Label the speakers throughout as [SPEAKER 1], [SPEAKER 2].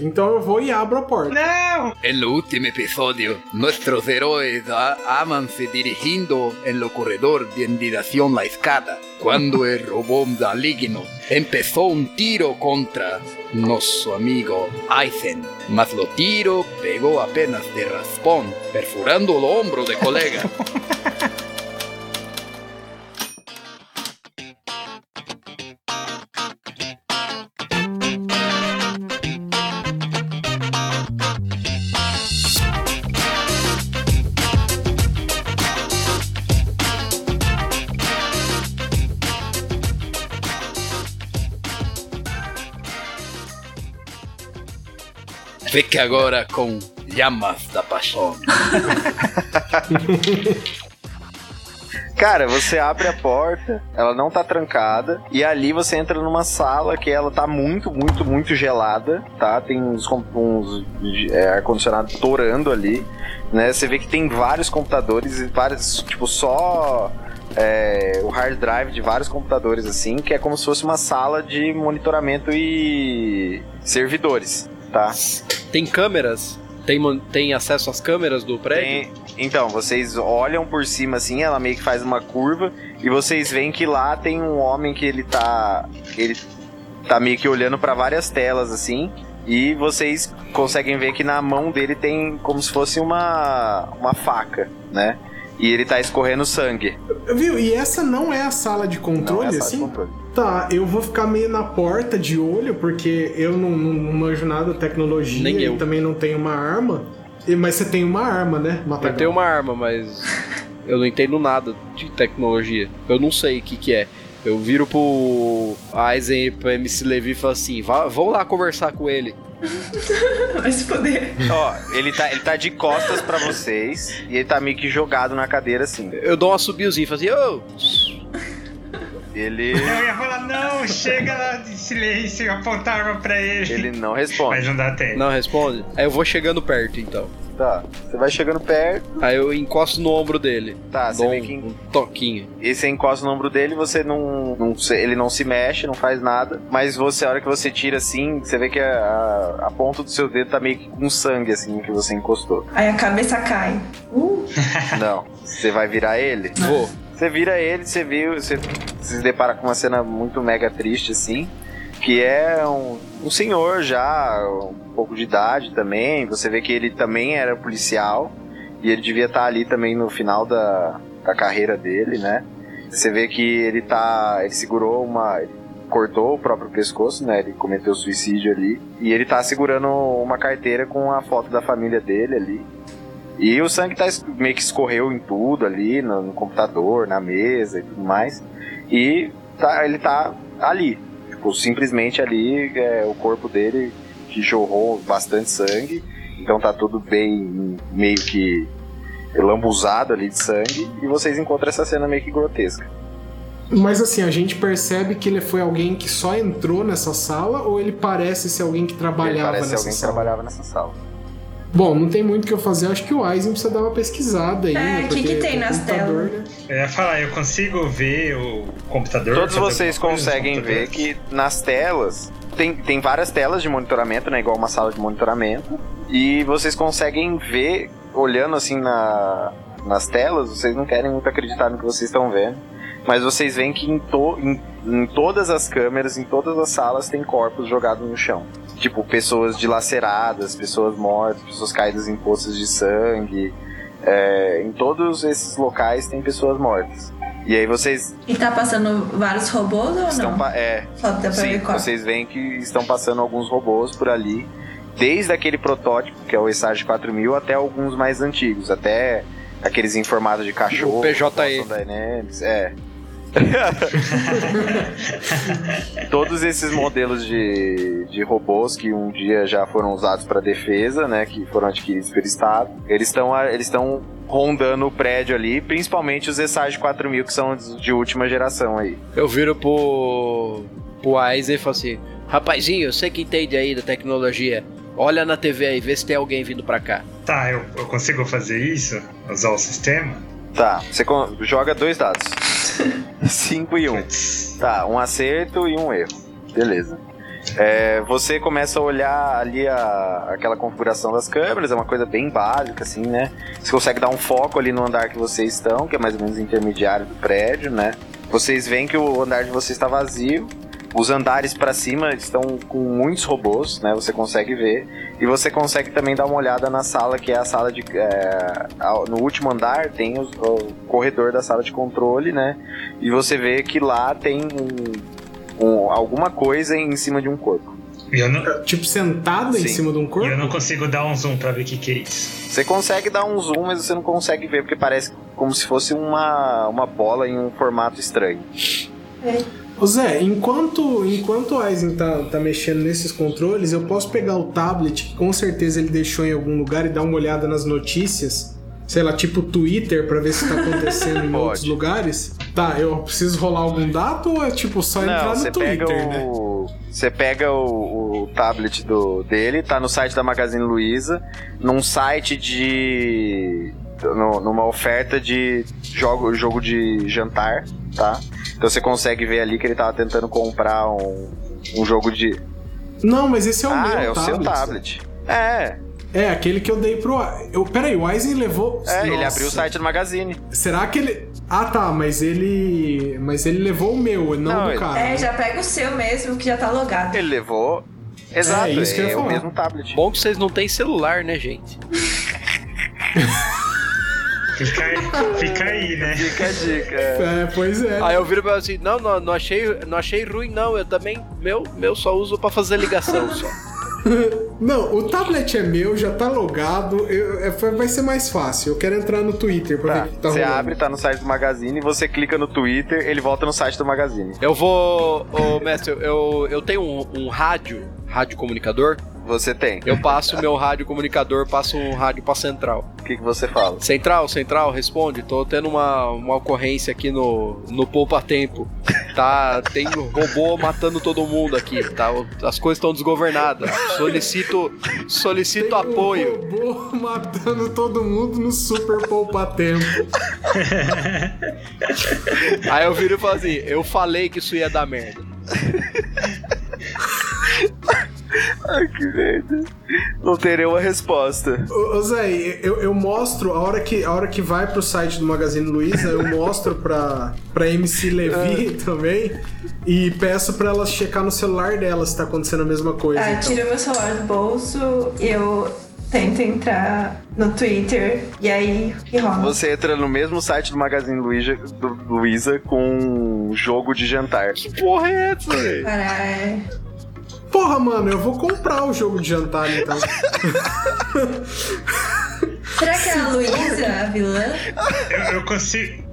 [SPEAKER 1] Então eu vou e abro a porta.
[SPEAKER 2] Né? Não!
[SPEAKER 3] En el último episodio, nuestros héroes a- amanse dirigiendo en el corredor en dirección la escada. Cuando el robot maligno empezó un tiro contra nuestro amigo Aizen, mas lo tiro pegó apenas de raspón, perforando el hombro de colega. Fique agora com Llamas da Paixão.
[SPEAKER 4] Cara, você abre a porta, ela não tá trancada, e ali você entra numa sala que ela tá muito, muito, muito gelada, tá? Tem uns, com- uns é, ar-condicionado torando ali, né? Você vê que tem vários computadores e vários, tipo, só é, o hard drive de vários computadores, assim, que é como se fosse uma sala de monitoramento e servidores, tá?
[SPEAKER 5] Tem câmeras? Tem, mon- tem acesso às câmeras do prédio?
[SPEAKER 4] Tem- então, vocês olham por cima assim, ela meio que faz uma curva e vocês veem que lá tem um homem que ele tá ele tá meio que olhando pra várias telas assim, e vocês conseguem ver que na mão dele tem como se fosse uma uma faca, né? E ele tá escorrendo sangue.
[SPEAKER 1] Viu? E essa não é a sala de
[SPEAKER 4] Não
[SPEAKER 1] controle,
[SPEAKER 4] é essa-
[SPEAKER 1] assim? Tá, eu vou ficar meio na porta de olho, porque eu não, não, não manjo nada de tecnologia
[SPEAKER 5] Nem eu.
[SPEAKER 1] e também não tenho uma arma. E- Mas você tem uma arma, né,
[SPEAKER 5] Eu
[SPEAKER 1] Matagal?
[SPEAKER 5] tenho uma arma, mas eu não entendo nada de tecnologia. Eu não sei o que, que é. Eu viro pro Aizen e pro MC Levi e falo assim: "Vá- vão lá conversar com ele.
[SPEAKER 2] Vai se foder.
[SPEAKER 4] Ó, ele tá ele tá de costas pra vocês e ele tá meio que jogado na cadeira assim.
[SPEAKER 5] Eu dou um assobiozinho e falo assim: ô,
[SPEAKER 4] Ele
[SPEAKER 2] Eu ia falar, não, chega lá Tá de silêncio e apontar a arma pra ele.
[SPEAKER 4] ele não responde.
[SPEAKER 2] Mas não dá tempo.
[SPEAKER 5] não responde? Aí eu vou chegando perto então.
[SPEAKER 4] Tá. Você vai chegando perto
[SPEAKER 5] Aí eu encosto no ombro dele.
[SPEAKER 4] Tá, você
[SPEAKER 5] dou
[SPEAKER 4] vê que
[SPEAKER 5] um, um toquinho.
[SPEAKER 4] E você encosta no ombro dele, você não, não se- ele não se mexe, não faz nada. Mas você, a hora que você tira assim, você vê que a, a- a ponta do seu dedo tá meio que com sangue, assim, que você encostou.
[SPEAKER 6] Aí a cabeça cai. Uh,
[SPEAKER 4] não. Você vai virar ele?
[SPEAKER 5] Vou.
[SPEAKER 4] Você vira ele, você viu, você se depara com uma cena muito mega triste, assim. Que é um, um senhor já, um pouco de idade também. Você vê que ele também era policial. E ele devia estar ali também no final da, da carreira dele, né? Você vê que ele tá. Ele segurou uma. Ele cortou o próprio pescoço, né? Ele cometeu suicídio ali. E ele tá segurando uma carteira com a foto da família dele ali. E o sangue tá, es- meio que escorreu em tudo ali, no, no computador, na mesa e tudo mais. E tá, ele tá ali. Tipo, simplesmente ali, é, o corpo dele que jorrou bastante sangue. Então tá tudo bem, meio que lambuzado ali de sangue. E vocês encontram essa cena meio que grotesca.
[SPEAKER 1] Mas assim, a gente percebe que ele foi alguém que só entrou nessa sala ou ele parece ser alguém que
[SPEAKER 4] Ele
[SPEAKER 1] trabalhava
[SPEAKER 4] parece
[SPEAKER 1] nessa
[SPEAKER 4] alguém que
[SPEAKER 1] sala?
[SPEAKER 4] trabalhava nessa sala.
[SPEAKER 1] Bom, não tem muito o que eu fazer, acho que o Aizen precisa dar uma pesquisada aí.
[SPEAKER 6] É,
[SPEAKER 1] né,
[SPEAKER 6] o que que
[SPEAKER 1] porque
[SPEAKER 6] tem
[SPEAKER 1] o
[SPEAKER 6] nas
[SPEAKER 1] computador,
[SPEAKER 6] telas?
[SPEAKER 1] né?
[SPEAKER 2] Eu ia falar, eu consigo ver o computador.
[SPEAKER 4] Todos
[SPEAKER 2] fazer
[SPEAKER 4] vocês
[SPEAKER 2] alguma coisa no
[SPEAKER 4] conseguem
[SPEAKER 2] computador?
[SPEAKER 4] ver que nas telas tem, tem várias telas de monitoramento, né? Igual uma sala de monitoramento. E vocês conseguem ver, olhando assim na, nas telas, vocês não querem muito acreditar no que vocês estão vendo. Mas vocês veem que em, to, em, em todas as câmeras, em todas as salas, tem corpos jogados no chão. Tipo, pessoas dilaceradas, pessoas mortas, pessoas caídas em poças de sangue. É, em todos esses locais tem pessoas mortas. E aí vocês
[SPEAKER 6] e tá passando vários robôs ou
[SPEAKER 4] estão.
[SPEAKER 6] não?
[SPEAKER 4] pa- É,
[SPEAKER 6] Só dá pra
[SPEAKER 4] Sim,
[SPEAKER 6] ver qual.
[SPEAKER 4] vocês veem que estão passando alguns robôs por ali, desde aquele protótipo, que é o Essage 4000, até alguns mais antigos, até aqueles em formato de cachorro.
[SPEAKER 5] O PJE.
[SPEAKER 4] Boston Dynamics, é. Todos esses modelos de, de robôs que um dia já foram usados para defesa, né, que foram adquiridos pelo Estado, eles estão a- eles estão rondando o prédio ali, principalmente os Essage 4000 que são de última geração aí.
[SPEAKER 5] Eu viro pro, pro Aizen e falo assim: Rapazinho, você que entende aí da tecnologia, olha na TV aí, vê se tem alguém vindo pra cá.
[SPEAKER 2] Tá, eu, eu consigo fazer isso? Usar o sistema?
[SPEAKER 4] Tá, você con- joga dois dados. 5 e 1. Um.
[SPEAKER 2] Putz.
[SPEAKER 4] Tá, um acerto e um erro. Beleza. É, você começa a olhar ali a- aquela configuração das câmeras, é uma coisa bem básica, assim, né? Você consegue dar um foco ali no andar que vocês estão, que é mais ou menos intermediário do prédio, né? Vocês veem que o andar de vocês está vazio. Os andares para cima estão com muitos robôs, né? Você consegue ver. E você consegue também dar uma olhada na sala, que é a sala de. é, a- no último andar tem os- o corredor da sala de controle, né? E você vê que lá tem um- um- alguma coisa em cima de um corpo.
[SPEAKER 2] E eu não,
[SPEAKER 1] Tipo, sentada em
[SPEAKER 4] Sim.
[SPEAKER 1] cima de um
[SPEAKER 2] e eu
[SPEAKER 1] corpo?
[SPEAKER 2] não consigo dar um zoom pra ver o que, que é isso.
[SPEAKER 4] Você consegue dar um zoom, mas você não consegue ver, porque parece como se fosse uma, uma bola em um formato estranho.
[SPEAKER 1] Ô Zé, enquanto, enquanto o Aizen tá, tá mexendo nesses controles, eu posso pegar o tablet, que com certeza ele deixou em algum lugar, e dar uma olhada nas notícias. Sei lá, tipo Twitter, pra ver se tá acontecendo em
[SPEAKER 4] Pode.
[SPEAKER 1] outros lugares. Tá, eu preciso rolar algum dado ou é tipo só
[SPEAKER 4] não,
[SPEAKER 1] entrar
[SPEAKER 4] você
[SPEAKER 1] no Twitter,
[SPEAKER 4] pega
[SPEAKER 1] né?
[SPEAKER 4] o. Você pega o, o tablet do, dele, tá no site da Magazine Luiza, num site de. no- numa oferta de jogo, jogo de jantar, tá? Então você consegue ver ali que ele tava tentando comprar um, um jogo de.
[SPEAKER 1] Não, mas esse é o
[SPEAKER 4] ah,
[SPEAKER 1] meu
[SPEAKER 4] é o
[SPEAKER 1] tablet.
[SPEAKER 4] seu tablet. É,
[SPEAKER 1] É, aquele que eu dei pro. Eu, peraí, o Aizen levou.
[SPEAKER 4] é ele
[SPEAKER 1] Nossa.
[SPEAKER 4] abriu o site do Magazine.
[SPEAKER 1] Será que ele. Ah tá, mas ele. Mas ele levou o meu, não,
[SPEAKER 4] Não,
[SPEAKER 1] não do
[SPEAKER 4] ele-
[SPEAKER 1] cara.
[SPEAKER 6] É, já pega o seu mesmo, que já tá logado.
[SPEAKER 4] Ele levou. Exato,
[SPEAKER 1] isso que eu
[SPEAKER 4] é,
[SPEAKER 1] ia
[SPEAKER 4] o
[SPEAKER 1] falar.
[SPEAKER 4] mesmo tablet.
[SPEAKER 5] Bom que vocês não têm celular, né, gente?
[SPEAKER 2] Fica aí, fica aí né?
[SPEAKER 4] Fica a dica. é.
[SPEAKER 1] É, pois é.
[SPEAKER 5] Aí eu viro e falo assim, não, não, não achei, não achei ruim, não. Eu também, meu, meu só uso pra fazer ligação só.
[SPEAKER 1] Não, o tablet é meu, já tá logado. eu- é, foi- vai ser mais fácil. Eu quero entrar no Twitter pra
[SPEAKER 4] Tá.
[SPEAKER 1] ver o que tá
[SPEAKER 4] Você
[SPEAKER 1] rolando.
[SPEAKER 4] abre, tá no site do Magazine, você clica no Twitter, ele volta no site do Magazine.
[SPEAKER 5] Eu vou. Ô, mestre, eu, eu tenho um, um rádio, rádio comunicador.
[SPEAKER 4] Você tem.
[SPEAKER 5] Eu passo meu rádio comunicador, passo um rádio pra central.
[SPEAKER 4] O que, que você fala?
[SPEAKER 5] Central, central, responde. Tô tendo uma, uma ocorrência aqui no, no Poupa Tempo. Tá, tem um robô matando todo mundo aqui. Tá, as coisas estão desgovernadas. Solicito, solicito
[SPEAKER 1] Tem um
[SPEAKER 5] apoio.
[SPEAKER 1] robô matando todo mundo no Super Poupa Tempo.
[SPEAKER 5] Aí eu viro e falo assim: eu falei que isso ia dar merda.
[SPEAKER 4] Ai, que merda. Não terei uma resposta.
[SPEAKER 1] Ô, ô, Zé, eu, eu mostro a hora, que, a hora que vai pro site do Magazine Luiza, eu mostro pra, pra MC Levi também e peço pra ela checar no celular dela se tá acontecendo a mesma coisa.
[SPEAKER 7] É,
[SPEAKER 6] Ah, eu
[SPEAKER 1] então.
[SPEAKER 6] tiro meu celular do bolso, eu tento entrar no Twitter, e aí o que rola?
[SPEAKER 4] Você entra no mesmo site do Magazine Luiza, do Luiza com um jogo de jantar.
[SPEAKER 5] Que porra é essa, velho?
[SPEAKER 6] Caralho.
[SPEAKER 1] Porra, mano, eu vou comprar o jogo de jantar então.
[SPEAKER 6] Será que é a Luísa, a vilã?
[SPEAKER 2] Eu, eu consigo.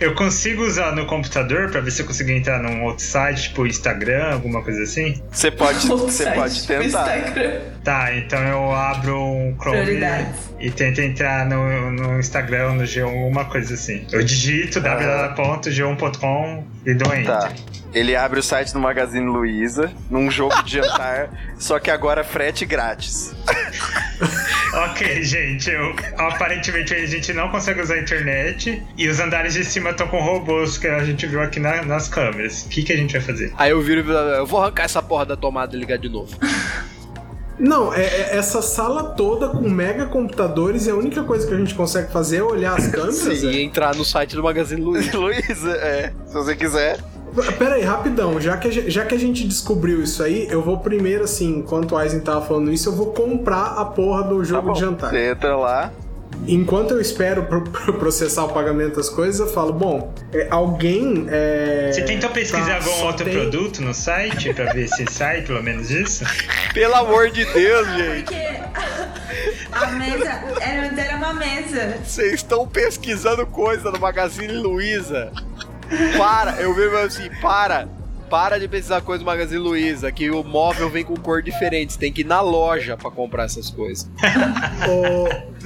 [SPEAKER 2] Eu consigo usar no computador pra ver se eu consigo entrar num outro site, tipo Instagram, alguma coisa assim?
[SPEAKER 4] Você pode,
[SPEAKER 6] Ou
[SPEAKER 4] você
[SPEAKER 6] site
[SPEAKER 4] pode
[SPEAKER 6] do
[SPEAKER 4] tentar.
[SPEAKER 6] Instagram.
[SPEAKER 2] Tá, então eu abro um Chrome
[SPEAKER 6] Prioridades.
[SPEAKER 2] e tento entrar no, no Instagram, no G1, alguma coisa assim. Eu digito www.g1.com e dou enter.
[SPEAKER 4] Tá. Ele abre o site do Magazine Luiza num jogo de jantar, só que agora frete grátis.
[SPEAKER 2] Ok, gente, eu- aparentemente a gente não consegue usar a internet e os andares de cima estão com robôs que a gente viu aqui na- nas câmeras. O que, que a gente vai fazer?
[SPEAKER 5] Aí eu viro e falo, eu vou arrancar essa porra da tomada e ligar de novo.
[SPEAKER 1] Não, é, é- essa sala toda com mega computadores e a única coisa que a gente consegue fazer é olhar as câmeras. né?
[SPEAKER 5] E
[SPEAKER 1] Zé.
[SPEAKER 5] entrar no site do Magazine Luiza.
[SPEAKER 4] Luiza, é. Se você quiser.
[SPEAKER 1] Pera aí, rapidão. Já que, a gente, já que a gente descobriu isso aí, eu vou primeiro, assim, enquanto o Aizen tava falando isso, eu vou comprar a porra do
[SPEAKER 4] Tá
[SPEAKER 1] jogo
[SPEAKER 4] bom.
[SPEAKER 1] de jantar.
[SPEAKER 4] Você entra lá.
[SPEAKER 1] Enquanto eu espero pro, pro processar o pagamento das coisas, eu falo, bom, é, alguém. É,
[SPEAKER 2] Você tentou pesquisar
[SPEAKER 1] tá,
[SPEAKER 2] algum
[SPEAKER 1] só
[SPEAKER 2] outro
[SPEAKER 1] tem-
[SPEAKER 2] produto no site pra ver se sai pelo menos isso?
[SPEAKER 5] Pelo amor de Deus, gente.
[SPEAKER 6] Ah, Porque a mesa era, antes era uma mesa.
[SPEAKER 5] Vocês estão pesquisando coisa no Magazine Luiza. Para, eu vejo assim, para. Para de pesquisar coisa no Magazine Luiza, que o móvel vem com cor diferente. Você tem que ir na loja pra comprar essas coisas.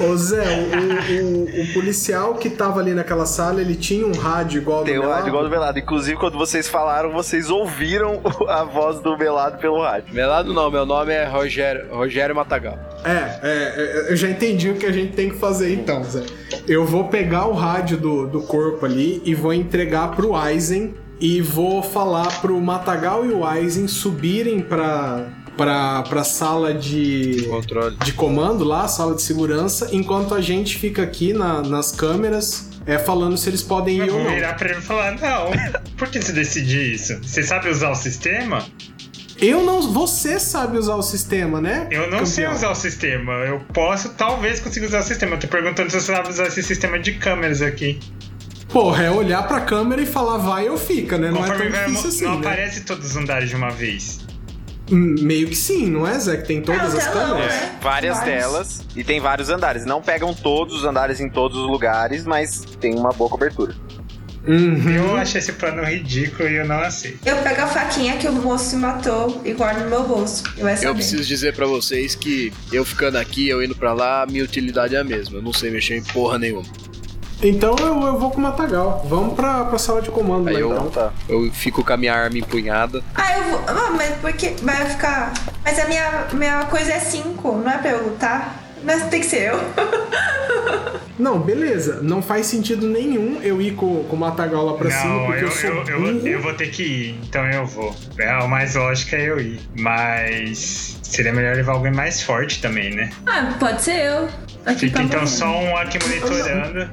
[SPEAKER 1] Ô, ô Zé, o, o- o- o policial que tava ali naquela sala, ele tinha um rádio igual ao
[SPEAKER 4] Tem
[SPEAKER 1] do
[SPEAKER 4] o
[SPEAKER 1] meu
[SPEAKER 4] rádio
[SPEAKER 1] lado?
[SPEAKER 4] igual do Velado. Inclusive, quando vocês falaram, vocês ouviram a voz do Velado pelo rádio.
[SPEAKER 5] Meu lado não, meu nome é Rogério, Rogério Matagal.
[SPEAKER 1] É, é, é, eu já entendi o que a gente tem que fazer então, Zé. Eu vou pegar o rádio do, do corpo ali e vou entregar pro Aizen e vou falar pro Matagal e o Aizen subirem pra, pra, pra sala de,
[SPEAKER 5] Controle.
[SPEAKER 1] de comando lá, sala de segurança, enquanto a gente fica aqui na- nas câmeras é, falando se eles podem ir
[SPEAKER 2] Eu
[SPEAKER 1] ou
[SPEAKER 2] vou
[SPEAKER 1] não.
[SPEAKER 2] virar pra ele e falar, não, por que você decidir isso? Você sabe usar o sistema?
[SPEAKER 1] Eu não. Você sabe usar o sistema, né?
[SPEAKER 2] Eu não sei
[SPEAKER 1] campeão?
[SPEAKER 2] usar o sistema. Eu posso, talvez, consiga usar o sistema. Eu tô perguntando se você sabe usar esse sistema de câmeras aqui.
[SPEAKER 1] Porra, é olhar pra câmera e falar vai ou fica, né? Não é tão
[SPEAKER 2] Conforme vai,
[SPEAKER 1] difícil assim.
[SPEAKER 2] não
[SPEAKER 1] né?
[SPEAKER 2] aparece todos os andares de uma vez.
[SPEAKER 1] Hum, Meio que sim, não é, Zé? Que tem
[SPEAKER 6] É
[SPEAKER 1] todas
[SPEAKER 6] o
[SPEAKER 1] as
[SPEAKER 6] telão,
[SPEAKER 1] câmeras.
[SPEAKER 6] né?
[SPEAKER 4] Várias
[SPEAKER 6] Vários.
[SPEAKER 4] telas e tem vários andares. Não pegam todos os andares em todos os lugares, mas tem uma boa cobertura.
[SPEAKER 1] Uhum.
[SPEAKER 2] Eu achei esse plano ridículo e eu não aceito.
[SPEAKER 6] Eu pego a faquinha que o moço matou e guardo no meu bolso. E vai saber.
[SPEAKER 5] Eu preciso dizer pra vocês que eu ficando aqui, eu indo pra lá, minha utilidade é a mesma. Eu não sei mexer em porra nenhuma.
[SPEAKER 1] Então eu, eu vou com o Matagal. Vamos pra, pra sala de comando
[SPEAKER 5] Aí
[SPEAKER 1] lá,
[SPEAKER 5] eu-
[SPEAKER 1] então.
[SPEAKER 4] Então tá.
[SPEAKER 5] Eu fico com a minha arma empunhada.
[SPEAKER 6] Ah, eu vou. Ah, mas por que vai ficar. Mas a minha, minha coisa é 5, não é pra eu lutar? Mas tem que ser eu.
[SPEAKER 1] Não, beleza. Não faz sentido nenhum eu ir com, com o Matagal lá pra cima,
[SPEAKER 2] não,
[SPEAKER 1] porque eu,
[SPEAKER 2] eu,
[SPEAKER 1] sou.
[SPEAKER 2] eu, eu,
[SPEAKER 1] burro.
[SPEAKER 2] vou- eu vou ter que ir, então eu vou. É, o mais lógico é eu ir. Mas seria melhor levar alguém mais forte também, né?
[SPEAKER 8] Ah, pode ser eu. Aqui
[SPEAKER 2] Fica
[SPEAKER 8] tá
[SPEAKER 2] então
[SPEAKER 8] bom.
[SPEAKER 2] só um aqui monitorando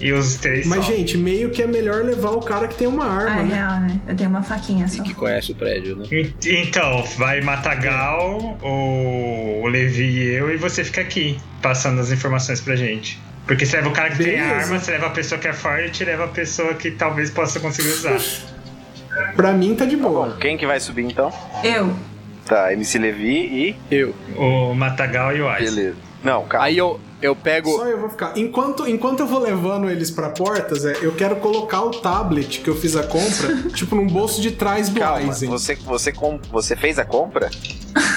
[SPEAKER 2] e os três.
[SPEAKER 1] Mas,
[SPEAKER 2] só.
[SPEAKER 1] gente, meio que é melhor levar o cara que tem uma
[SPEAKER 8] Ah,
[SPEAKER 1] arma,
[SPEAKER 8] é
[SPEAKER 1] né?
[SPEAKER 8] real, né? Eu dei uma faquinha só.
[SPEAKER 5] Que conhece o prédio, né?
[SPEAKER 2] En- Então, vai Matagal, o, o Levi e eu, e você fica aqui, passando as informações pra gente. Porque você leva o cara que tem a
[SPEAKER 1] Beleza.
[SPEAKER 2] arma, você leva a pessoa que é forte, leva a pessoa que talvez possa conseguir usar.
[SPEAKER 6] é.
[SPEAKER 1] Pra mim tá de boa.
[SPEAKER 4] Quem que vai subir então?
[SPEAKER 8] Eu.
[SPEAKER 4] Tá, MC Levi e.
[SPEAKER 5] Eu.
[SPEAKER 2] o Matagal e o Ice.
[SPEAKER 4] Beleza. Não, calma.
[SPEAKER 5] Aí eu, eu pego.
[SPEAKER 1] Só eu vou ficar. Enquanto, enquanto eu vou levando eles pra porta, Zé, eu quero colocar o tablet que eu fiz a compra, tipo, num bolso de trás do
[SPEAKER 4] Calma,
[SPEAKER 1] Aizen.
[SPEAKER 4] você, você, com- você fez a compra?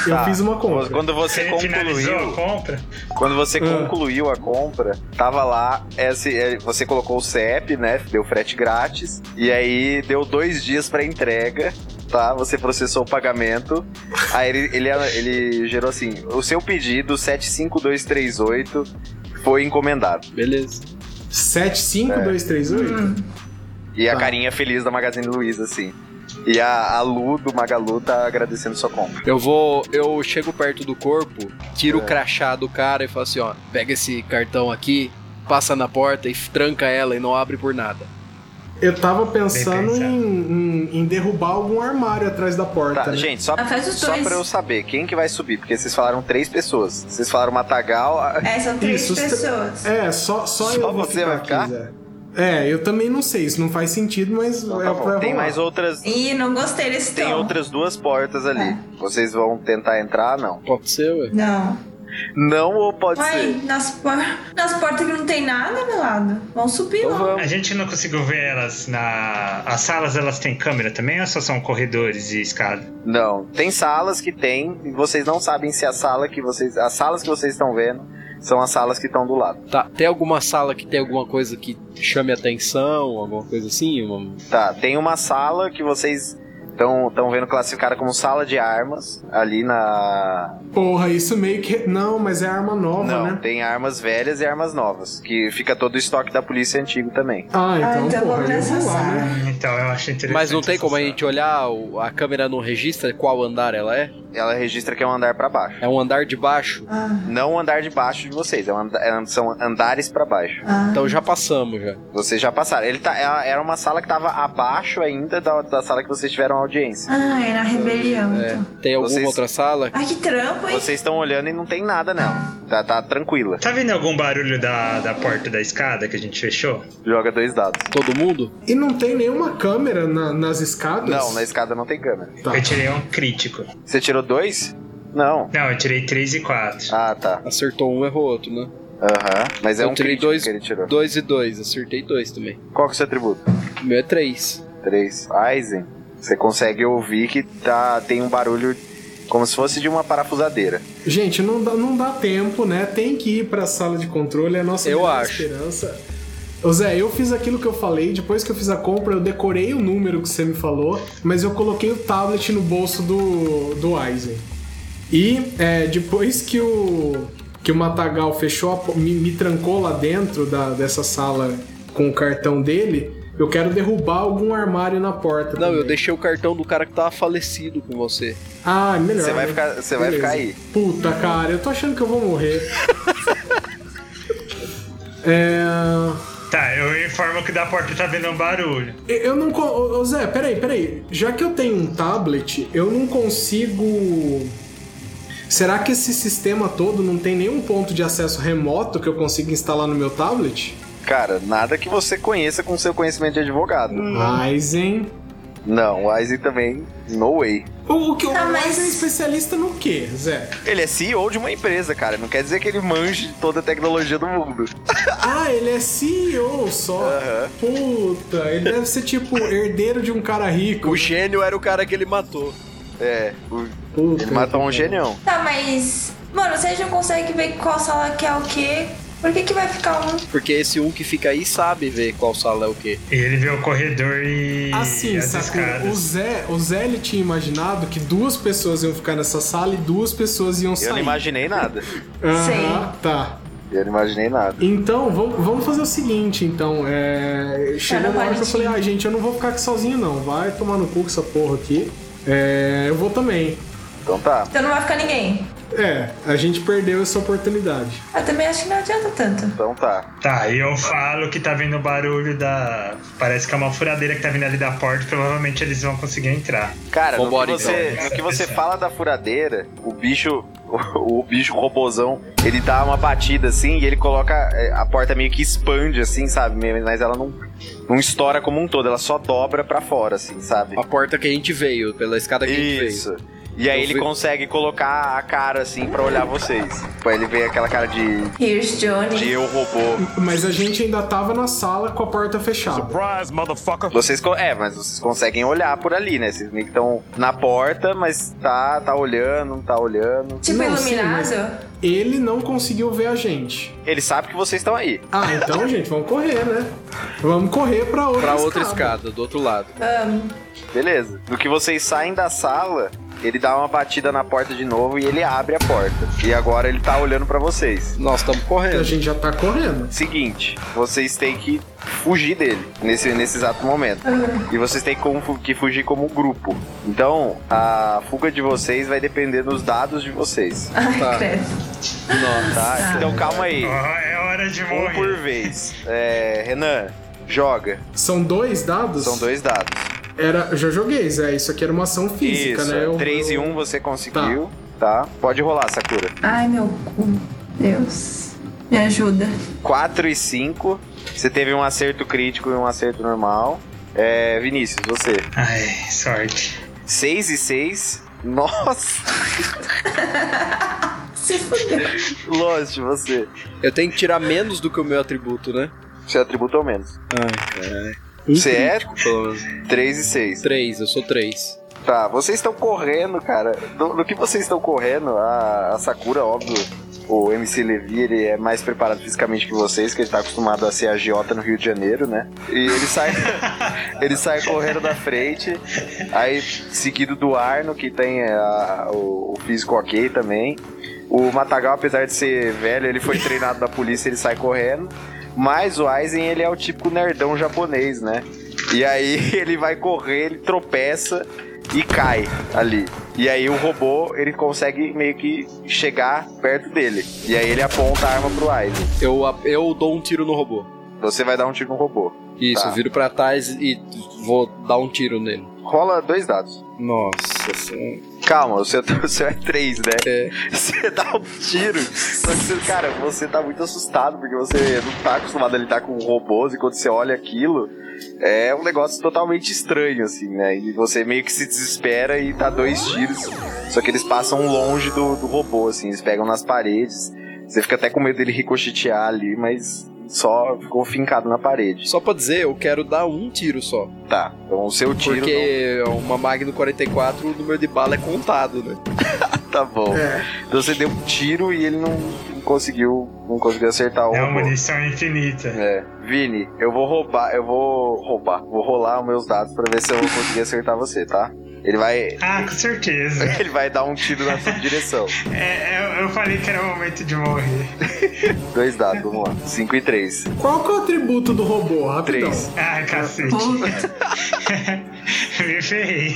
[SPEAKER 1] Eu
[SPEAKER 4] Tá.
[SPEAKER 1] fiz uma compra.
[SPEAKER 4] Quando você
[SPEAKER 2] Você finalizou a
[SPEAKER 4] concluiu,
[SPEAKER 2] compra?
[SPEAKER 4] quando você
[SPEAKER 1] Ah.
[SPEAKER 4] concluiu a compra, tava lá, esse, é, você colocou o CEP, né? Deu frete grátis. E aí deu dois dias pra entrega, tá? Você processou o pagamento. Aí ele, ele, ele gerou assim: o seu pedido 75238 foi encomendado.
[SPEAKER 5] Beleza.
[SPEAKER 1] 75238?
[SPEAKER 4] E a
[SPEAKER 1] Tá.
[SPEAKER 4] carinha feliz da Magazine Luiza, assim. E a, a Lu do Magalu tá agradecendo sua compra.
[SPEAKER 5] Eu vou. Eu chego perto do corpo, tiro o crachá do cara e falo assim, ó, pega esse cartão aqui, passa na porta e tranca ela e não abre por nada.
[SPEAKER 1] Eu tava pensando
[SPEAKER 2] pensado.
[SPEAKER 1] em, em- em derrubar algum armário atrás da porta.
[SPEAKER 4] Tá,
[SPEAKER 1] né?
[SPEAKER 4] gente, só,
[SPEAKER 8] Ah, faz os
[SPEAKER 4] só
[SPEAKER 8] dois.
[SPEAKER 4] pra eu saber quem que vai subir, porque vocês falaram três pessoas. Vocês falaram Matagal. a-
[SPEAKER 6] É, são três
[SPEAKER 1] Isso, os tre-
[SPEAKER 6] pessoas.
[SPEAKER 1] É, só, só,
[SPEAKER 4] Só
[SPEAKER 1] eu vou
[SPEAKER 4] você vai
[SPEAKER 1] aqui, Zé. É, eu também não sei, isso não faz sentido, mas
[SPEAKER 4] Então,
[SPEAKER 1] é
[SPEAKER 4] tá
[SPEAKER 1] pra
[SPEAKER 4] bom. Tem
[SPEAKER 1] rolar.
[SPEAKER 4] mais outras.
[SPEAKER 6] Ih, não gostei desse
[SPEAKER 4] Tem
[SPEAKER 1] Então.
[SPEAKER 6] tom.
[SPEAKER 4] outras duas portas ali.
[SPEAKER 1] É.
[SPEAKER 4] Vocês vão tentar entrar, não?
[SPEAKER 5] Pode ser, ué.
[SPEAKER 6] Não.
[SPEAKER 4] Não ou pode
[SPEAKER 6] Uai,
[SPEAKER 4] ser?
[SPEAKER 6] nas, por... nas portas que não tem nada, meu lado. Vamos subir
[SPEAKER 4] Então
[SPEAKER 6] lá.
[SPEAKER 4] vamos.
[SPEAKER 2] A gente não conseguiu ver elas na. As salas elas têm câmera também ou só são corredores e escada?
[SPEAKER 4] Não. Tem salas que tem, e vocês não sabem se a sala que vocês. As salas que vocês estão vendo são as salas que estão do lado.
[SPEAKER 5] Tá, tem alguma sala que tem alguma coisa que chame atenção, alguma coisa assim? Uma...
[SPEAKER 4] Tá, tem uma sala que vocês estão vendo classificada como sala de armas ali na.
[SPEAKER 1] Porra, isso meio que. Não, mas é arma nova,
[SPEAKER 4] não,
[SPEAKER 1] né?
[SPEAKER 4] tem armas velhas e armas novas. Que fica todo o estoque da polícia antigo também.
[SPEAKER 1] Ah, então,
[SPEAKER 6] Ah, então
[SPEAKER 1] porra,
[SPEAKER 6] vamos
[SPEAKER 1] eu
[SPEAKER 6] nessa
[SPEAKER 1] vou lá,
[SPEAKER 6] sala.
[SPEAKER 1] né?
[SPEAKER 2] Então eu achei interessante.
[SPEAKER 5] Mas não tem
[SPEAKER 2] essa
[SPEAKER 5] como a
[SPEAKER 2] sala.
[SPEAKER 5] gente olhar, o- a câmera não registra qual andar ela é?
[SPEAKER 4] Ela registra que é um andar pra baixo.
[SPEAKER 5] É um andar de baixo?
[SPEAKER 6] Ah,
[SPEAKER 4] Não o andar de baixo de vocês, é um anda- é um- são andares pra baixo.
[SPEAKER 6] ah.
[SPEAKER 5] Então já passamos já.
[SPEAKER 4] Vocês já passaram. Ele tá, ela- era uma sala que tava abaixo ainda da, da sala que vocês tiveram audiência.
[SPEAKER 6] Ah, é na rebelião, então.
[SPEAKER 5] Tem alguma
[SPEAKER 4] Vocês-
[SPEAKER 5] outra sala?
[SPEAKER 6] Ai, que trampo, hein?
[SPEAKER 4] Vocês estão olhando e não tem nada nela. Tá, tá tranquila.
[SPEAKER 2] Tá vendo algum barulho da, da porta da escada que a gente fechou?
[SPEAKER 4] Joga dois dados.
[SPEAKER 5] Todo mundo?
[SPEAKER 1] E não tem nenhuma câmera na- nas escadas?
[SPEAKER 4] Não, na escada não tem câmera.
[SPEAKER 1] Tá.
[SPEAKER 2] Eu tirei um crítico.
[SPEAKER 4] Você tirou dois? Não.
[SPEAKER 2] Não, eu tirei 3 e 4.
[SPEAKER 4] Ah, tá.
[SPEAKER 5] Acertou um, errou outro, né?
[SPEAKER 4] Aham. Mas é
[SPEAKER 5] Eu
[SPEAKER 4] um
[SPEAKER 5] tirei
[SPEAKER 4] crítico
[SPEAKER 5] dois.
[SPEAKER 4] que ele tirou.
[SPEAKER 5] Dois e dois, acertei dois também.
[SPEAKER 4] Qual que é o seu atributo?
[SPEAKER 5] O meu é três.
[SPEAKER 4] Três. Aizen. Você consegue ouvir que tá, tem um barulho como se fosse de uma parafusadeira.
[SPEAKER 1] Gente, não dá, não dá tempo, né? Tem que ir pra sala de controle, é a nossa
[SPEAKER 5] Eu
[SPEAKER 1] melhor
[SPEAKER 5] acho.
[SPEAKER 1] esperança. Ô Zé, eu fiz aquilo que eu falei, depois que eu fiz a compra, eu decorei o número que você me falou, mas eu coloquei o tablet no bolso do, do Aizen. E é, depois que o, que o Matagal fechou, a po- me, me trancou lá dentro da, dessa sala com o cartão dele, Eu quero derrubar algum armário na porta.
[SPEAKER 5] Não, eu
[SPEAKER 1] também.
[SPEAKER 5] deixei o cartão do cara que tava falecido com você.
[SPEAKER 1] Ah, melhor.
[SPEAKER 4] Você vai
[SPEAKER 1] né?
[SPEAKER 4] ficar- você vai ficar aí.
[SPEAKER 1] Puta, cara, eu tô achando que eu vou morrer. é.
[SPEAKER 2] Tá, eu informo que da porta tá vindo um barulho.
[SPEAKER 1] Eu- Eu não. con- Ô, ô, Zé, peraí, peraí. Já que eu tenho um tablet, eu não consigo. Será que esse sistema todo não tem nenhum ponto de acesso remoto que eu consiga instalar no meu tablet?
[SPEAKER 4] Cara, nada que você conheça com seu conhecimento de advogado.
[SPEAKER 1] Mas, hein?
[SPEAKER 4] Não, o Isaac também, no way.
[SPEAKER 1] O, o que o
[SPEAKER 8] Tá, mas-
[SPEAKER 1] Alex é especialista no quê, Zé?
[SPEAKER 4] Ele é CEO de uma empresa, cara. Não quer dizer que ele manje de toda a tecnologia do mundo.
[SPEAKER 1] Ah, ele é CEO só. Puta, ele deve ser tipo herdeiro de um cara rico.
[SPEAKER 5] O gênio era o cara que ele matou.
[SPEAKER 4] É, o-
[SPEAKER 1] Puta,
[SPEAKER 4] ele matou um
[SPEAKER 1] cara.
[SPEAKER 4] genião.
[SPEAKER 8] Tá, mas. Mano, vocês não conseguem ver qual sala que é o quê? Por que, que vai ficar um?
[SPEAKER 5] Porque esse um que fica aí sabe ver qual sala é o quê.
[SPEAKER 2] E ele vê o corredor e
[SPEAKER 1] Assim,
[SPEAKER 2] as
[SPEAKER 1] Sakura, o
[SPEAKER 2] escadas.
[SPEAKER 1] Zé, o Zé ele tinha imaginado que duas pessoas iam ficar nessa sala e duas pessoas iam sair.
[SPEAKER 4] Eu não imaginei nada.
[SPEAKER 1] Aham,
[SPEAKER 8] Sim.
[SPEAKER 1] tá.
[SPEAKER 4] Eu não imaginei nada.
[SPEAKER 1] Então, vamos, vamos fazer o seguinte, então. É... Chegou uma hora que eu
[SPEAKER 8] bonitinho.
[SPEAKER 1] falei, ah, gente, eu não vou ficar aqui sozinho, não. Vai tomar no cu com essa porra aqui. É, eu vou também.
[SPEAKER 4] Então tá.
[SPEAKER 8] Então não vai ficar ninguém.
[SPEAKER 1] É, a gente perdeu essa oportunidade.
[SPEAKER 8] Eu também acho que não adianta tanto.
[SPEAKER 4] Então tá.
[SPEAKER 2] Tá, e eu falo que tá vindo o barulho da. Parece que é uma furadeira que tá vindo ali da porta, provavelmente eles vão conseguir entrar.
[SPEAKER 4] Cara, no que,
[SPEAKER 5] Vambora,
[SPEAKER 4] você,
[SPEAKER 2] então.
[SPEAKER 4] no que você fala da furadeira, o bicho. O bicho robozão, ele dá uma batida assim e ele coloca. é, A porta meio que expande, assim, sabe? Mas ela não, não estoura como um todo, ela só dobra pra fora, assim, sabe?
[SPEAKER 5] A porta que a gente veio, pela escada que a gente veio.
[SPEAKER 4] Isso. E aí
[SPEAKER 5] Eu
[SPEAKER 4] ele
[SPEAKER 5] vi-
[SPEAKER 4] consegue colocar a cara assim pra olhar vocês. Pô, ele vê aquela cara de,
[SPEAKER 8] Here's
[SPEAKER 4] de
[SPEAKER 8] Johnny.
[SPEAKER 4] eu robô.
[SPEAKER 1] Mas a gente ainda tava na sala com a porta fechada.
[SPEAKER 7] Surprise, motherfucker.
[SPEAKER 4] Vocês, co- é, mas vocês conseguem olhar por ali, né? Vocês meio que estão na porta, mas tá, tá olhando, não tá olhando.
[SPEAKER 8] Tipo
[SPEAKER 1] Não, sim,
[SPEAKER 8] iluminado.
[SPEAKER 1] Ele não conseguiu ver a gente.
[SPEAKER 4] Ele sabe que vocês estão aí.
[SPEAKER 1] Ah, então, gente, vamos correr, né? Vamos correr pra outra
[SPEAKER 5] Pra outra escada, do outro lado.
[SPEAKER 4] Beleza. No que vocês saem da sala, ele dá uma batida na porta de novo e ele abre a porta. E agora ele tá olhando pra vocês.
[SPEAKER 5] Nós estamos
[SPEAKER 1] A
[SPEAKER 5] correndo.
[SPEAKER 1] gente já tá correndo.
[SPEAKER 4] Seguinte, vocês têm que fugir dele nesse, nesse exato momento. E vocês têm como fu- que fugir como grupo. Então, a fuga de vocês vai depender dos dados de vocês.
[SPEAKER 8] Ai,
[SPEAKER 5] Tá.
[SPEAKER 8] credo.
[SPEAKER 4] Tá? Então calma aí.
[SPEAKER 2] Ó, é hora de
[SPEAKER 4] Um por
[SPEAKER 2] morrer.
[SPEAKER 4] vez. É, Renan, joga.
[SPEAKER 1] São dois dados?
[SPEAKER 4] São dois dados.
[SPEAKER 1] Era, eu já joguei, Zé. Isso aqui era uma ação física,
[SPEAKER 4] Isso.
[SPEAKER 1] né? Eu-
[SPEAKER 4] 3 e
[SPEAKER 1] eu-
[SPEAKER 4] 1 você conseguiu. Tá. Pode rolar, Sakura.
[SPEAKER 8] Ai, meu cu. Deus. Me ajuda.
[SPEAKER 4] 4 e 5. Você teve um acerto crítico e um acerto normal. É, Vinícius, você.
[SPEAKER 2] Ai, sorte.
[SPEAKER 4] 6 e 6. Nossa,
[SPEAKER 8] Se fudeu.
[SPEAKER 4] longe de você.
[SPEAKER 5] Eu tenho que tirar menos do que o meu atributo, né?
[SPEAKER 4] Seu atributo ao menos.
[SPEAKER 1] Ih,
[SPEAKER 4] Você é
[SPEAKER 5] Pelo menos.
[SPEAKER 4] 3 e 6.
[SPEAKER 5] Três, eu sou três.
[SPEAKER 4] Tá, vocês estão correndo, cara. No, no que vocês estão correndo, a, a Sakura, óbvio, o MC Levi, ele é mais preparado fisicamente que vocês, que ele tá acostumado a ser agiota no Rio de Janeiro, né? E ele sai, ele sai correndo da frente, aí seguido do Arno, que tem é, a- o, o físico ok também. O Matagal, apesar de ser velho, ele foi treinado da polícia, ele sai correndo. Mas o Aizen, ele é o típico nerdão japonês, né? E aí ele vai correr, ele tropeça e cai ali. E aí o robô, ele consegue meio que chegar perto dele. E aí ele aponta a arma pro Aizen.
[SPEAKER 5] Eu, a- eu dou um tiro no robô.
[SPEAKER 4] Você vai dar um tiro no robô.
[SPEAKER 5] Isso,
[SPEAKER 4] Tá.
[SPEAKER 5] eu viro pra trás e vou dar um tiro nele.
[SPEAKER 4] Rola dois dados.
[SPEAKER 5] Nossa senhora.
[SPEAKER 4] Calma, o seu, o seu é três, né?
[SPEAKER 5] É.
[SPEAKER 4] Você dá um tiro. Só que, você, cara, você tá muito assustado porque você não tá acostumado a lidar com robôs e quando você olha aquilo, é um negócio totalmente estranho, assim, né? E você meio que se desespera e dá dois tiros. Só que eles passam longe do, do robô, assim, eles pegam nas paredes. Você fica até com medo dele ricochetear ali, mas só ficou fincado na parede.
[SPEAKER 5] Só pra dizer, eu quero dar um tiro só.
[SPEAKER 4] Tá, então o seu tiro
[SPEAKER 5] porque uma Magno 44, o número de bala é contado, né?
[SPEAKER 4] não tá bom.
[SPEAKER 1] É,
[SPEAKER 4] Então você deu um tiro e ele não não conseguiu, não conseguiu acertar o
[SPEAKER 2] É uma
[SPEAKER 4] robô.
[SPEAKER 2] munição infinita.
[SPEAKER 4] É. Vini, eu vou roubar, eu vou roubar, vou rolar os meus dados pra ver se eu vou conseguir acertar você, tá? Ele vai.
[SPEAKER 2] Ah, com certeza.
[SPEAKER 4] Ele vai dar um tiro na sua direção.
[SPEAKER 2] É, eu, eu falei que era o momento de morrer.
[SPEAKER 4] Dois dados, vamos lá. 5 e 3.
[SPEAKER 1] Qual que é o atributo do robô? Rapidão.
[SPEAKER 4] Três.
[SPEAKER 2] Ah, cacete. Me ferrei.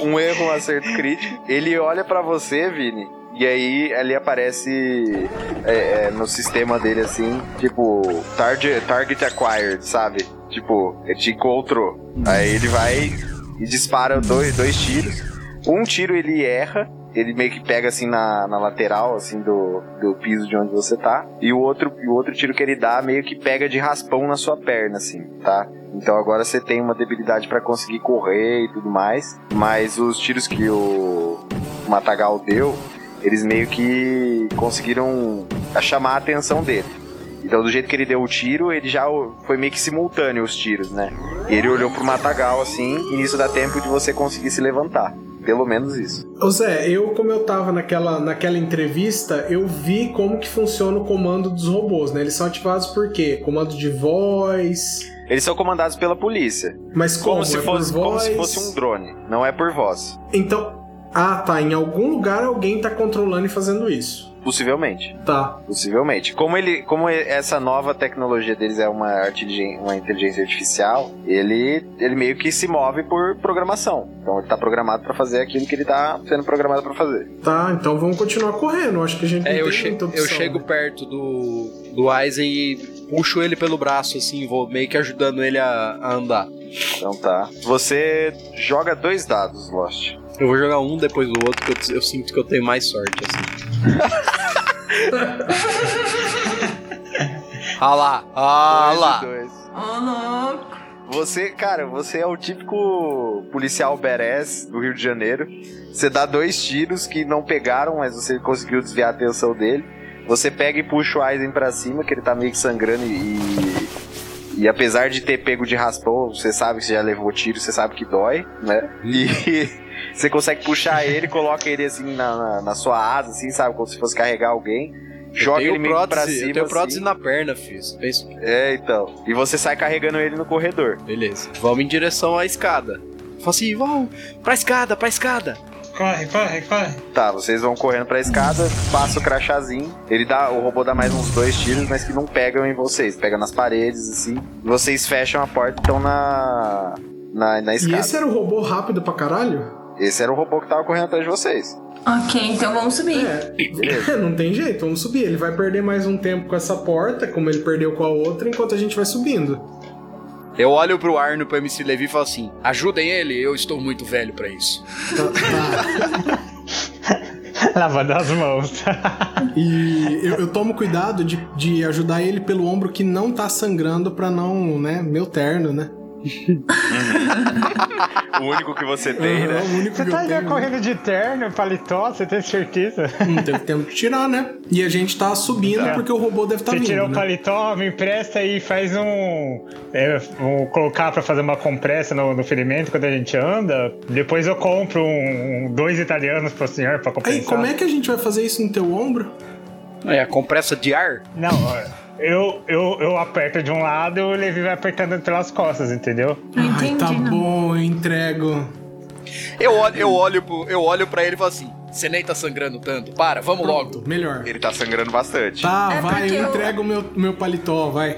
[SPEAKER 4] Um erro, um acerto crítico. Ele olha pra você, Vini. E aí ali aparece é, é, no sistema dele assim, tipo, target, target acquired, sabe? Tipo, ele te encontrou. Aí ele vai e dispara dois, dois tiros. Um tiro ele erra, ele meio que pega assim na, na lateral, assim, do, do piso de onde você tá. E o outro, e o outro tiro que ele dá meio que pega de raspão na sua perna, assim, tá? Então agora você tem uma debilidade pra conseguir correr e tudo mais. Mas os tiros que o Matagal deu, eles meio que conseguiram chamar a atenção dele. Então, do jeito que ele deu o tiro, ele já o- foi meio que simultâneo os tiros, né? E ele olhou pro matagal assim, e nisso dá tempo de você conseguir se levantar. Pelo menos isso.
[SPEAKER 1] Ô Zé, eu, como eu tava naquela, naquela entrevista, eu vi como que funciona o comando dos robôs, né? Eles são ativados por quê? Comando de voz.
[SPEAKER 4] Eles são comandados pela polícia.
[SPEAKER 1] Mas como?
[SPEAKER 4] Como, se,
[SPEAKER 1] É por
[SPEAKER 4] fosse, como
[SPEAKER 1] voz?
[SPEAKER 4] se fosse um drone. Não é por voz.
[SPEAKER 1] Então. Ah, tá. Em algum lugar alguém tá controlando e fazendo isso.
[SPEAKER 4] Possivelmente.
[SPEAKER 1] Tá.
[SPEAKER 4] Possivelmente. Como ele. Como e- essa nova tecnologia deles é uma, artigen- uma inteligência artificial, ele, ele meio que se move por programação. Então ele tá programado pra fazer aquilo que ele tá sendo programado pra fazer.
[SPEAKER 1] Tá, então vamos continuar correndo. Acho que a gente não
[SPEAKER 5] É, eu,
[SPEAKER 1] tem
[SPEAKER 5] che
[SPEAKER 1] muita opção.
[SPEAKER 5] eu chego
[SPEAKER 1] né?
[SPEAKER 5] perto do, do Aizen e puxo ele pelo braço, assim, vou meio que ajudando ele a, a andar.
[SPEAKER 4] Então tá. Você joga dois dados, Lost.
[SPEAKER 5] Eu vou jogar um depois do outro, que eu, eu sinto que eu tenho mais sorte, assim. ah lá, ah
[SPEAKER 4] Dois e
[SPEAKER 5] lá.
[SPEAKER 4] dois.
[SPEAKER 6] Ô, louco.
[SPEAKER 4] Você, cara, você é o típico policial badass do Rio de Janeiro. Você dá dois tiros que não pegaram, mas você conseguiu desviar a atenção dele. Você pega e puxa o Aizen pra cima, que ele tá meio que sangrando e. E apesar de ter pego de raspão, você sabe que você já levou tiro, você sabe que dói, né? E você consegue puxar ele, coloca ele assim na, na- na sua asa, assim, sabe? Como se fosse carregar alguém. Joga
[SPEAKER 5] eu
[SPEAKER 4] ele
[SPEAKER 5] tenho
[SPEAKER 4] meio que
[SPEAKER 5] prótese,
[SPEAKER 4] pra cima.
[SPEAKER 5] eu tenho prótese
[SPEAKER 4] assim.
[SPEAKER 5] na perna, filho. Você pensa-
[SPEAKER 4] É, então. E você sai carregando ele no corredor.
[SPEAKER 5] Beleza. Vamos em direção à escada. Fala assim, vamos pra escada, pra escada.
[SPEAKER 2] Corre, corre, corre.
[SPEAKER 4] Tá, vocês vão correndo pra escada, passa o crachazinho. Ele dá, o robô dá mais uns dois tiros, mas que não pegam em vocês, pega nas paredes assim. Vocês fecham a porta, estão na na, na
[SPEAKER 1] E
[SPEAKER 4] escada.
[SPEAKER 1] esse era o robô rápido pra caralho?
[SPEAKER 4] Esse era o robô que tava correndo atrás de vocês.
[SPEAKER 6] Ok, então vamos subir.
[SPEAKER 1] É. não tem jeito, vamos subir. Ele vai perder mais um tempo com essa porta, como ele perdeu com a outra, enquanto a gente vai subindo.
[SPEAKER 5] Eu olho pro Arno, pro MC Levi e falo assim,
[SPEAKER 3] Ajudem ele, eu estou muito velho para isso.
[SPEAKER 1] Tá,
[SPEAKER 2] Lavando as mãos.
[SPEAKER 1] tá. E eu, eu tomo cuidado de, de ajudar ele pelo ombro que não tá sangrando pra não, né? Meu terno, né?
[SPEAKER 4] O único que você
[SPEAKER 1] Aham, o único
[SPEAKER 2] Você
[SPEAKER 1] que
[SPEAKER 2] tá
[SPEAKER 1] eu tenho, Tá
[SPEAKER 2] ainda correndo de terno, paletó, você tem certeza?
[SPEAKER 1] Não teve tempo de tirar, né? E a gente tá subindo
[SPEAKER 2] Tá.
[SPEAKER 1] porque o robô deve estar
[SPEAKER 2] você
[SPEAKER 1] vindo.
[SPEAKER 2] tirou o
[SPEAKER 1] né?
[SPEAKER 2] paletó, me empresta e faz um. é, um- colocar pra fazer uma compressa no, no ferimento quando a gente anda. Depois eu compro um, um- dois italianos pro senhor pra compensar.
[SPEAKER 1] Aí, como é que a gente vai fazer isso no teu ombro?
[SPEAKER 5] é a compressa de ar?
[SPEAKER 2] Não, ó, eu, eu, eu aperto de um lado e o Levi vai apertando pelas costas, entendeu?
[SPEAKER 6] Não
[SPEAKER 1] Ai,
[SPEAKER 6] entendi,
[SPEAKER 1] tá
[SPEAKER 6] não.
[SPEAKER 1] bom, eu entrego.
[SPEAKER 5] Eu olho, eu olho, pro- eu olho pra ele e falo assim,
[SPEAKER 3] Você nem tá sangrando tanto. Para, vamos logo.
[SPEAKER 1] Pronto, melhor.
[SPEAKER 4] Ele tá sangrando bastante.
[SPEAKER 1] Tá,
[SPEAKER 6] É
[SPEAKER 1] vai,
[SPEAKER 6] porque
[SPEAKER 1] eu
[SPEAKER 6] eu-
[SPEAKER 1] entrego o meu, meu paletó, vai.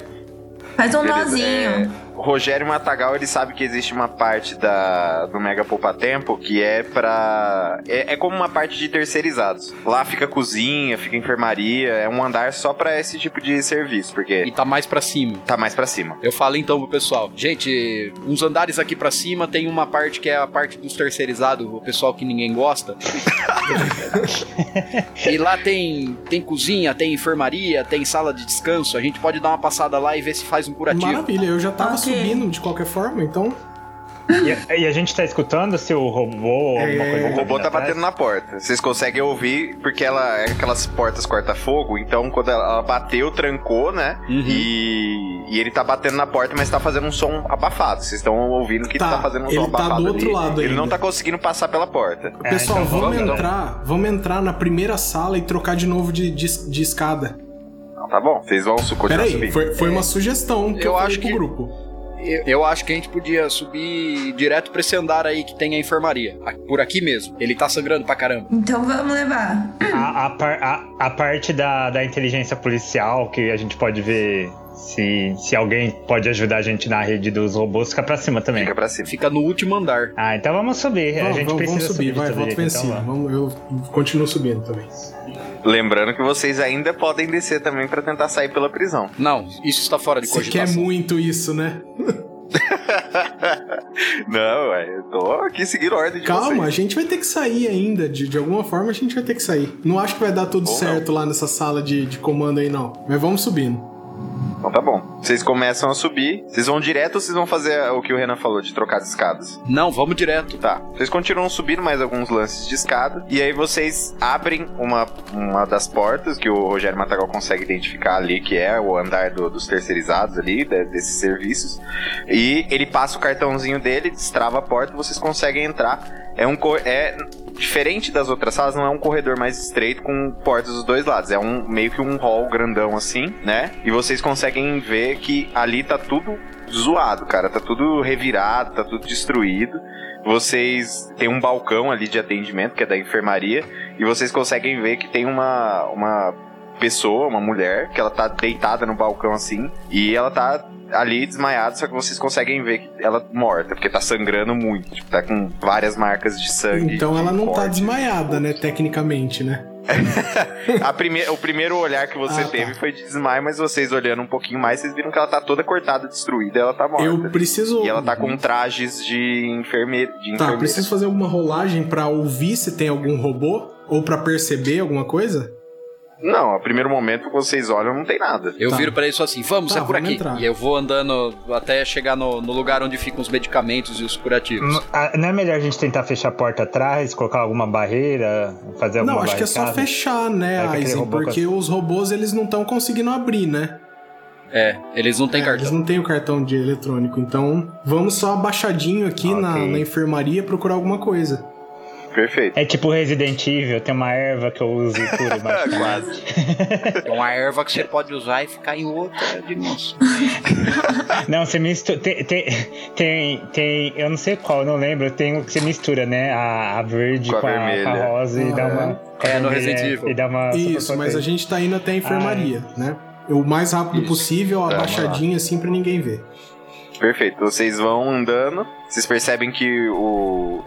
[SPEAKER 6] Faz um
[SPEAKER 4] Beleza, é,
[SPEAKER 6] nozinho.
[SPEAKER 4] o Rogério Matagal, ele sabe que existe uma parte da, do Mega Poupa Tempo que é pra... É, é como uma parte de terceirizados. Lá fica cozinha, fica enfermaria, é um andar só pra esse tipo de serviço,
[SPEAKER 5] e
[SPEAKER 4] porque
[SPEAKER 5] tá mais pra cima.
[SPEAKER 4] tá mais pra cima.
[SPEAKER 5] Eu falo então pro pessoal, gente, uns andares aqui pra cima tem uma parte que é a parte dos terceirizados, o pessoal que ninguém gosta. e lá tem, tem cozinha, tem enfermaria, tem sala de descanso. A gente pode dar uma passada lá e ver se faz um curativo.
[SPEAKER 1] Maravilha, eu já tava
[SPEAKER 6] Ok.
[SPEAKER 1] subindo de qualquer forma, então.
[SPEAKER 2] E, e a gente tá escutando se o robô ou alguma
[SPEAKER 1] É,
[SPEAKER 2] coisa.
[SPEAKER 4] O robô tá batendo na porta. Vocês conseguem ouvir porque ela é aquelas portas corta-fogo. Então, quando ela ela bateu, trancou, né?
[SPEAKER 5] Uhum.
[SPEAKER 4] E, e ele tá batendo na porta, mas tá fazendo um som abafado. Vocês estão ouvindo que
[SPEAKER 1] Tá,
[SPEAKER 4] ele tá fazendo um
[SPEAKER 1] ele
[SPEAKER 4] som
[SPEAKER 1] tá do
[SPEAKER 4] abafado.
[SPEAKER 1] outro
[SPEAKER 4] ali.
[SPEAKER 1] lado
[SPEAKER 4] ele
[SPEAKER 1] ainda.
[SPEAKER 4] não tá conseguindo passar pela porta.
[SPEAKER 2] É,
[SPEAKER 1] Pessoal,
[SPEAKER 2] então
[SPEAKER 1] vamos,
[SPEAKER 2] vamos, então.
[SPEAKER 1] entrar. Vamos entrar na primeira sala e trocar de novo de, de, de escada.
[SPEAKER 4] Então, tá bom, vocês vão su- continuar
[SPEAKER 1] Peraí,
[SPEAKER 4] subindo.
[SPEAKER 6] É.
[SPEAKER 1] foi, foi uma sugestão que eu,
[SPEAKER 5] Eu
[SPEAKER 1] falei
[SPEAKER 5] acho
[SPEAKER 1] pro
[SPEAKER 5] que-
[SPEAKER 1] grupo.
[SPEAKER 5] Eu, eu acho que a gente podia subir direto pra esse andar aí que tem a enfermaria. A- Por aqui mesmo. Ele tá sangrando pra caramba.
[SPEAKER 8] Então vamos levar.
[SPEAKER 2] A, a par- a- a parte da, da inteligência policial, que a gente pode ver se, se alguém pode ajudar a gente na rede dos robôs, fica pra cima também.
[SPEAKER 4] Fica pra cima.
[SPEAKER 5] Fica no último andar.
[SPEAKER 2] Ah, então vamos subir. a
[SPEAKER 1] Vamos-
[SPEAKER 2] gente
[SPEAKER 1] vamos,
[SPEAKER 2] precisa
[SPEAKER 1] vamos subir,
[SPEAKER 2] de
[SPEAKER 1] vai,
[SPEAKER 2] todo
[SPEAKER 1] volta
[SPEAKER 2] jeito, então
[SPEAKER 1] vencido.
[SPEAKER 2] vamos.
[SPEAKER 1] vamos, eu continuo subindo também.
[SPEAKER 4] Lembrando que vocês ainda podem descer também pra tentar sair pela prisão.
[SPEAKER 5] Não, isso é está fora de
[SPEAKER 1] Você quer
[SPEAKER 5] cogitação.
[SPEAKER 1] muito isso, né?
[SPEAKER 4] Não, ué, eu tô aqui seguindo a ordem de
[SPEAKER 1] Calma, a
[SPEAKER 4] vocês.
[SPEAKER 1] gente vai ter que sair ainda. De, de alguma forma a gente vai ter que sair. Não acho que vai dar tudo
[SPEAKER 4] Ou não.
[SPEAKER 1] certo lá nessa sala de, de comando aí, não. Mas vamos subindo.
[SPEAKER 4] Então tá bom. Vocês começam a subir. Vocês vão direto ou vocês vão fazer o que o Renan falou, de trocar as escadas?
[SPEAKER 5] Não, vamos direto.
[SPEAKER 4] Tá. Vocês continuam subindo mais alguns lances de escada. E aí vocês abrem uma, uma das portas que o Rogério Matagal consegue identificar ali, que é o andar do- dos terceirizados ali, de- desses serviços. E ele passa o cartãozinho dele, destrava a porta, vocês conseguem entrar. É um cor- é diferente das outras salas, não é um corredor mais estreito com portas dos dois lados. É um meio que um hall grandão assim, né? E vocês conseguem ver que ali tá tudo zoado, cara. Tá tudo revirado, tá tudo destruído. Vocês têm um balcão ali de atendimento, que é da enfermaria, e vocês conseguem ver que tem uma, uma pessoa, uma mulher, que ela tá deitada no balcão assim, e ela tá ali desmaiada, só que vocês conseguem ver que ela morta, porque tá sangrando muito, tipo, tá com várias marcas de sangue.
[SPEAKER 1] Então ela
[SPEAKER 4] de
[SPEAKER 1] não tá
[SPEAKER 4] corte.
[SPEAKER 1] desmaiada, né? Tecnicamente, né?
[SPEAKER 4] A prime- o primeiro olhar que você
[SPEAKER 1] Ah, tá.
[SPEAKER 4] teve foi de desmaio, mas vocês olhando um pouquinho mais, vocês viram que ela tá toda cortada, destruída, ela tá morta.
[SPEAKER 1] Eu preciso.
[SPEAKER 4] E ela tá com um trajes de enfermeira. De
[SPEAKER 1] Tá,
[SPEAKER 4] enfermeira.
[SPEAKER 1] preciso fazer alguma rolagem pra ouvir se tem algum robô? Ou pra perceber alguma coisa?
[SPEAKER 4] Não, a primeiro momento que vocês olham não tem nada.
[SPEAKER 5] Eu
[SPEAKER 1] Tá.
[SPEAKER 5] viro pra ele e falo assim, vamos,
[SPEAKER 1] Tá,
[SPEAKER 5] é por
[SPEAKER 1] vamos
[SPEAKER 5] aqui.
[SPEAKER 1] entrar.
[SPEAKER 5] E eu vou andando até chegar no, no lugar onde ficam os medicamentos e os curativos.
[SPEAKER 2] N- ah, Não é melhor a gente tentar fechar a porta atrás, colocar alguma barreira, fazer alguma
[SPEAKER 1] não, acho que é só
[SPEAKER 2] barricada?
[SPEAKER 1] fechar,
[SPEAKER 2] Vai
[SPEAKER 1] né,
[SPEAKER 2] que aquele
[SPEAKER 1] Aizen?
[SPEAKER 2] robô
[SPEAKER 1] Porque os robôs eles não estão conseguindo abrir, né?
[SPEAKER 5] É, eles não têm
[SPEAKER 1] É,
[SPEAKER 5] cartão.
[SPEAKER 1] Eles não têm o cartão de eletrônico, então vamos só abaixadinho aqui
[SPEAKER 2] Ah, Ok.
[SPEAKER 1] na, na enfermaria procurar alguma coisa.
[SPEAKER 4] Perfeito.
[SPEAKER 2] É tipo Resident Evil, tem uma erva que eu uso e cura
[SPEAKER 4] É,
[SPEAKER 2] mais.
[SPEAKER 4] quase.
[SPEAKER 5] É uma erva que você pode usar e ficar em outra de nossa.
[SPEAKER 2] Não, você mistura. Tem, tem, tem, tem- Eu não sei qual, não lembro. Tem o que você mistura, né? A, a verde
[SPEAKER 4] Com
[SPEAKER 2] com
[SPEAKER 4] a
[SPEAKER 2] a, com a
[SPEAKER 4] vermelha.
[SPEAKER 2] rosa
[SPEAKER 1] Ah,
[SPEAKER 2] e dá uma. com a
[SPEAKER 5] É, no
[SPEAKER 2] vermelha
[SPEAKER 5] Resident Evil.
[SPEAKER 2] E dá uma.
[SPEAKER 1] Isso, mas a gente tá indo
[SPEAKER 2] Ah, é.
[SPEAKER 1] até a enfermaria, né? O mais rápido
[SPEAKER 5] Isso.
[SPEAKER 1] possível,
[SPEAKER 4] Tá,
[SPEAKER 1] abaixadinho assim pra ninguém ver.
[SPEAKER 4] Perfeito. Vocês vão andando. Vocês percebem que o,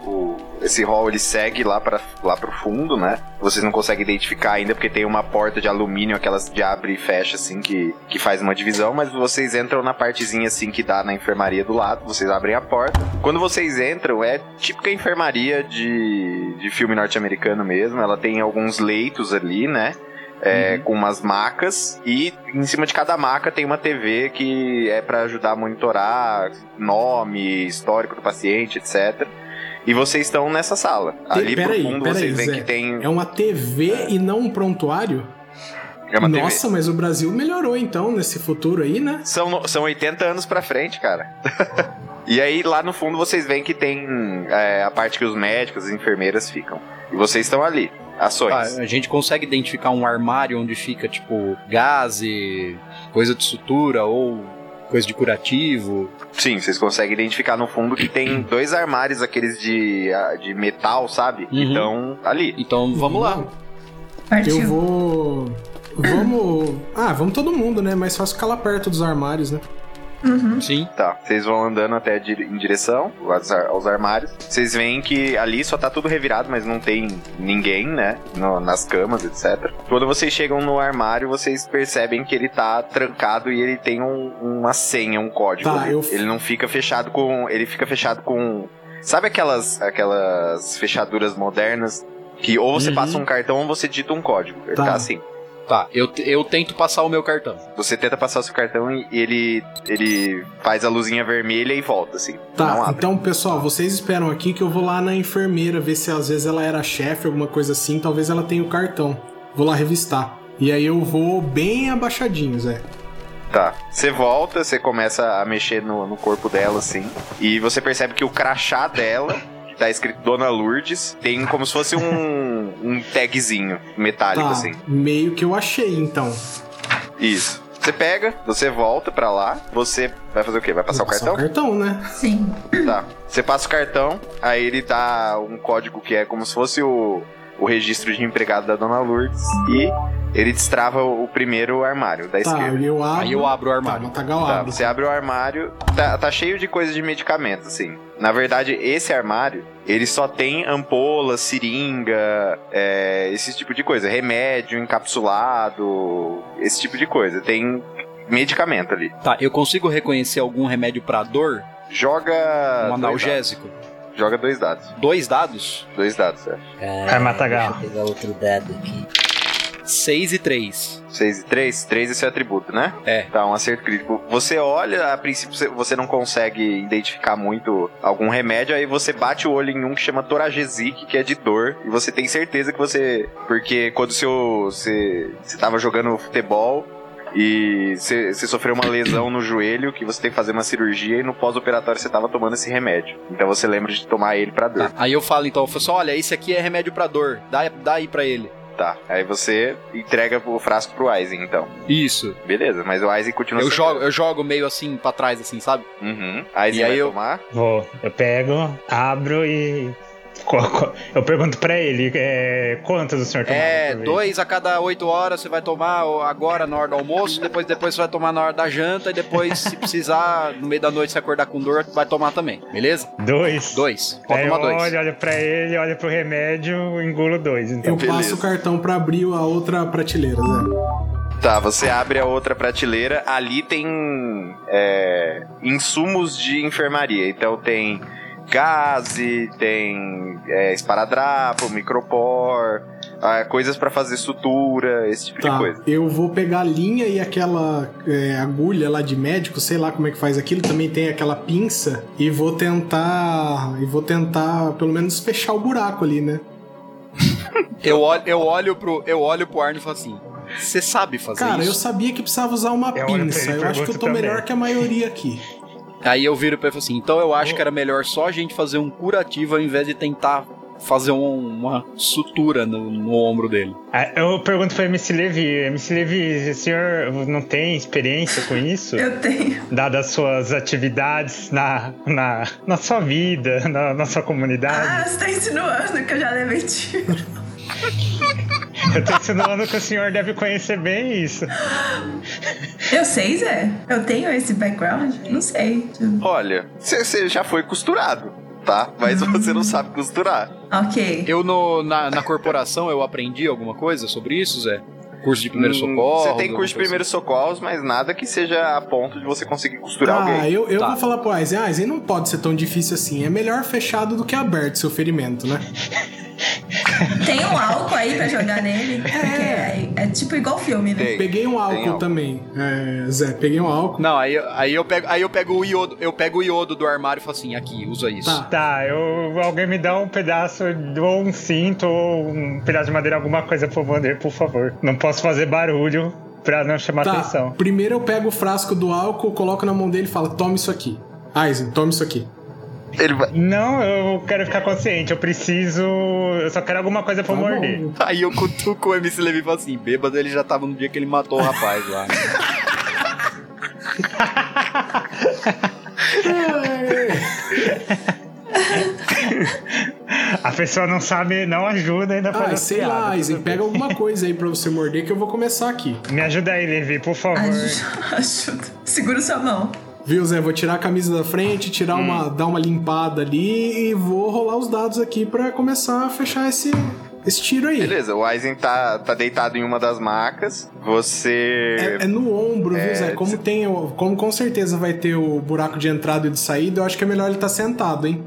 [SPEAKER 4] o- esse hall ele segue lá para lá pro fundo, né? Vocês não conseguem identificar ainda porque tem uma porta de alumínio, aquelas de abre e fecha assim que, que faz uma divisão, mas vocês entram na partezinha assim que dá na enfermaria do lado. Vocês abrem a porta. Quando vocês entram, é típica enfermaria de, de filme norte-americano mesmo. Ela tem alguns leitos ali, né?
[SPEAKER 1] Uhum.
[SPEAKER 4] é, com umas macas e em cima de cada maca tem uma TV que é pra ajudar a monitorar nome, histórico do paciente, etc. E vocês estão nessa sala. Ali pro
[SPEAKER 1] peraí,
[SPEAKER 4] fundo
[SPEAKER 1] peraí,
[SPEAKER 4] vocês veem
[SPEAKER 1] Zé.
[SPEAKER 4] que tem
[SPEAKER 1] É uma TV e não um prontuário?
[SPEAKER 4] é uma TV.
[SPEAKER 1] Nossa, mas o Brasil melhorou então nesse futuro aí, né?
[SPEAKER 4] São, no- são 80 anos pra frente, cara. e aí, lá no fundo, vocês veem que tem é, a parte que os médicos, as enfermeiras ficam. E vocês estão ali, ações.
[SPEAKER 5] Ah, a gente consegue identificar um armário onde fica, tipo, gás e coisa de sutura ou coisa de curativo.
[SPEAKER 4] Sim, vocês conseguem identificar no fundo que tem dois armários, aqueles de, ah, de metal, sabe? Que
[SPEAKER 5] Uhum.
[SPEAKER 4] estão ali.
[SPEAKER 5] Então vamos
[SPEAKER 1] Uhum.
[SPEAKER 5] lá.
[SPEAKER 1] Eu
[SPEAKER 8] Partiu.
[SPEAKER 1] vou. Vamos. Ah, vamos todo mundo, né? Mas fácil ficar lá perto dos armários, né?
[SPEAKER 8] Uhum.
[SPEAKER 5] Sim.
[SPEAKER 4] Tá, vocês vão andando até di- em direção aos, ar- aos armários. Vocês veem que ali só tá tudo revirado, mas não tem ninguém, né? no- nas camas, etc. Quando vocês chegam no armário, vocês percebem que ele tá trancado e ele tem um- uma senha, um código.
[SPEAKER 1] Tá,
[SPEAKER 4] ali.
[SPEAKER 1] eu f-
[SPEAKER 4] Ele não fica fechado com. Ele fica fechado com. Sabe aquelas, aquelas fechaduras modernas? Que ou você
[SPEAKER 5] Uhum.
[SPEAKER 4] passa um cartão ou você digita um código. Ele
[SPEAKER 1] Tá.
[SPEAKER 4] tá assim.
[SPEAKER 5] Tá, eu, te- eu tento passar o meu cartão.
[SPEAKER 4] Você tenta passar o seu cartão e ele, ele faz a luzinha vermelha e volta, assim. Não
[SPEAKER 1] Tá,
[SPEAKER 4] abre.
[SPEAKER 1] então pessoal, vocês esperam aqui que eu vou lá na enfermeira ver se às vezes ela era chefe, alguma coisa assim, talvez ela tenha o cartão. Vou lá revistar. E aí eu vou bem abaixadinho, Zé.
[SPEAKER 4] Tá. Você volta, você começa a mexer no, no corpo dela, assim. E você percebe que o crachá dela, que tá escrito Dona Lourdes, tem como se fosse um, um tagzinho metálico,
[SPEAKER 1] Tá,
[SPEAKER 4] assim.
[SPEAKER 1] meio que eu achei então.
[SPEAKER 4] Isso. Você pega, você volta pra lá, você vai fazer o quê? Vai passar o cartão?
[SPEAKER 1] Só cartão, né?
[SPEAKER 6] Sim.
[SPEAKER 4] Tá. Você passa o cartão, aí ele dá um código que é como se fosse o, o registro de empregado da Dona Lourdes e ele destrava o primeiro armário
[SPEAKER 1] Tá,
[SPEAKER 4] da esquerda.
[SPEAKER 1] eu abro.
[SPEAKER 5] Aí eu abro o
[SPEAKER 1] Tá,
[SPEAKER 5] armário.
[SPEAKER 1] Matagal
[SPEAKER 4] Tá,
[SPEAKER 1] abre.
[SPEAKER 4] você abre o armário, tá, tá cheio de coisa de medicamento, assim. Na verdade, esse armário, ele só tem ampola, seringa, é, esse tipo de coisa. Remédio encapsulado, esse tipo de coisa. Tem medicamento ali.
[SPEAKER 5] Tá, eu consigo reconhecer algum remédio pra dor?
[SPEAKER 4] Joga.
[SPEAKER 5] Um
[SPEAKER 4] Ah, dois
[SPEAKER 5] analgésico?
[SPEAKER 4] dados. Joga dois dados.
[SPEAKER 5] Dois dados?
[SPEAKER 4] Dois dados, é.
[SPEAKER 2] Vai,
[SPEAKER 7] Caralho, deixa
[SPEAKER 2] Matagal.
[SPEAKER 7] eu pegar outro dado aqui.
[SPEAKER 5] Seis e três.
[SPEAKER 4] Seis e três. Três é seu atributo, né?
[SPEAKER 5] É.
[SPEAKER 4] Tá, um acerto crítico. Você olha, a princípio você- você não consegue identificar muito algum remédio, aí você bate o olho em um que chama Toragesic, que é de dor, e você tem certeza que você. Porque quando seu, você, você tava jogando futebol. E você você sofreu uma lesão no joelho que você tem que fazer uma cirurgia e no pós-operatório você tava tomando esse remédio. Então você lembra de tomar ele pra dor.
[SPEAKER 5] Tá, aí eu falo então, eu falo assim, olha, esse aqui é remédio pra dor, dá, dá aí pra ele.
[SPEAKER 4] Tá. Aí você entrega o frasco pro Aizen, então.
[SPEAKER 5] Isso.
[SPEAKER 4] Beleza, mas o Aizen continua
[SPEAKER 5] Eu
[SPEAKER 4] sem-
[SPEAKER 5] jogo, eu jogo meio assim pra trás, assim, sabe?
[SPEAKER 4] Uhum. Aizen
[SPEAKER 5] E aí
[SPEAKER 4] vai
[SPEAKER 5] eu-
[SPEAKER 4] tomar.
[SPEAKER 2] Vou. Eu pego, abro e. co- co- Eu pergunto pra ele, é, quantas o senhor tomou?
[SPEAKER 5] É,
[SPEAKER 2] por vez?
[SPEAKER 5] dois a cada oito horas você vai tomar ó, agora na hora do almoço, depois depois você vai tomar na hora da janta, e depois, se precisar, no meio da noite se acordar com dor, vai tomar também, beleza?
[SPEAKER 2] Dois.
[SPEAKER 5] Dois. Pode
[SPEAKER 2] Aí eu
[SPEAKER 5] tomar dois.
[SPEAKER 2] olho, olho pra ele, olho pro remédio, engulo dois. Então.
[SPEAKER 1] Eu passo o cartão pra abrir a outra prateleira, né?
[SPEAKER 4] Tá, você abre a outra prateleira, ali tem é, insumos de enfermaria. Então tem gaze, tem é, esparadrapo, micropor, ah, coisas pra fazer sutura, esse tipo de
[SPEAKER 1] Tá.
[SPEAKER 4] coisa.
[SPEAKER 1] Eu vou pegar a linha e aquela é, agulha lá de médico, sei lá como é que faz aquilo, também tem aquela pinça e vou tentar. E vou tentar pelo menos fechar o buraco ali, né?
[SPEAKER 5] Eu olho, eu olho pro, eu olho pro Arno e falo assim: "Você sabe fazer
[SPEAKER 1] Cara, eu
[SPEAKER 5] isso?"
[SPEAKER 1] sabia que precisava usar uma
[SPEAKER 2] Eu olho pra
[SPEAKER 1] pinça.
[SPEAKER 2] ele
[SPEAKER 1] Eu acho
[SPEAKER 2] e
[SPEAKER 1] que eu
[SPEAKER 2] pergunto
[SPEAKER 1] tô
[SPEAKER 2] também.
[SPEAKER 1] melhor que a maioria aqui.
[SPEAKER 5] Aí eu viro pra ele e falo assim: "Então eu acho que era melhor só a gente fazer um curativo ao invés de tentar fazer um- uma sutura no, no ombro dele."
[SPEAKER 2] Ah, Eu pergunto pra MC Levi, MC Levi, o senhor não tem experiência com isso?
[SPEAKER 6] Eu tenho.
[SPEAKER 2] Dadas as suas atividades na, na, na sua vida, na, na sua
[SPEAKER 6] Ah,
[SPEAKER 2] comunidade.
[SPEAKER 6] você tá insinuando que eu já levei tiro.
[SPEAKER 2] Eu tô insinuando que o senhor deve conhecer bem isso.
[SPEAKER 6] Eu sei, Zé. Eu tenho esse background? Não sei.
[SPEAKER 4] Olha, você já foi costurado, tá? Mas
[SPEAKER 1] Hum.
[SPEAKER 4] você não sabe costurar.
[SPEAKER 6] Ok.
[SPEAKER 5] Eu no- na, na corporação eu aprendi alguma coisa sobre isso, Zé? Curso de primeiro
[SPEAKER 4] Hum,
[SPEAKER 5] socorro.
[SPEAKER 4] Você tem curso de
[SPEAKER 5] alguma coisa assim.
[SPEAKER 4] primeiros socorros, mas nada que seja a ponto de você conseguir costurar
[SPEAKER 1] Ah,
[SPEAKER 4] alguém.
[SPEAKER 1] eu, eu
[SPEAKER 5] Tá.
[SPEAKER 1] vou falar pro Aizen, ah, Aizen não pode ser tão difícil assim. É melhor fechado do que aberto seu ferimento, né?
[SPEAKER 8] Tem um álcool aí pra jogar nele? Porque é, é tipo igual filme, né?
[SPEAKER 4] Tem.
[SPEAKER 1] Peguei um álcool
[SPEAKER 4] álcool.
[SPEAKER 1] também, é, Zé. Peguei um álcool.
[SPEAKER 5] assim? Não, aí, aí eu pego, aí eu pego o iodo, eu pego o iodo do armário e falo assim: "Aqui, usa isso."
[SPEAKER 1] Tá.
[SPEAKER 2] Tá, eu, alguém me dá um pedaço, ou um cinto, ou um pedaço de madeira, alguma coisa pro Vander, por favor. Não posso fazer barulho pra não chamar
[SPEAKER 1] Tá,
[SPEAKER 2] atenção.
[SPEAKER 1] primeiro eu pego o frasco do álcool, coloco na mão dele e falo, toma isso aqui. Aizen, toma isso aqui.
[SPEAKER 4] Ele vai...
[SPEAKER 2] Não, eu quero ficar consciente, eu preciso. Eu só quero alguma coisa pra
[SPEAKER 1] Tá
[SPEAKER 2] morder.
[SPEAKER 1] bom.
[SPEAKER 5] Aí eu cutuco o MC Levi e falo assim: "Bêbado, ele já tava no dia que ele matou o rapaz lá."
[SPEAKER 2] A pessoa não sabe, não ajuda ainda
[SPEAKER 1] Ah,
[SPEAKER 2] faz
[SPEAKER 1] sei lá, Aizen, pega alguma coisa aí pra você morder que eu vou começar aqui.
[SPEAKER 2] Me ajuda aí, Levi, por favor.
[SPEAKER 6] Ajuda. ajuda. Segura sua mão.
[SPEAKER 1] Viu, Zé? Vou tirar a camisa da frente, tirar uma, dar uma limpada ali e vou rolar os dados aqui pra começar a fechar esse, esse tiro aí.
[SPEAKER 4] Beleza, o Aizen tá, tá deitado em uma das macas. Você.
[SPEAKER 1] É, é no ombro,
[SPEAKER 4] É,
[SPEAKER 1] viu, Zé? Como,
[SPEAKER 4] cê-
[SPEAKER 1] tem, o- como com certeza vai ter o buraco de entrada e de saída, eu acho que é melhor ele estar sentado, hein?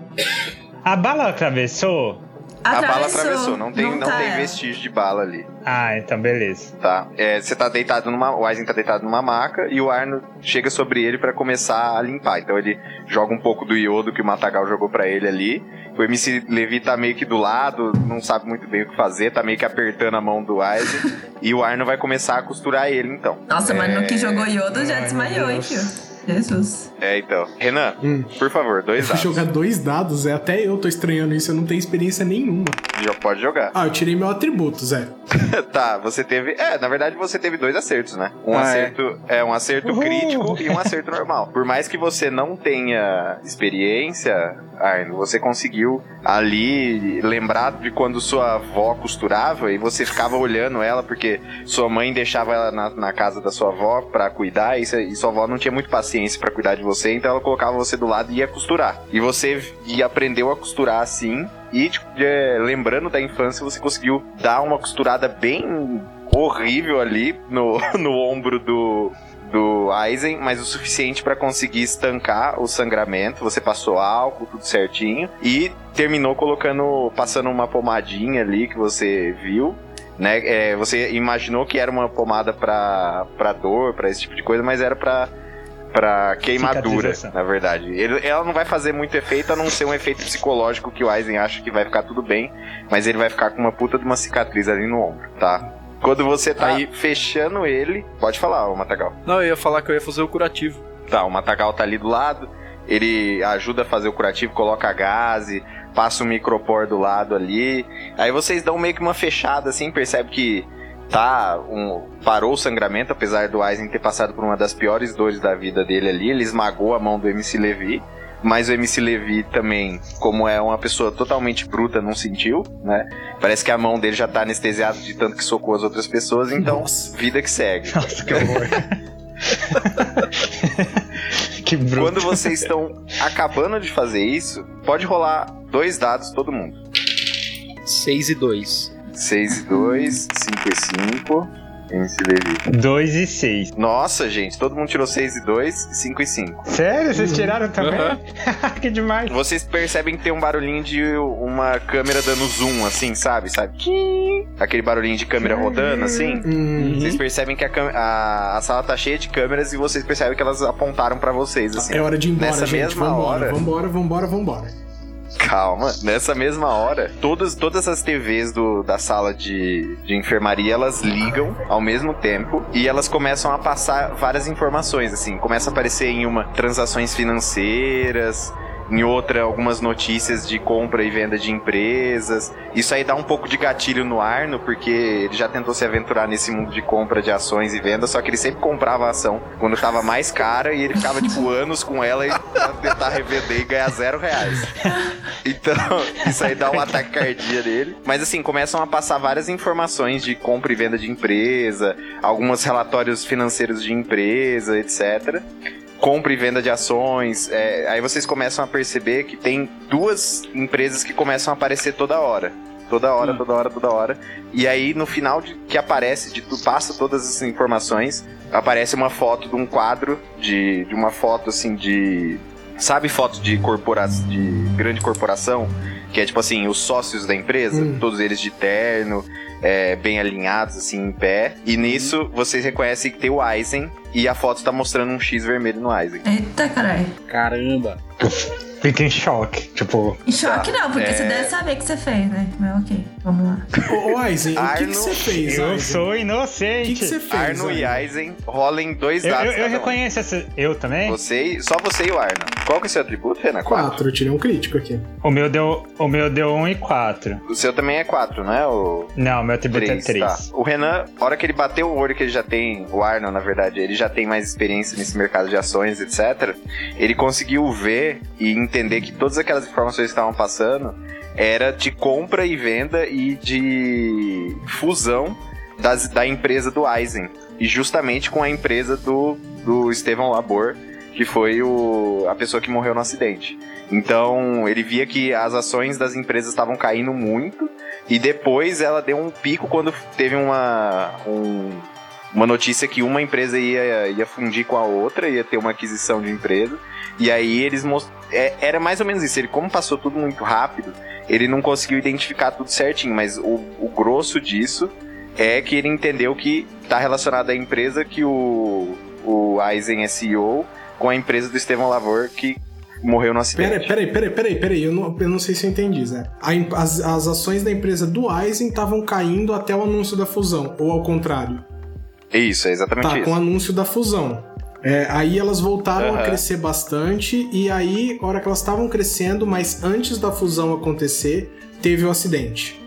[SPEAKER 2] A bala atravessou?
[SPEAKER 4] A bala É, atravessou, não tem, não tá. tem vestígio de bala ali,
[SPEAKER 2] Ah, então beleza.
[SPEAKER 4] tá? É, você tá deitado numa. O Aizen tá deitado numa maca e o Arno chega sobre ele pra começar a limpar. Então ele joga um pouco do iodo que o Matagal jogou pra ele ali. O MC Levi tá meio que do lado, não sabe muito bem o que fazer, tá meio que apertando a mão do Aizen. e o Arno vai começar a costurar ele então.
[SPEAKER 6] Nossa, mas no
[SPEAKER 4] É.
[SPEAKER 6] que jogou iodo já
[SPEAKER 2] Ai,
[SPEAKER 6] desmaiou,
[SPEAKER 2] meu
[SPEAKER 6] hein,
[SPEAKER 2] Deus.
[SPEAKER 6] tio? Jesus.
[SPEAKER 4] É, então. Renan, por favor, dois
[SPEAKER 1] Fui
[SPEAKER 4] dados.
[SPEAKER 1] jogar dois dados, é. Até eu tô estranhando isso, eu não tenho experiência nenhuma.
[SPEAKER 4] Já pode jogar.
[SPEAKER 1] Ah, eu tirei meu atributo, Zé.
[SPEAKER 4] tá, você teve. É, na verdade você teve dois acertos, né? Um
[SPEAKER 5] Ah, é.
[SPEAKER 4] acerto é, um acerto
[SPEAKER 5] Uhul.
[SPEAKER 4] crítico e um acerto normal. Por mais que você não tenha experiência, Arno, você conseguiu ali lembrar de quando sua avó costurava e você ficava olhando ela porque sua mãe deixava ela na, na casa da sua avó pra cuidar e, se- e sua avó não tinha muito paciência pra cuidar de você, então ela colocava você do lado e ia costurar. E você e aprendeu a costurar assim e tipo, é, lembrando da infância, você conseguiu dar uma costurada bem horrível ali no, no ombro do, do Aizen, mas o suficiente pra conseguir estancar o sangramento. Você passou álcool, tudo certinho, e terminou colocando, passando uma pomadinha ali que você viu. Né? É, você imaginou que era uma pomada pra, pra dor, pra esse tipo de coisa, mas era pra, pra queimadura,
[SPEAKER 2] Cicatrização.
[SPEAKER 4] na verdade. Ele- ela não vai fazer muito efeito, a não ser um efeito psicológico que o Aizen acha que vai ficar tudo bem, mas ele vai ficar com uma puta de uma cicatriz ali no ombro, tá? Quando você tá
[SPEAKER 5] Aí-
[SPEAKER 4] fechando ele, pode falar, ô Matagal.
[SPEAKER 5] Não, eu ia falar que eu ia fazer o curativo.
[SPEAKER 4] Tá, o Matagal tá ali do lado, ele ajuda a fazer o curativo, coloca gás, passa o micropor do lado ali. Aí vocês dão meio que uma fechada assim, percebe que tá um, parou o sangramento, apesar do Aizen ter passado por uma das piores dores da vida dele ali, ele esmagou a mão do MC Levi. Mas o MC Levi também, como é uma pessoa totalmente bruta, não sentiu, né? Parece que a mão dele já tá anestesiada de tanto que socou as outras pessoas, então
[SPEAKER 1] Nossa.
[SPEAKER 4] vida que segue.
[SPEAKER 2] Nossa, que horror. que bruto.
[SPEAKER 4] Quando vocês estão acabando de fazer isso, pode rolar dois dados todo mundo.
[SPEAKER 5] 6 assim? e 2.
[SPEAKER 4] 6 e 2, 5 e 5. MC Levi.
[SPEAKER 2] 2 e 6.
[SPEAKER 4] Nossa, gente, todo mundo tirou 6 e 2, 5 e 5.
[SPEAKER 2] Sério?
[SPEAKER 4] Uhum.
[SPEAKER 2] Vocês tiraram também? que demais.
[SPEAKER 4] Vocês percebem que tem um barulhinho de uma câmera dando zoom, assim, sabe? Sabe? Tim. Aquele barulhinho de câmera rodando, assim.
[SPEAKER 1] Hum,
[SPEAKER 4] Vocês percebem que a, câ- a- a sala tá cheia de câmeras e vocês percebem que elas apontaram pra vocês, assim.
[SPEAKER 1] é hora de ir embora,
[SPEAKER 4] Nessa
[SPEAKER 1] gente.
[SPEAKER 4] mesma
[SPEAKER 1] vambora,
[SPEAKER 4] hora.
[SPEAKER 1] vambora, vambora, vambora.
[SPEAKER 4] Calma, nessa mesma hora, todas, todas as TVs do, da sala de, de enfermaria elas ligam ao mesmo tempo e elas começam a passar várias informações. Assim, começa a aparecer em uma transações financeiras, em outra, algumas notícias de compra e venda de empresas. Isso aí dá um pouco de gatilho no Arno, porque ele já tentou se aventurar nesse mundo de compra de ações e vendas, só que ele sempre comprava a ação quando tava mais cara e ele ficava, tipo, anos com ela e pra tentar revender e ganhar zero reais. Então, isso aí dá um ataque cardíaco nele. Mas assim, começam a passar várias informações de compra e venda de empresa, alguns relatórios financeiros de empresa, etc. Compra e venda de ações. é, aí vocês começam a perceber que tem duas empresas que começam a aparecer toda hora. Toda hora, toda hora, toda hora. E aí, no final de, que aparece, de tu passa todas essas informações, aparece uma foto de um quadro, de, de uma foto assim de. Sabe foto de corpora de grande corporação? Que é tipo assim, os sócios da empresa,
[SPEAKER 1] Hum.
[SPEAKER 4] todos eles de terno, é, bem alinhados, assim, em pé. E nisso vocês reconhecem que tem o Aizen e a foto tá mostrando um X vermelho no Aizen.
[SPEAKER 6] Eita, caralho.
[SPEAKER 5] Caramba.
[SPEAKER 2] Fica em choque. Tipo,
[SPEAKER 6] Em choque não, porque
[SPEAKER 4] é.
[SPEAKER 6] você deve saber o que você fez, né? Mas ok, vamos lá.
[SPEAKER 1] Ô, ô, Aizen, o que que
[SPEAKER 4] Arno,
[SPEAKER 1] você fez,
[SPEAKER 2] eu
[SPEAKER 1] Aizen?
[SPEAKER 2] sou
[SPEAKER 1] O que que
[SPEAKER 2] inocente.
[SPEAKER 1] você fez?
[SPEAKER 4] Arno e
[SPEAKER 1] Aizen?
[SPEAKER 4] Aizen rolem dois
[SPEAKER 2] eu, eu-
[SPEAKER 4] dados.
[SPEAKER 2] eu
[SPEAKER 4] cada um.
[SPEAKER 2] reconheço essa. Eu também?
[SPEAKER 4] Você, e- só você e o Arno. Qual que é o seu atributo, Renan? Quatro.
[SPEAKER 1] Quatro, eu tirei um crítico aqui.
[SPEAKER 2] O meu deu o meu deu 1 e 4.
[SPEAKER 4] O seu também é quatro, né? O
[SPEAKER 2] Não, meu atributo
[SPEAKER 4] três,
[SPEAKER 2] é 3.
[SPEAKER 4] tá. O Renan, a hora que ele bateu o olho que ele já tem, o Arno, na verdade, ele já tem mais experiência nesse mercado de ações, etc. Ele conseguiu ver e entender que todas aquelas informações que estavam passando era de compra e venda e de fusão das- da empresa do Eisen. E justamente com a empresa do, do Estevão Labor, que foi o, a pessoa que morreu no acidente. Então, ele via que as ações das empresas estavam caindo muito. E depois ela deu um pico quando teve uma, um- uma notícia que uma empresa ia, ia fundir com a outra, ia ter uma aquisição de empresa. E aí eles mos- é, Era mais ou menos isso. Ele, como passou tudo muito rápido, ele não conseguiu identificar tudo certinho, mas o, o grosso disso é que ele entendeu que tá relacionado à empresa que o, o Eisen é CEO com a empresa do Estevão Lavor que morreu no acidente.
[SPEAKER 1] Peraí, peraí, peraí, peraí, peraí. Eu não, eu não sei se eu entendi, Zé. A em- as, as ações da empresa do Aizen estavam caindo até o anúncio da fusão, ou ao contrário.
[SPEAKER 4] Isso, é exatamente
[SPEAKER 1] Tá,
[SPEAKER 4] isso.
[SPEAKER 1] com o anúncio da fusão. É, aí elas voltaram a
[SPEAKER 5] Aham.
[SPEAKER 1] crescer bastante, e aí, a hora que elas estavam crescendo, mas antes da fusão acontecer, teve o acidente.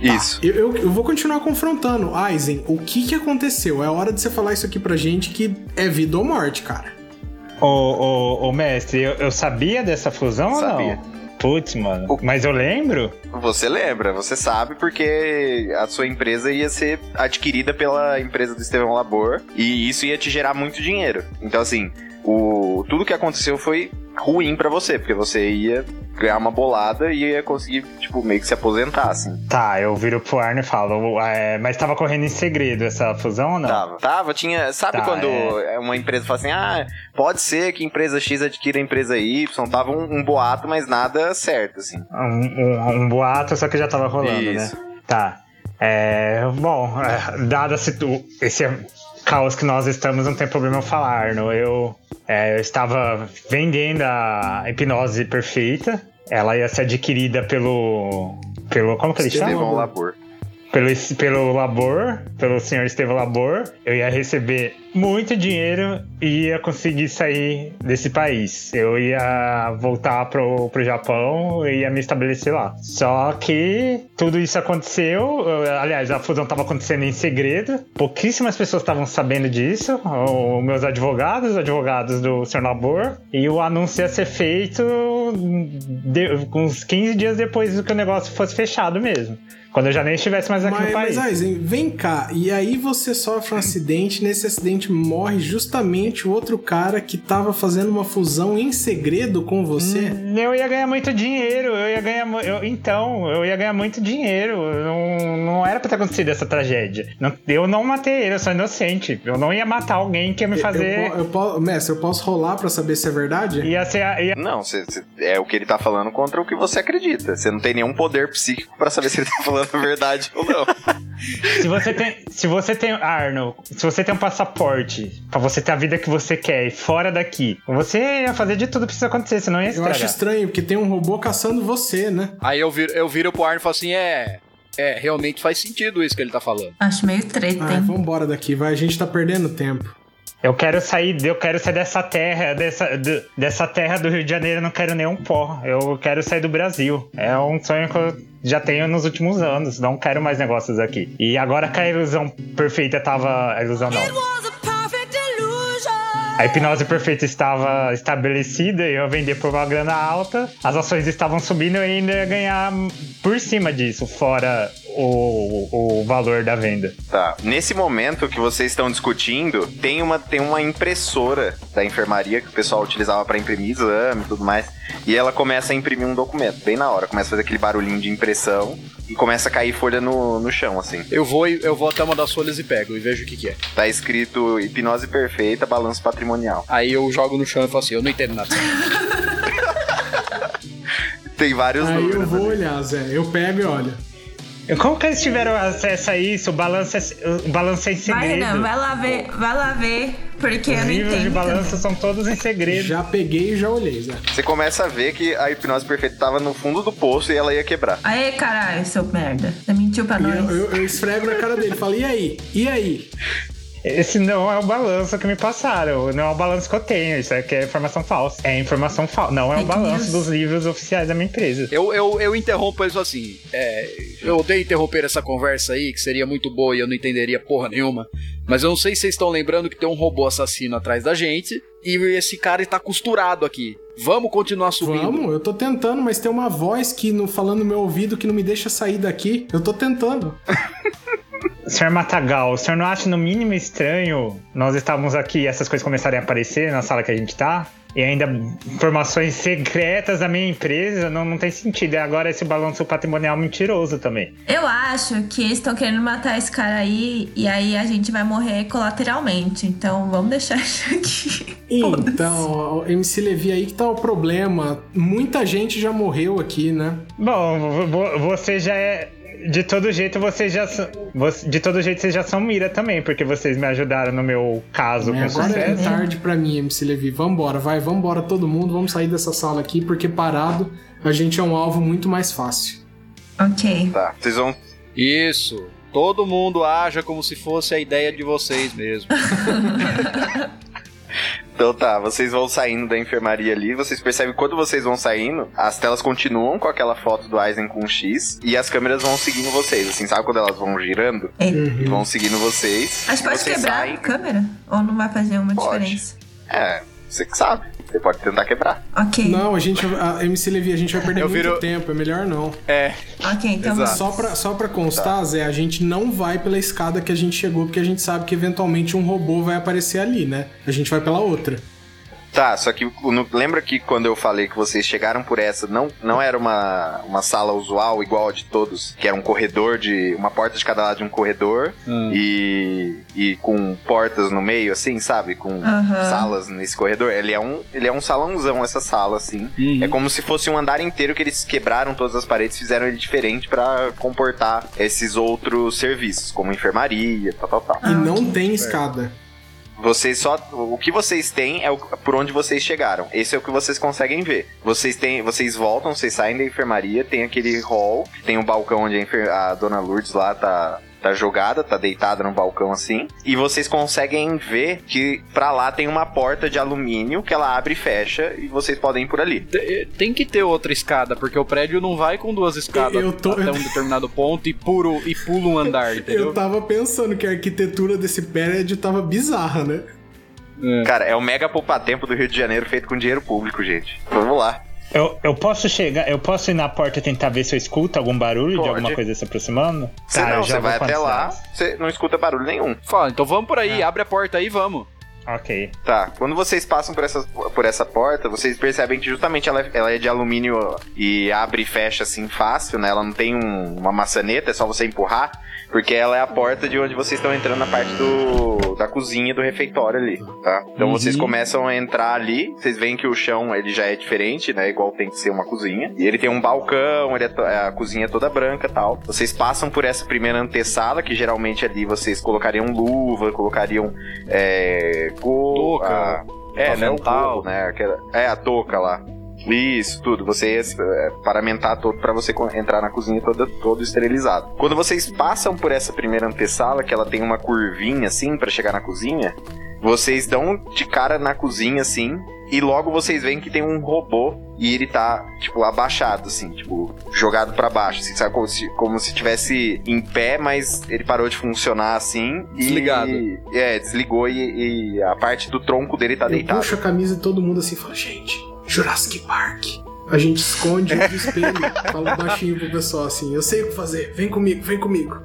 [SPEAKER 4] Isso.
[SPEAKER 1] Eu, eu- eu vou continuar confrontando. Aizen, o que, que aconteceu? É hora de você falar isso aqui pra gente que é vida ou morte, cara.
[SPEAKER 2] Ô, ô, ô, mestre, eu, eu sabia dessa fusão
[SPEAKER 4] Sabia.
[SPEAKER 2] ou não? Putz, mano.
[SPEAKER 4] O-
[SPEAKER 2] Mas eu lembro?
[SPEAKER 4] Você lembra, você sabe, porque a sua empresa ia ser adquirida pela empresa do Estevão Labor e isso ia te gerar muito dinheiro. Então, assim, o, tudo que aconteceu foi ruim pra você, porque você ia ganhar uma bolada e ia conseguir, tipo, meio que se aposentar, assim.
[SPEAKER 2] Tá, eu viro pro Arno e falo, é, mas tava correndo em segredo essa fusão ou não?
[SPEAKER 4] Tava. Tava, tinha. Sabe
[SPEAKER 2] Tá,
[SPEAKER 4] quando uma empresa fala assim, ah, pode ser que empresa X adquira a empresa Y, tava um, um boato, mas nada certo, assim.
[SPEAKER 2] Um, um- um boato, só que já tava rolando,
[SPEAKER 4] Isso.
[SPEAKER 2] né? Tá. É, bom, é, dado a situ- esse caos que nós estamos, não tem problema eu falar, Arno. Eu, é, eu estava vendendo a hipnose perfeita. Ela ia ser adquirida pelo. pelo como que ele chama?
[SPEAKER 4] Estevão Labor.
[SPEAKER 2] pelo, pelo labor, pelo senhor Estevão Labor, eu ia receber muito dinheiro e ia conseguir sair desse país. Eu ia voltar pro, pro Japão e ia me estabelecer lá. Só que tudo isso aconteceu, eu- aliás, a fusão estava acontecendo em segredo, pouquíssimas pessoas estavam sabendo disso, os meus advogados, os advogados do senhor Labor, e o anúncio ia ser feito de- uns 15 dias depois que o negócio fosse fechado mesmo. Quando eu já nem estivesse mais aqui
[SPEAKER 1] Mas,
[SPEAKER 2] no país.
[SPEAKER 1] mas Aizen, vem cá, e aí você sofre um acidente, nesse acidente morre justamente o outro cara que tava fazendo uma fusão em segredo com você.
[SPEAKER 2] Eu ia ganhar muito dinheiro, eu ia ganhar. mu- eu- então, eu ia ganhar muito dinheiro. eu Não, não era pra ter acontecido essa tragédia. Não- eu não matei ele, eu sou inocente. Eu não ia matar alguém que ia me
[SPEAKER 1] Eu-
[SPEAKER 2] fazer.
[SPEAKER 1] Eu, po- eu po- mestre, eu posso rolar pra saber se é verdade?
[SPEAKER 2] Ia ser. a- Ia,
[SPEAKER 4] Não, cê- cê- é o que ele tá falando contra o que você acredita. Você não tem nenhum poder psíquico pra saber se ele tá falando a verdade ou não.
[SPEAKER 2] se você tem. Se você tem. Arno, se você tem um passaporte pra você ter a vida que você quer e fora daqui, você ia fazer de tudo pra isso acontecer, senão ia
[SPEAKER 1] Eu acho
[SPEAKER 2] estragar.
[SPEAKER 1] estranho, porque tem um robô caçando você, né?
[SPEAKER 5] Aí eu viro, eu viro pro Arno e falo assim: é. É, realmente faz sentido isso que ele tá falando.
[SPEAKER 7] Acho meio treta,
[SPEAKER 1] Ai,
[SPEAKER 7] hein?
[SPEAKER 1] vambora daqui, vai, a gente tá perdendo tempo.
[SPEAKER 2] Eu quero sair, de- eu quero sair dessa terra, dessa, de- dessa terra do Rio de Janeiro, eu não quero nenhum pó. Eu quero sair do Brasil. É um sonho que eu já tenho nos últimos anos. Não quero mais negócios aqui. E agora que a ilusão perfeita tava. A ilusão não. A hipnose perfeita estava estabelecida, eu ia vender por uma grana alta, as ações estavam subindo e ainda ia ganhar por cima disso, fora o, o valor da venda.
[SPEAKER 4] Tá. Nesse momento que vocês estão discutindo, tem uma, tem uma impressora da enfermaria que o pessoal utilizava pra imprimir exame e tudo mais. E ela começa a imprimir um documento, bem na hora. Começa a fazer aquele barulhinho de impressão e começa a cair folha no, no chão, assim.
[SPEAKER 5] Eu vou, e- eu vou até uma das folhas e pego e vejo o que, que é.
[SPEAKER 4] Tá escrito hipnose perfeita, balanço patrimonial.
[SPEAKER 5] Aí eu jogo no chão e falo assim: eu não entendo nada.
[SPEAKER 4] Tem vários
[SPEAKER 1] Aí eu
[SPEAKER 4] números.
[SPEAKER 1] vou
[SPEAKER 2] né?
[SPEAKER 4] ali.
[SPEAKER 1] olhar, Zé. Eu pego e olho.
[SPEAKER 2] Como que eles tiveram acesso a isso? O balanço é, o balanço é em segredo.
[SPEAKER 7] Vai, Renan, vai lá ver, vai lá ver, porque eu
[SPEAKER 2] Os
[SPEAKER 7] não
[SPEAKER 2] livros de
[SPEAKER 7] entendo.
[SPEAKER 2] balanço são todos em segredo.
[SPEAKER 1] Já peguei e já olhei, Zé.
[SPEAKER 4] Você começa a ver que a hipnose perfeita tava no fundo do poço e ela ia quebrar.
[SPEAKER 7] Aê, caralho, seu merda. Você mentiu pra
[SPEAKER 1] E
[SPEAKER 7] nós.
[SPEAKER 1] eu, eu- eu esfrego na cara dele, falo, e aí? E aí?
[SPEAKER 2] Esse não é o balanço que me passaram. Não é o balanço que eu tenho. Isso aqui é informação falsa. É informação falsa. Não é o
[SPEAKER 7] Fake news.
[SPEAKER 2] balanço dos livros oficiais da minha empresa.
[SPEAKER 5] Eu, eu, eu interrompo eles assim. É, eu odeio interromper essa conversa aí, que seria muito boa e eu não entenderia porra nenhuma. Mas eu não sei se vocês estão lembrando que tem um robô assassino atrás da gente e esse cara está costurado aqui. Vamos continuar subindo.
[SPEAKER 1] Vamos, eu tô tentando, mas tem uma voz que não falando no meu ouvido que não me deixa sair daqui. Eu tô tentando.
[SPEAKER 2] Senhor Matagal, o senhor não acha no mínimo estranho nós estávamos aqui e essas coisas começarem a aparecer na sala que a gente tá? E ainda informações secretas da minha empresa? Não, não tem sentido. E agora esse balanço patrimonial mentiroso também.
[SPEAKER 7] Eu acho que eles estão querendo matar esse cara aí e aí a gente vai morrer colateralmente. Então vamos deixar isso aqui.
[SPEAKER 1] Então, ó, o MC Levi aí que tá o problema. Muita gente já morreu aqui, né?
[SPEAKER 2] Bom, vo- vo- você já é. De todo jeito, vocês já são. você- De todo jeito, vocês já são mira também, porque vocês me ajudaram no meu caso
[SPEAKER 1] É,
[SPEAKER 2] com
[SPEAKER 1] agora é
[SPEAKER 2] sucesso.
[SPEAKER 1] tarde pra mim, MC Levi. Vambora, vai, vambora todo mundo, vamos sair dessa sala aqui, porque parado a gente é um alvo muito mais fácil.
[SPEAKER 7] Ok.
[SPEAKER 4] Tá. Vocês vão
[SPEAKER 5] Isso. Todo mundo haja como se fosse a ideia de vocês mesmo.
[SPEAKER 4] Então tá, vocês vão saindo da enfermaria ali, vocês percebem que quando vocês vão saindo, as telas continuam com aquela foto do Aizen com um X e as câmeras vão seguindo vocês, assim, sabe quando elas vão girando?
[SPEAKER 7] Eita.
[SPEAKER 4] E vão seguindo vocês.
[SPEAKER 7] Mas
[SPEAKER 4] e
[SPEAKER 7] É. pode
[SPEAKER 4] vocês
[SPEAKER 7] quebrar
[SPEAKER 4] saem.
[SPEAKER 7] a câmera? Ou não vai fazer uma
[SPEAKER 4] Pode.
[SPEAKER 7] diferença?
[SPEAKER 4] É, você que sabe. Você pode tentar quebrar.
[SPEAKER 7] Ok,
[SPEAKER 1] Não, a gente. A MC Levi, a gente vai perder
[SPEAKER 5] Eu
[SPEAKER 1] muito
[SPEAKER 5] viro-
[SPEAKER 1] tempo, é melhor não.
[SPEAKER 5] É,
[SPEAKER 7] ok, então
[SPEAKER 5] Exato.
[SPEAKER 1] Só pra, só pra constar, Zé, a gente não vai pela escada que a gente chegou, porque a gente sabe que eventualmente um robô vai aparecer ali, né? A gente vai pela outra.
[SPEAKER 4] Tá, só que no- lembra que quando eu falei que vocês chegaram por essa, não, não era uma, uma sala usual igual a de todos, que era um corredor de. uma porta de cada lado de um corredor e, e com portas no meio, assim, sabe? Com
[SPEAKER 7] Aham.
[SPEAKER 4] salas nesse corredor. Ele é, um, ele é um salãozão, essa sala, assim. É como se fosse um andar inteiro que eles quebraram todas as paredes, fizeram ele diferente pra comportar esses outros serviços, como enfermaria, tal, tal, tal.
[SPEAKER 1] E não tem escada.
[SPEAKER 4] Vocês só. O que vocês têm é o- por onde vocês chegaram. Esse é o que vocês conseguem ver. Vocês têm. Vocês voltam, vocês saem da enfermaria, tem aquele hall, tem um balcão onde a, enfer- a dona Lourdes lá tá. Tá jogada, tá deitada no balcão assim. E vocês conseguem ver que pra lá tem uma porta de alumínio que ela abre e fecha e vocês podem ir por ali.
[SPEAKER 5] te- eh, tem que ter outra escada, porque o prédio não vai com duas escadas
[SPEAKER 1] Eu tô-
[SPEAKER 5] até um determinado ponto e, puro, e pula um andar,
[SPEAKER 1] Eu
[SPEAKER 5] entendeu?
[SPEAKER 1] tava pensando que a arquitetura desse prédio tava bizarra, né?
[SPEAKER 4] Cara, é o mega poupatempo do Rio de Janeiro feito com dinheiro público, gente. Vamos lá.
[SPEAKER 2] Eu, eu posso chegar, eu posso ir na porta e tentar ver se eu escuto algum barulho
[SPEAKER 4] Pode.
[SPEAKER 2] de alguma coisa se aproximando? Tá,
[SPEAKER 4] Você não,
[SPEAKER 2] eu
[SPEAKER 4] você vai
[SPEAKER 2] vou com
[SPEAKER 4] até
[SPEAKER 2] a
[SPEAKER 4] lá,
[SPEAKER 2] distância.
[SPEAKER 4] você não escuta barulho nenhum.
[SPEAKER 5] Fala, então vamos por aí,
[SPEAKER 2] É.
[SPEAKER 5] abre a porta aí, vamos.
[SPEAKER 2] Ok.
[SPEAKER 4] Tá, quando vocês passam por essa, por essa porta, vocês percebem que justamente ela, é- ela é de alumínio e abre e fecha assim fácil, né? Ela não tem um- uma maçaneta, é só você empurrar, porque ela é a porta de onde vocês estão entrando na parte do, da cozinha do refeitório ali, tá? Então vocês começam a entrar ali, vocês veem que o chão ele já é diferente, né? Igual tem que ser uma cozinha. E ele tem um balcão, ele é to- a cozinha é toda branca e tal. Vocês passam por essa primeira antessala, que geralmente ali vocês colocariam luva, colocariam é, go,
[SPEAKER 5] Touca,
[SPEAKER 4] a- é, né, o
[SPEAKER 5] avental.
[SPEAKER 4] gorro, né? aquela- é, a touca lá. Isso, tudo. Você é, paramentar todo pra você co- entrar na cozinha toda, todo esterilizado. Quando vocês passam por essa primeira antessala, que ela tem uma curvinha assim pra chegar na cozinha, vocês dão de cara na cozinha assim, e logo vocês veem que tem um robô e ele tá, tipo, abaixado, assim, tipo, jogado pra baixo, assim, sabe? Como se, como se tivesse em pé, mas ele parou de funcionar assim. e-
[SPEAKER 5] Desligado.
[SPEAKER 4] é, desligou e, e a parte do tronco dele tá
[SPEAKER 1] Eu
[SPEAKER 4] deitada.
[SPEAKER 1] puxo a camisa e todo mundo assim fala, gente, Jurassic Park. A gente esconde o espelho, fala baixinho pro pessoal assim, eu sei o que fazer, vem comigo, vem comigo.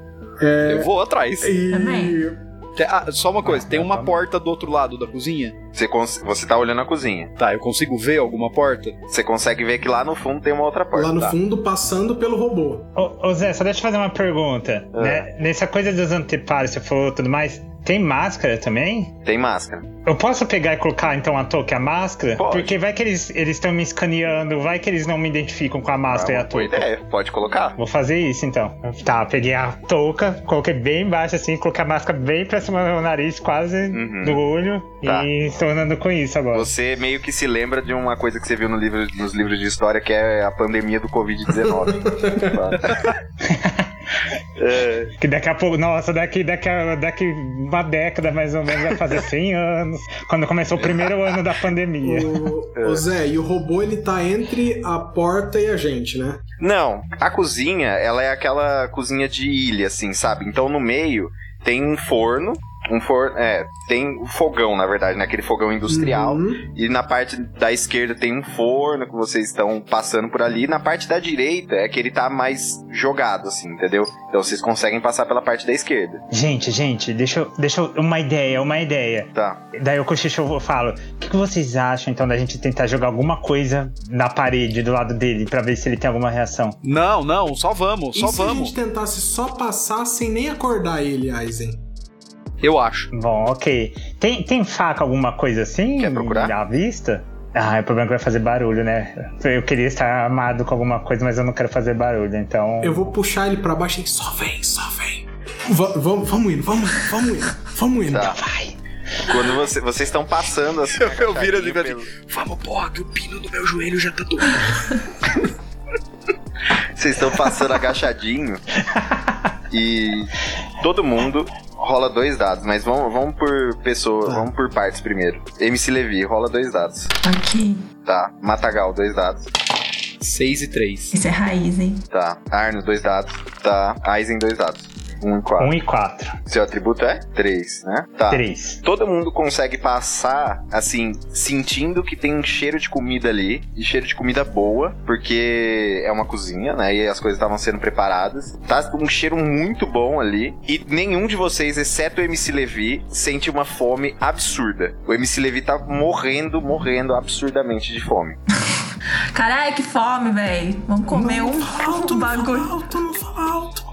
[SPEAKER 5] Eu vou atrás.
[SPEAKER 4] É.
[SPEAKER 1] E
[SPEAKER 7] Também.
[SPEAKER 5] Te- ah, só uma coisa, tem uma porta do outro lado da cozinha?
[SPEAKER 4] Você, cons- você tá olhando a cozinha.
[SPEAKER 5] Tá, eu consigo ver alguma porta?
[SPEAKER 4] Você consegue ver que lá no fundo tem uma outra porta.
[SPEAKER 1] lá no
[SPEAKER 4] tá?
[SPEAKER 1] fundo, passando pelo robô.
[SPEAKER 2] Ô, ô, Zé, só deixa eu fazer uma pergunta.
[SPEAKER 4] Ah.
[SPEAKER 2] né? Nessa coisa dos anteparos, você falou e tudo mais, tem máscara também?
[SPEAKER 4] Tem máscara.
[SPEAKER 2] Eu posso pegar e colocar então a touca e a máscara?
[SPEAKER 4] Pode.
[SPEAKER 2] Porque vai que eles eles estão me escaneando, vai que eles não me identificam com a máscara
[SPEAKER 4] é
[SPEAKER 2] e a touca.
[SPEAKER 4] ideia. Pode colocar.
[SPEAKER 2] Vou fazer isso então. Tá, peguei a touca, coloquei bem embaixo assim, coloquei a máscara bem pra cima do meu nariz, quase
[SPEAKER 4] Uhum.
[SPEAKER 2] do olho,
[SPEAKER 4] Tá.
[SPEAKER 2] e estou andando com isso agora.
[SPEAKER 4] Você meio que se lembra de uma coisa que você viu no livro, nos livros de história, que é a pandemia do Covid-19. Tá? É,
[SPEAKER 2] Que daqui a pouco, nossa, daqui, daqui, a, daqui uma década mais ou menos vai fazer 100 anos, quando começou o primeiro ano da pandemia.
[SPEAKER 1] O, o Zé, e o robô ele tá entre a porta e a gente, né?
[SPEAKER 4] Não, a cozinha, ela é aquela cozinha de ilha, assim, sabe? Então no meio tem um forno, um forno, é, tem um fogão, na verdade, né? Aquele fogão industrial.
[SPEAKER 1] Uhum.
[SPEAKER 4] E na parte da esquerda tem um forno que vocês estão passando por ali. Na parte da direita é que ele tá mais jogado, assim, entendeu? Então vocês conseguem passar pela parte da esquerda.
[SPEAKER 2] Gente, gente, deixa, eu- deixa eu- uma ideia, uma ideia.
[SPEAKER 4] Tá.
[SPEAKER 2] Daí eu cochicho, eu falo, o que, que vocês acham então da gente tentar jogar alguma coisa na parede do lado dele pra ver se ele tem alguma reação?
[SPEAKER 5] Não, não, só vamos,
[SPEAKER 1] E
[SPEAKER 5] só
[SPEAKER 1] se a
[SPEAKER 5] vamos.
[SPEAKER 1] gente tentasse só passar sem nem acordar ele, Aizen?
[SPEAKER 5] Eu acho.
[SPEAKER 2] Bom, ok. Tem, tem faca, alguma coisa assim?
[SPEAKER 4] Quer procurar?
[SPEAKER 2] À vista? Ah, o problema é que vai fazer barulho, né? Eu queria estar armado com alguma coisa, mas eu não quero fazer barulho, então.
[SPEAKER 1] Eu vou puxar ele pra baixo e só vem, só vem. Va- vam- vamos indo, vamos indo, vamos indo, vamos indo.
[SPEAKER 4] Tá.
[SPEAKER 2] Vai!
[SPEAKER 4] Quando você- vocês estão passando assim.
[SPEAKER 5] Eu viro assim,
[SPEAKER 4] agachadinho
[SPEAKER 5] assim,
[SPEAKER 4] pelo-
[SPEAKER 5] tá
[SPEAKER 4] Vocês estão passando agachadinho. e todo mundo rola dois dados, mas vamos, vamos por pessoa,
[SPEAKER 1] Tá.
[SPEAKER 4] vamos por partes primeiro. MC Levi, rola dois dados.
[SPEAKER 7] Ok.
[SPEAKER 4] Tá. Matagal, dois dados.
[SPEAKER 5] 6 e 3.
[SPEAKER 7] Isso é raiz, hein?
[SPEAKER 4] Tá. Arno, dois dados. Tá. Aizen, dois dados. Um e quatro.
[SPEAKER 2] 1 e 4.
[SPEAKER 4] Seu atributo é? Três, né? Tá.
[SPEAKER 2] 3.
[SPEAKER 4] Todo mundo consegue passar, assim, sentindo que tem um cheiro de comida ali, e cheiro de comida boa, porque é uma cozinha, né? E as coisas estavam sendo preparadas. Tá um cheiro muito bom ali, e nenhum de vocês, exceto o MC Levi, sente uma fome absurda. O MC Levi tá morrendo, morrendo absurdamente de fome.
[SPEAKER 7] Caralho, que fome, velho. Vamos comer
[SPEAKER 1] Não
[SPEAKER 7] um,
[SPEAKER 1] fala alto,
[SPEAKER 7] um
[SPEAKER 1] não fala
[SPEAKER 7] bagulho.
[SPEAKER 1] alto, não fala alto.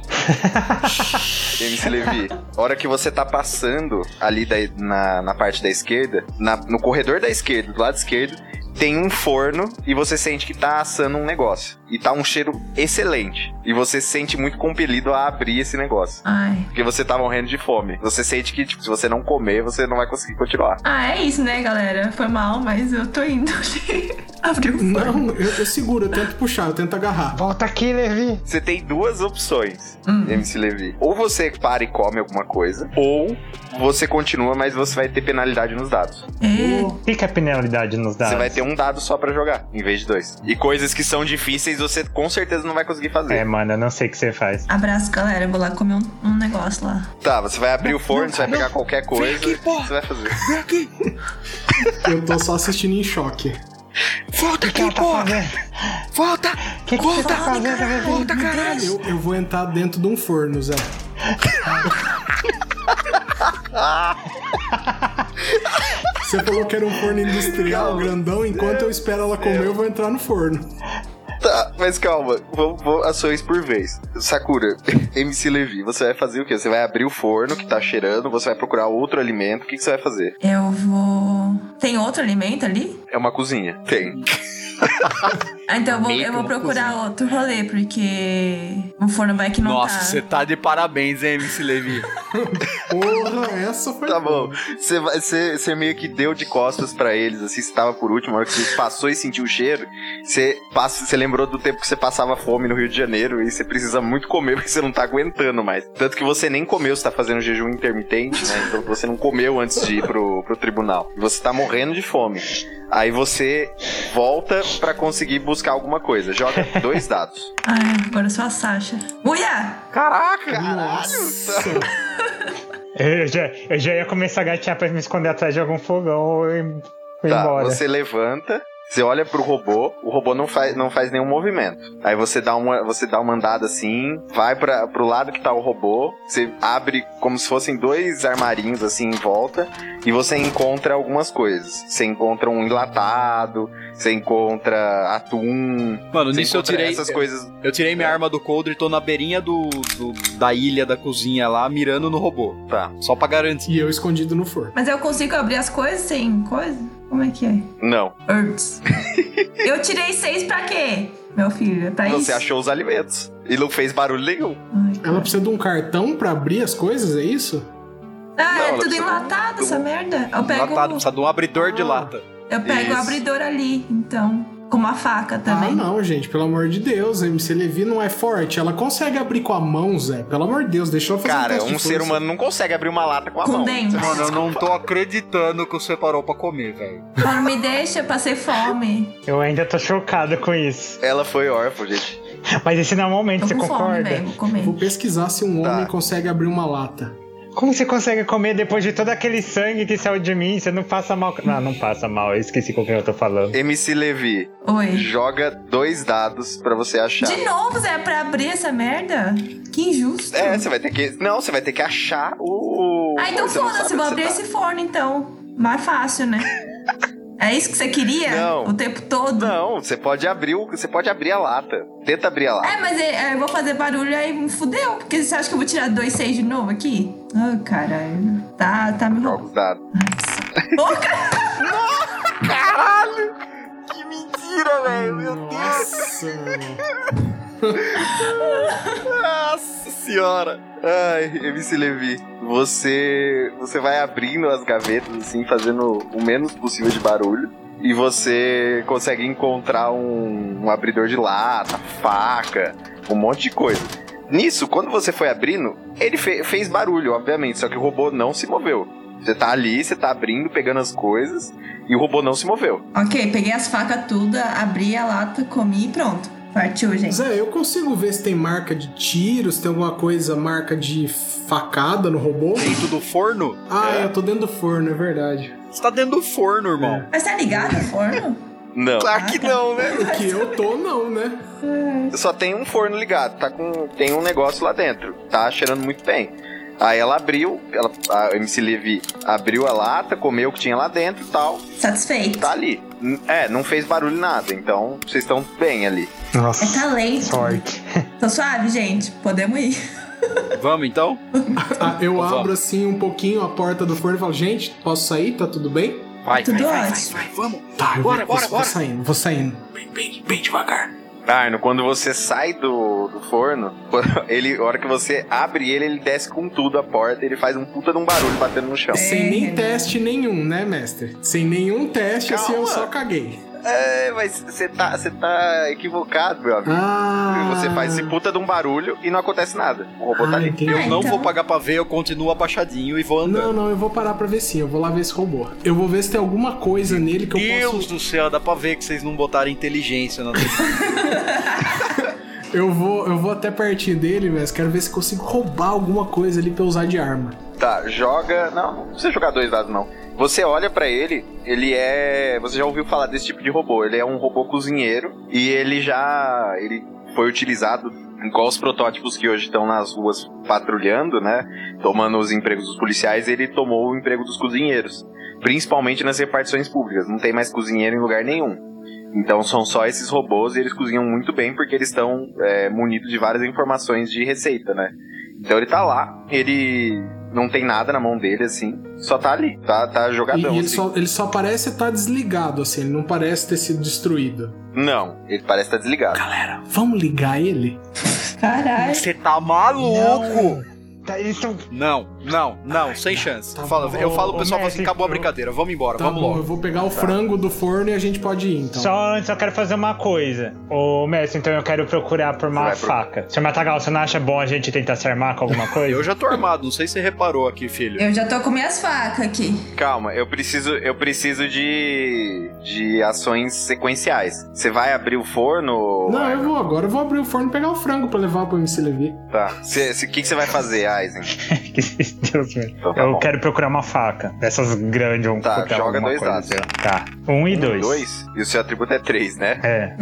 [SPEAKER 4] MC Levi, a hora que você tá passando ali da- na, na parte da esquerda, na- no corredor da esquerda, do lado esquerdo, tem um forno e você sente que tá assando um negócio. E tá um cheiro excelente. E você se sente muito compelido a abrir esse negócio.
[SPEAKER 7] Ai.
[SPEAKER 4] Porque você tá morrendo de fome. Você sente que, tipo, se você não comer, você não vai conseguir continuar.
[SPEAKER 7] Ah, é isso, né, galera? Foi mal, mas eu tô indo ali. Abriu o forno.
[SPEAKER 1] Não, eu, eu seguro, eu tento puxar, eu tento agarrar.
[SPEAKER 2] Volta aqui, Levi.
[SPEAKER 4] Você tem duas opções, MC Levi. Ou você para e come alguma coisa, ou você continua, mas você vai ter penalidade nos dados.
[SPEAKER 7] É.
[SPEAKER 2] O que que é penalidade nos
[SPEAKER 5] Tá.
[SPEAKER 2] dados?
[SPEAKER 4] Você vai ter um dado só pra jogar, em vez de dois. E coisas que são difíceis, você com certeza não vai conseguir fazer.
[SPEAKER 2] É, mano, eu não sei o que você faz.
[SPEAKER 7] Abraço, galera. Eu Vou lá comer um, um negócio lá.
[SPEAKER 4] Tá, você vai abrir o forno, você vai pegar qualquer coisa.
[SPEAKER 5] aqui,
[SPEAKER 4] o que
[SPEAKER 5] porra.
[SPEAKER 4] você vai fazer?
[SPEAKER 1] Eu tô só assistindo em choque.
[SPEAKER 5] Volta
[SPEAKER 2] O que ela tá fazendo?
[SPEAKER 5] Volta!
[SPEAKER 2] O que, que você tá fazendo, Levi?
[SPEAKER 5] Volta, caralho!
[SPEAKER 1] Eu, eu vou entrar dentro de um forno, Zé. Você falou que era um forno industrial grandão, enquanto eu espero ela comer, eu vou entrar no forno.
[SPEAKER 4] Tá, mas calma, vou, vou ações por vez. Sakura, MC Levi, você vai fazer o quê? Você vai abrir o forno que tá cheirando, você vai procurar outro alimento, o que, que você vai fazer?
[SPEAKER 7] Eu vou. Tem outro alimento ali?
[SPEAKER 4] É uma cozinha. Tem.
[SPEAKER 7] Ah, então eu vou,
[SPEAKER 3] Meio
[SPEAKER 7] eu vou
[SPEAKER 3] que uma
[SPEAKER 7] procurar outro rolê, porque o forno vai que não
[SPEAKER 5] Nossa,
[SPEAKER 7] tá.
[SPEAKER 5] você tá de parabéns, hein, MC Levi?
[SPEAKER 1] Porra, essa foi.
[SPEAKER 4] Tá bom. Você, vai- você, você meio que deu de costas pra eles, assim, você tava por último, a hora que você passou e sentiu o cheiro, você, passa, você lembrou do tempo que você passava fome no Rio de Janeiro e você precisa muito comer porque você não tá aguentando mais. Tanto que você nem comeu, você tá fazendo jejum intermitente, né? Então você não comeu antes de ir pro, pro tribunal. E Você tá morrendo de fome. Aí você volta pra conseguir buscar alguma coisa. Joga dois dados.
[SPEAKER 7] Ai, agora eu sou a Sasha. Uia!
[SPEAKER 4] Caraca!
[SPEAKER 1] Nossa.
[SPEAKER 4] tá.
[SPEAKER 2] Eu já, eu já ia começar a gatear pra me esconder atrás de algum fogão e ir
[SPEAKER 4] Tá,
[SPEAKER 2] embora.
[SPEAKER 4] você levanta, você olha pro robô, o robô não faz, não faz nenhum movimento. Aí você dá uma, você dá uma andada assim, vai pra, pro lado que tá o robô, você abre como se fossem dois armarinhos assim em volta, e você encontra algumas coisas. Você encontra um enlatado, você encontra atum,
[SPEAKER 5] Mano,
[SPEAKER 4] você
[SPEAKER 5] nisso eu
[SPEAKER 4] encontra
[SPEAKER 5] tirei.
[SPEAKER 4] essas coisas.
[SPEAKER 5] Eu tirei minha arma do coldre e tô na beirinha do, do- da ilha da cozinha lá, mirando no robô.
[SPEAKER 4] Tá.
[SPEAKER 5] Só pra garantir.
[SPEAKER 1] E eu escondido no forno.
[SPEAKER 7] Mas eu consigo abrir as coisas sem coisa? Como é que é?
[SPEAKER 4] Não,
[SPEAKER 7] Urds. eu tirei seis pra quê? Meu filho, é pra isso.
[SPEAKER 4] você achou os alimentos. E não fez barulho nenhum.
[SPEAKER 7] Ai,
[SPEAKER 1] Ela
[SPEAKER 7] cara.
[SPEAKER 1] precisa de um cartão pra abrir as coisas, é isso?
[SPEAKER 7] Ah,
[SPEAKER 4] Não,
[SPEAKER 7] é
[SPEAKER 4] ela
[SPEAKER 7] tudo
[SPEAKER 4] precisa-
[SPEAKER 7] enlatado essa merda? Eu pego,
[SPEAKER 5] Enlatado, precisa de um abridor de lata.
[SPEAKER 7] eu pego o
[SPEAKER 4] Isso.
[SPEAKER 7] abridor ali, então. Com uma faca também.
[SPEAKER 1] Ah, não, gente, pelo amor de Deus, a MC Levi não é forte. Ela consegue abrir com a mão, Zé. Pelo amor de Deus, deixa ela fazer
[SPEAKER 4] Cara,
[SPEAKER 1] teste de
[SPEAKER 4] um ser
[SPEAKER 1] força.
[SPEAKER 4] humano não consegue abrir uma lata com a
[SPEAKER 7] Com
[SPEAKER 4] mão.
[SPEAKER 7] dentes.
[SPEAKER 5] Mano, eu não tô acreditando que você parou pra comer, velho.
[SPEAKER 7] Mano, me deixa, eu passei fome.
[SPEAKER 2] Eu ainda tô chocado com isso.
[SPEAKER 4] Ela foi órfã, gente.
[SPEAKER 2] Mas esse não é o momento,
[SPEAKER 7] Tô
[SPEAKER 2] você
[SPEAKER 7] com fome,
[SPEAKER 2] concorda?
[SPEAKER 7] velho. Vou comer.
[SPEAKER 1] Vou pesquisar se um
[SPEAKER 4] Tá.
[SPEAKER 1] homem consegue abrir uma lata.
[SPEAKER 2] Como você consegue comer depois de todo aquele sangue que saiu de mim? Você não passa mal. Não, não passa mal. Eu esqueci com quem eu tô falando.
[SPEAKER 4] MC Levi,
[SPEAKER 7] Oi.
[SPEAKER 4] Joga dois dados pra você achar.
[SPEAKER 7] De novo, Zé, pra abrir essa merda? Que injusto.
[SPEAKER 4] É, você vai ter que. Não, você vai ter que achar o.
[SPEAKER 7] Ah, então
[SPEAKER 4] você não
[SPEAKER 7] foda-se,
[SPEAKER 4] sabe
[SPEAKER 7] vou
[SPEAKER 4] onde
[SPEAKER 7] abrir
[SPEAKER 4] você tá
[SPEAKER 7] esse forno então. Mais fácil, né? É isso que você queria?
[SPEAKER 4] Não.
[SPEAKER 7] O tempo
[SPEAKER 4] tá.
[SPEAKER 7] todo?
[SPEAKER 4] Não, você pode abrir o. Você pode abrir a lata. Tenta abrir a lata.
[SPEAKER 7] É, mas é- é, eu vou fazer barulho aí me fudeu, porque você acha que eu vou tirar dois seis de novo aqui? Ah, caralho. Tá, tá me
[SPEAKER 4] Joga
[SPEAKER 7] roubando.
[SPEAKER 4] os dados.
[SPEAKER 7] Porca!
[SPEAKER 4] Caralho! Que mentira, velho! Meu Deus!
[SPEAKER 1] Nossa!
[SPEAKER 4] Nossa senhora! Ai, MC Levi, tá. você. Você vai abrindo as gavetas, assim, fazendo o menos possível de barulho. E você consegue encontrar um, um abridor de lata, faca, um monte de coisa. Nisso, quando você foi abrindo, ele fe- fez barulho, obviamente, só que o robô não se moveu. Você tá ali, você tá abrindo, pegando as coisas, e o robô não se moveu.
[SPEAKER 7] Ok, peguei as facas tudo, abri a lata, comi e pronto. Partiu, gente.
[SPEAKER 1] Zé, eu consigo ver se tem marca de tiro, se tem alguma coisa, marca de facada no robô.
[SPEAKER 5] Dentro do forno?
[SPEAKER 1] Ah,
[SPEAKER 5] é.
[SPEAKER 1] eu tô dentro do forno, é verdade.
[SPEAKER 5] Você tá dentro do forno, irmão.
[SPEAKER 7] Mas tá ligado o forno?
[SPEAKER 4] Não.
[SPEAKER 5] Claro que não, né?
[SPEAKER 1] Que eu tô, não, né?
[SPEAKER 4] Só tem um forno ligado, tá com. Tem um negócio lá dentro. Tá cheirando muito bem. Aí ela abriu, ela, a MC Levy abriu a lata, comeu o que tinha lá dentro e tal,
[SPEAKER 7] Satisfeito.
[SPEAKER 4] tá ali. N- É, não fez barulho nada, então vocês estão bem ali.
[SPEAKER 2] Nossa.
[SPEAKER 7] É talento.
[SPEAKER 2] Sorte.
[SPEAKER 7] Tô suave, gente. Podemos ir.
[SPEAKER 5] Vamos então?
[SPEAKER 1] Ah, eu
[SPEAKER 5] Vamos.
[SPEAKER 1] abro assim um pouquinho a porta do forno e falo, gente, posso sair? Tá tudo bem?
[SPEAKER 5] Vai,
[SPEAKER 7] Tudo
[SPEAKER 5] vai, vai,
[SPEAKER 7] ótimo.
[SPEAKER 5] vai, vai, vamos.
[SPEAKER 1] Tá, eu
[SPEAKER 5] Bora,
[SPEAKER 1] vou,
[SPEAKER 5] bora,
[SPEAKER 1] vou
[SPEAKER 5] bora.
[SPEAKER 1] saindo, vou saindo.
[SPEAKER 5] Bem, bem, bem devagar.
[SPEAKER 4] Arno, quando você sai do, do forno, ele, a hora que você abre ele, ele desce com tudo a porta, ele faz um puta de um barulho batendo no chão.
[SPEAKER 1] Sem nem
[SPEAKER 7] Renan.
[SPEAKER 1] teste nenhum, né, mestre? Sem nenhum teste, assim eu
[SPEAKER 4] Calma.
[SPEAKER 1] só caguei.
[SPEAKER 4] É, mas você tá, você tá equivocado, meu amigo.
[SPEAKER 1] Ah.
[SPEAKER 4] Você faz esse puta de um barulho e não acontece nada. O robô tá
[SPEAKER 1] ah,
[SPEAKER 4] ali.
[SPEAKER 1] entendi.
[SPEAKER 5] Eu
[SPEAKER 7] Ah,
[SPEAKER 5] não
[SPEAKER 7] então.
[SPEAKER 5] vou pagar pra ver, eu continuo abaixadinho e vou andando.
[SPEAKER 1] Não, não, eu vou parar pra ver sim. Eu vou lá ver esse robô. Eu vou ver se tem alguma coisa nele que eu
[SPEAKER 5] Deus
[SPEAKER 1] posso.
[SPEAKER 5] do céu, dá pra ver que vocês não botaram inteligência na
[SPEAKER 1] Eu vou, eu vou até partir dele, mas quero ver se consigo roubar alguma coisa ali pra usar de arma.
[SPEAKER 4] Tá, joga. Não, não precisa jogar dois dados, não. Você olha pra ele, ele é. Você já ouviu falar desse tipo de robô? Ele é um robô cozinheiro e ele já. Ele foi utilizado igual os protótipos que hoje estão nas ruas patrulhando, né? Tomando os empregos dos policiais, ele tomou o emprego dos cozinheiros. Principalmente nas repartições públicas. Não tem mais cozinheiro em lugar nenhum. Então são só esses robôs e eles cozinham muito bem porque eles estão é, munidos de várias informações de receita, né? Então ele tá lá, ele não tem nada na mão dele, assim, só tá ali, tá, tá
[SPEAKER 1] E,
[SPEAKER 4] jogadão.
[SPEAKER 1] e ele,
[SPEAKER 4] assim.
[SPEAKER 1] só, ele só parece estar desligado, assim, ele não parece ter sido destruído.
[SPEAKER 4] Não, ele parece estar tá desligado.
[SPEAKER 1] Vamos ligar ele?
[SPEAKER 7] Caralho.
[SPEAKER 5] Você tá maluco?
[SPEAKER 2] Tá, eles tão-
[SPEAKER 5] Não, não, não, sem chance.
[SPEAKER 1] tá
[SPEAKER 5] Fala-
[SPEAKER 1] bom.
[SPEAKER 5] eu falo
[SPEAKER 2] Ô,
[SPEAKER 5] pro pessoal, fala assim,
[SPEAKER 2] mestre,
[SPEAKER 5] acabou a
[SPEAKER 2] eu-
[SPEAKER 5] brincadeira, vamos embora,
[SPEAKER 1] Tá
[SPEAKER 5] vamos
[SPEAKER 1] bom,
[SPEAKER 5] logo.
[SPEAKER 1] eu vou pegar o frango do forno e a gente pode ir, então.
[SPEAKER 2] Só antes eu quero fazer uma coisa. Ô, mestre, então eu quero procurar por uma
[SPEAKER 4] Você vai
[SPEAKER 2] faca. Seu Matagal, você não acha bom a gente tentar se armar com alguma coisa?
[SPEAKER 5] Eu já tô armado, não sei se você reparou aqui,
[SPEAKER 4] É.
[SPEAKER 5] filho.
[SPEAKER 7] Eu já tô com minhas facas aqui.
[SPEAKER 4] Calma, eu preciso, eu preciso de, de ações sequenciais. Você vai abrir o forno?
[SPEAKER 1] Não, eu vou agora, eu vou abrir o forno e pegar o frango pra levar pro MC Levi.
[SPEAKER 4] Tá. O que que você vai fazer, Aizen?
[SPEAKER 2] Deus meu.
[SPEAKER 4] Então tá
[SPEAKER 2] eu
[SPEAKER 4] bom.
[SPEAKER 2] quero procurar uma faca. Dessas grandes, um
[SPEAKER 4] Tá,
[SPEAKER 2] cortar
[SPEAKER 4] joga
[SPEAKER 2] alguma
[SPEAKER 4] dois
[SPEAKER 2] coisa,
[SPEAKER 4] dados.
[SPEAKER 2] sei lá. Tá. Um e dois.
[SPEAKER 4] Dois? E o seu atributo é três, né?
[SPEAKER 2] É.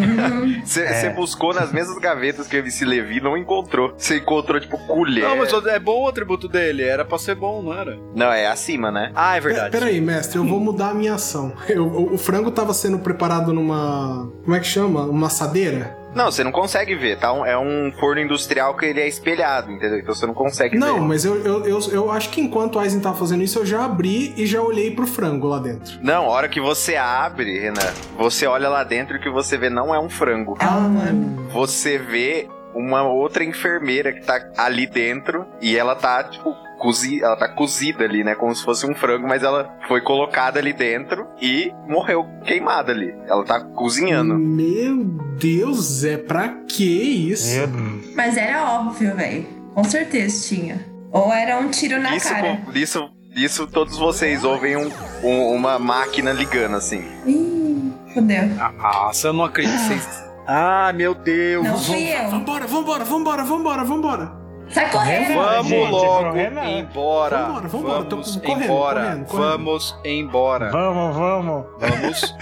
[SPEAKER 4] Você
[SPEAKER 2] É.
[SPEAKER 4] você buscou nas mesmas gavetas que o MC Levi não encontrou. Você encontrou, tipo, colher.
[SPEAKER 5] Não, mas é bom o atributo dele, era pra ser bom, não era?
[SPEAKER 4] Não, é acima, né?
[SPEAKER 5] Ah, é
[SPEAKER 1] Pera-
[SPEAKER 5] verdade.
[SPEAKER 1] Peraí, mestre, eu vou mudar a minha ação. Eu- o, o frango tava sendo preparado numa. Como é que chama? Uma assadeira?
[SPEAKER 4] Não, você não consegue ver, tá? Um- É um forno industrial que ele é espelhado, entendeu? Então você não consegue
[SPEAKER 1] Não,
[SPEAKER 4] ver.
[SPEAKER 1] mas eu, eu, eu, eu acho que enquanto o Aizen tava fazendo isso, eu já abri e já olhei pro frango lá dentro.
[SPEAKER 4] Não, a hora que você abre, Renan, você olha lá dentro e o que você vê não é um frango.
[SPEAKER 7] Ah, mano.
[SPEAKER 4] Você vê uma outra enfermeira que tá ali dentro e ela tá, tipo, cozi ela tá cozida ali, né? Como se fosse um frango, mas ela foi colocada ali dentro e morreu queimada ali. Ela tá
[SPEAKER 7] Hum,
[SPEAKER 4] cozinhando.
[SPEAKER 1] Meu Deus, é pra que isso?
[SPEAKER 2] Meu-
[SPEAKER 7] Mas era óbvio, velho. Com certeza tinha. Ou era um tiro na
[SPEAKER 4] isso,
[SPEAKER 7] cara.
[SPEAKER 4] com- isso, isso todos vocês ouvem um- um- uma máquina ligando, assim.
[SPEAKER 7] Ih, fodeu.
[SPEAKER 5] Ah, você não acredita. vocês- Ah, meu Deus.
[SPEAKER 7] Não fui eu.
[SPEAKER 1] Vambora, vambora, vambora, vambora, vambora.
[SPEAKER 7] Sai correndo.
[SPEAKER 5] Vamos
[SPEAKER 2] Gente,
[SPEAKER 5] logo
[SPEAKER 2] correr não.
[SPEAKER 5] embora.
[SPEAKER 1] Vambora, vambora, tô
[SPEAKER 5] Vamos
[SPEAKER 1] correndo,
[SPEAKER 5] embora.
[SPEAKER 1] correndo, correndo.
[SPEAKER 5] Vamos embora.
[SPEAKER 2] Vamos, vamos.
[SPEAKER 5] Vamos.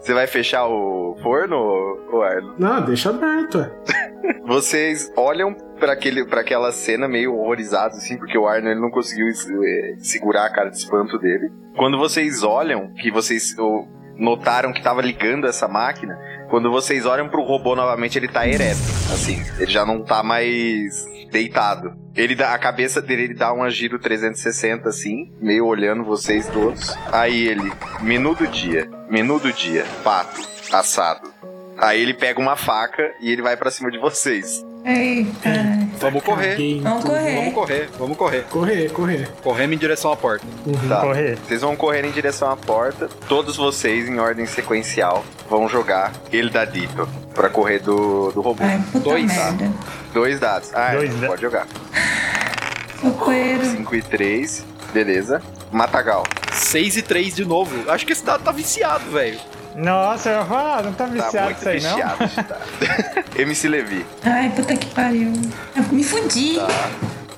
[SPEAKER 4] Você vai fechar o forno, ô Arno?
[SPEAKER 1] Não, deixa aberto. é.
[SPEAKER 4] Vocês olham pra aquele, pra aquela cena meio horrorizados, assim, porque o Arno ele não conseguiu eh, segurar a cara de espanto dele. Quando vocês olham, que vocês oh, notaram que tava ligando essa máquina, quando vocês olham pro robô novamente, ele tá ereto, assim. Ele já não tá mais deitado. Ele dá, a cabeça dele ele dá um giro 360, assim, meio olhando vocês todos. Aí ele, menu do dia, menu do dia, pato, assado. Aí ele pega uma faca e ele vai pra cima de vocês.
[SPEAKER 7] Eita.
[SPEAKER 5] Vamos correr.
[SPEAKER 1] Caguei em
[SPEAKER 7] Vamos
[SPEAKER 1] tudo.
[SPEAKER 5] Vamos
[SPEAKER 7] correr.
[SPEAKER 5] correr. Vamos correr.
[SPEAKER 1] Correr, correr.
[SPEAKER 5] Corremos em direção à porta.
[SPEAKER 1] Uhum.
[SPEAKER 4] Tá.
[SPEAKER 2] Correr.
[SPEAKER 4] Vocês vão correr em direção à porta. Todos vocês, em ordem sequencial, vão jogar ele da Dito pra correr do, do robô.
[SPEAKER 7] Ai, puta
[SPEAKER 4] tá?
[SPEAKER 5] Dois.
[SPEAKER 7] merda.
[SPEAKER 4] Dois dados. Ah,
[SPEAKER 2] Dois
[SPEAKER 4] não,
[SPEAKER 2] da-
[SPEAKER 4] pode jogar.
[SPEAKER 6] Socorro.
[SPEAKER 4] 5 e 3. Beleza. Matagal. tá
[SPEAKER 5] 6 e 3 de novo. Acho que esse dado tá viciado, velho.
[SPEAKER 2] Nossa, eu falo, ah, não tá viciado
[SPEAKER 4] tá muito
[SPEAKER 2] isso aí, não?
[SPEAKER 4] viciado. Tá. MC Levi.
[SPEAKER 6] Ai, puta que pariu.
[SPEAKER 7] Eu me fudi.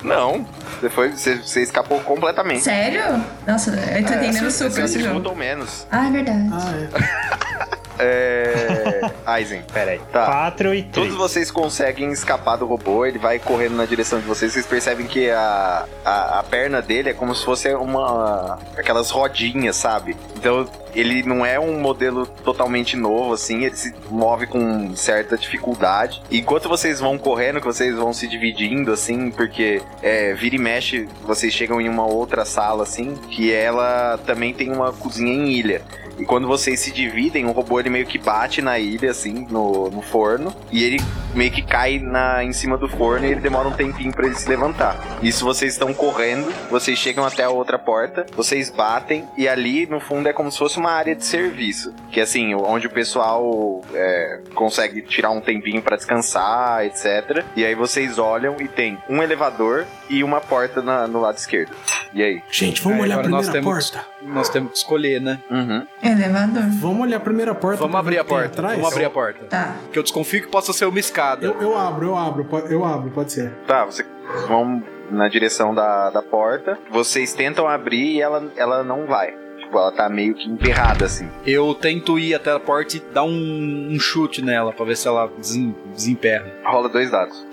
[SPEAKER 4] Não. Você, foi, você, você escapou completamente.
[SPEAKER 7] Sério? Nossa, eu tô entendendo
[SPEAKER 4] É,
[SPEAKER 7] super
[SPEAKER 4] vocês
[SPEAKER 7] esse jogo.
[SPEAKER 4] mudam menos.
[SPEAKER 7] Ah, é verdade.
[SPEAKER 1] Ah, é.
[SPEAKER 4] É. Aizen.
[SPEAKER 2] Pera aí.
[SPEAKER 4] Tá.
[SPEAKER 2] 4 e
[SPEAKER 4] Todos
[SPEAKER 2] 3.
[SPEAKER 4] vocês conseguem escapar do robô, ele vai correndo na direção de vocês. Vocês percebem que a, a, a perna dele é como se fosse uma. aquelas rodinhas, sabe? Então ele não é um modelo totalmente novo, assim, ele se move com certa dificuldade. E Enquanto vocês vão correndo, que vocês vão se dividindo, assim, porque é, vira e mexe, vocês chegam em uma outra sala, assim, que ela também tem uma cozinha em ilha. E quando vocês se dividem, o robô ele meio que bate na ilha, assim, no, no forno. E ele meio que cai na, em cima do forno e ele demora um tempinho pra ele se levantar. Isso vocês estão correndo, vocês chegam até a outra porta, vocês batem. E ali, no fundo, é como se fosse uma área de serviço. Que assim, onde o pessoal é, consegue tirar um tempinho pra descansar, etc. E aí vocês olham e tem um elevador e uma porta na- no lado esquerdo. E aí?
[SPEAKER 1] Gente, vamos
[SPEAKER 5] É,
[SPEAKER 1] olhar a
[SPEAKER 5] agora nós
[SPEAKER 1] primeira
[SPEAKER 5] temos-
[SPEAKER 1] porta.
[SPEAKER 5] Nós temos que escolher, né?
[SPEAKER 4] Uhum.
[SPEAKER 7] Elevador.
[SPEAKER 1] Vamos olhar a primeira porta.
[SPEAKER 5] Vamos
[SPEAKER 1] pra
[SPEAKER 5] abrir
[SPEAKER 1] ver
[SPEAKER 5] a
[SPEAKER 1] o que tem
[SPEAKER 5] porta.
[SPEAKER 1] atrás?
[SPEAKER 5] Vamos abrir a porta.
[SPEAKER 7] Tá.
[SPEAKER 5] Que eu desconfio que possa ser uma escada.
[SPEAKER 1] Eu, eu abro, eu abro, po- eu abro, pode ser.
[SPEAKER 4] Tá, vocês vão na direção da, da porta. Vocês tentam abrir e ela, ela não vai. Tipo, ela tá meio que emperrada, assim.
[SPEAKER 5] Eu tento ir até a porta e dar um, um chute nela pra ver se ela desem- desemperra.
[SPEAKER 4] Rola dois dados.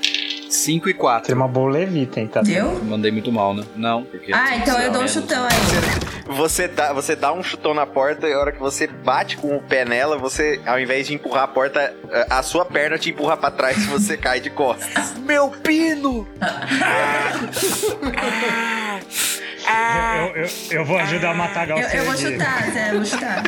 [SPEAKER 5] 5 e 4.
[SPEAKER 2] Seria uma boa levita, hein, tá?
[SPEAKER 7] Deu?
[SPEAKER 5] Mandei muito mal, né? Não, porque.
[SPEAKER 7] Ah, então eu dou um
[SPEAKER 5] menos.
[SPEAKER 7] chutão aí.
[SPEAKER 4] Você dá, você dá um chutão na porta e a hora que você bate com o pé nela, você, ao invés de empurrar a porta, eh, a- a sua perna te empurra pra trás e você cai de costas.
[SPEAKER 5] Meu pino!
[SPEAKER 2] Eu, eu- eu vou ajudar a matar a
[SPEAKER 7] Eu,
[SPEAKER 2] Gal
[SPEAKER 7] eu vou
[SPEAKER 2] Sergi.
[SPEAKER 7] chutar, Zé, eu vou chutar.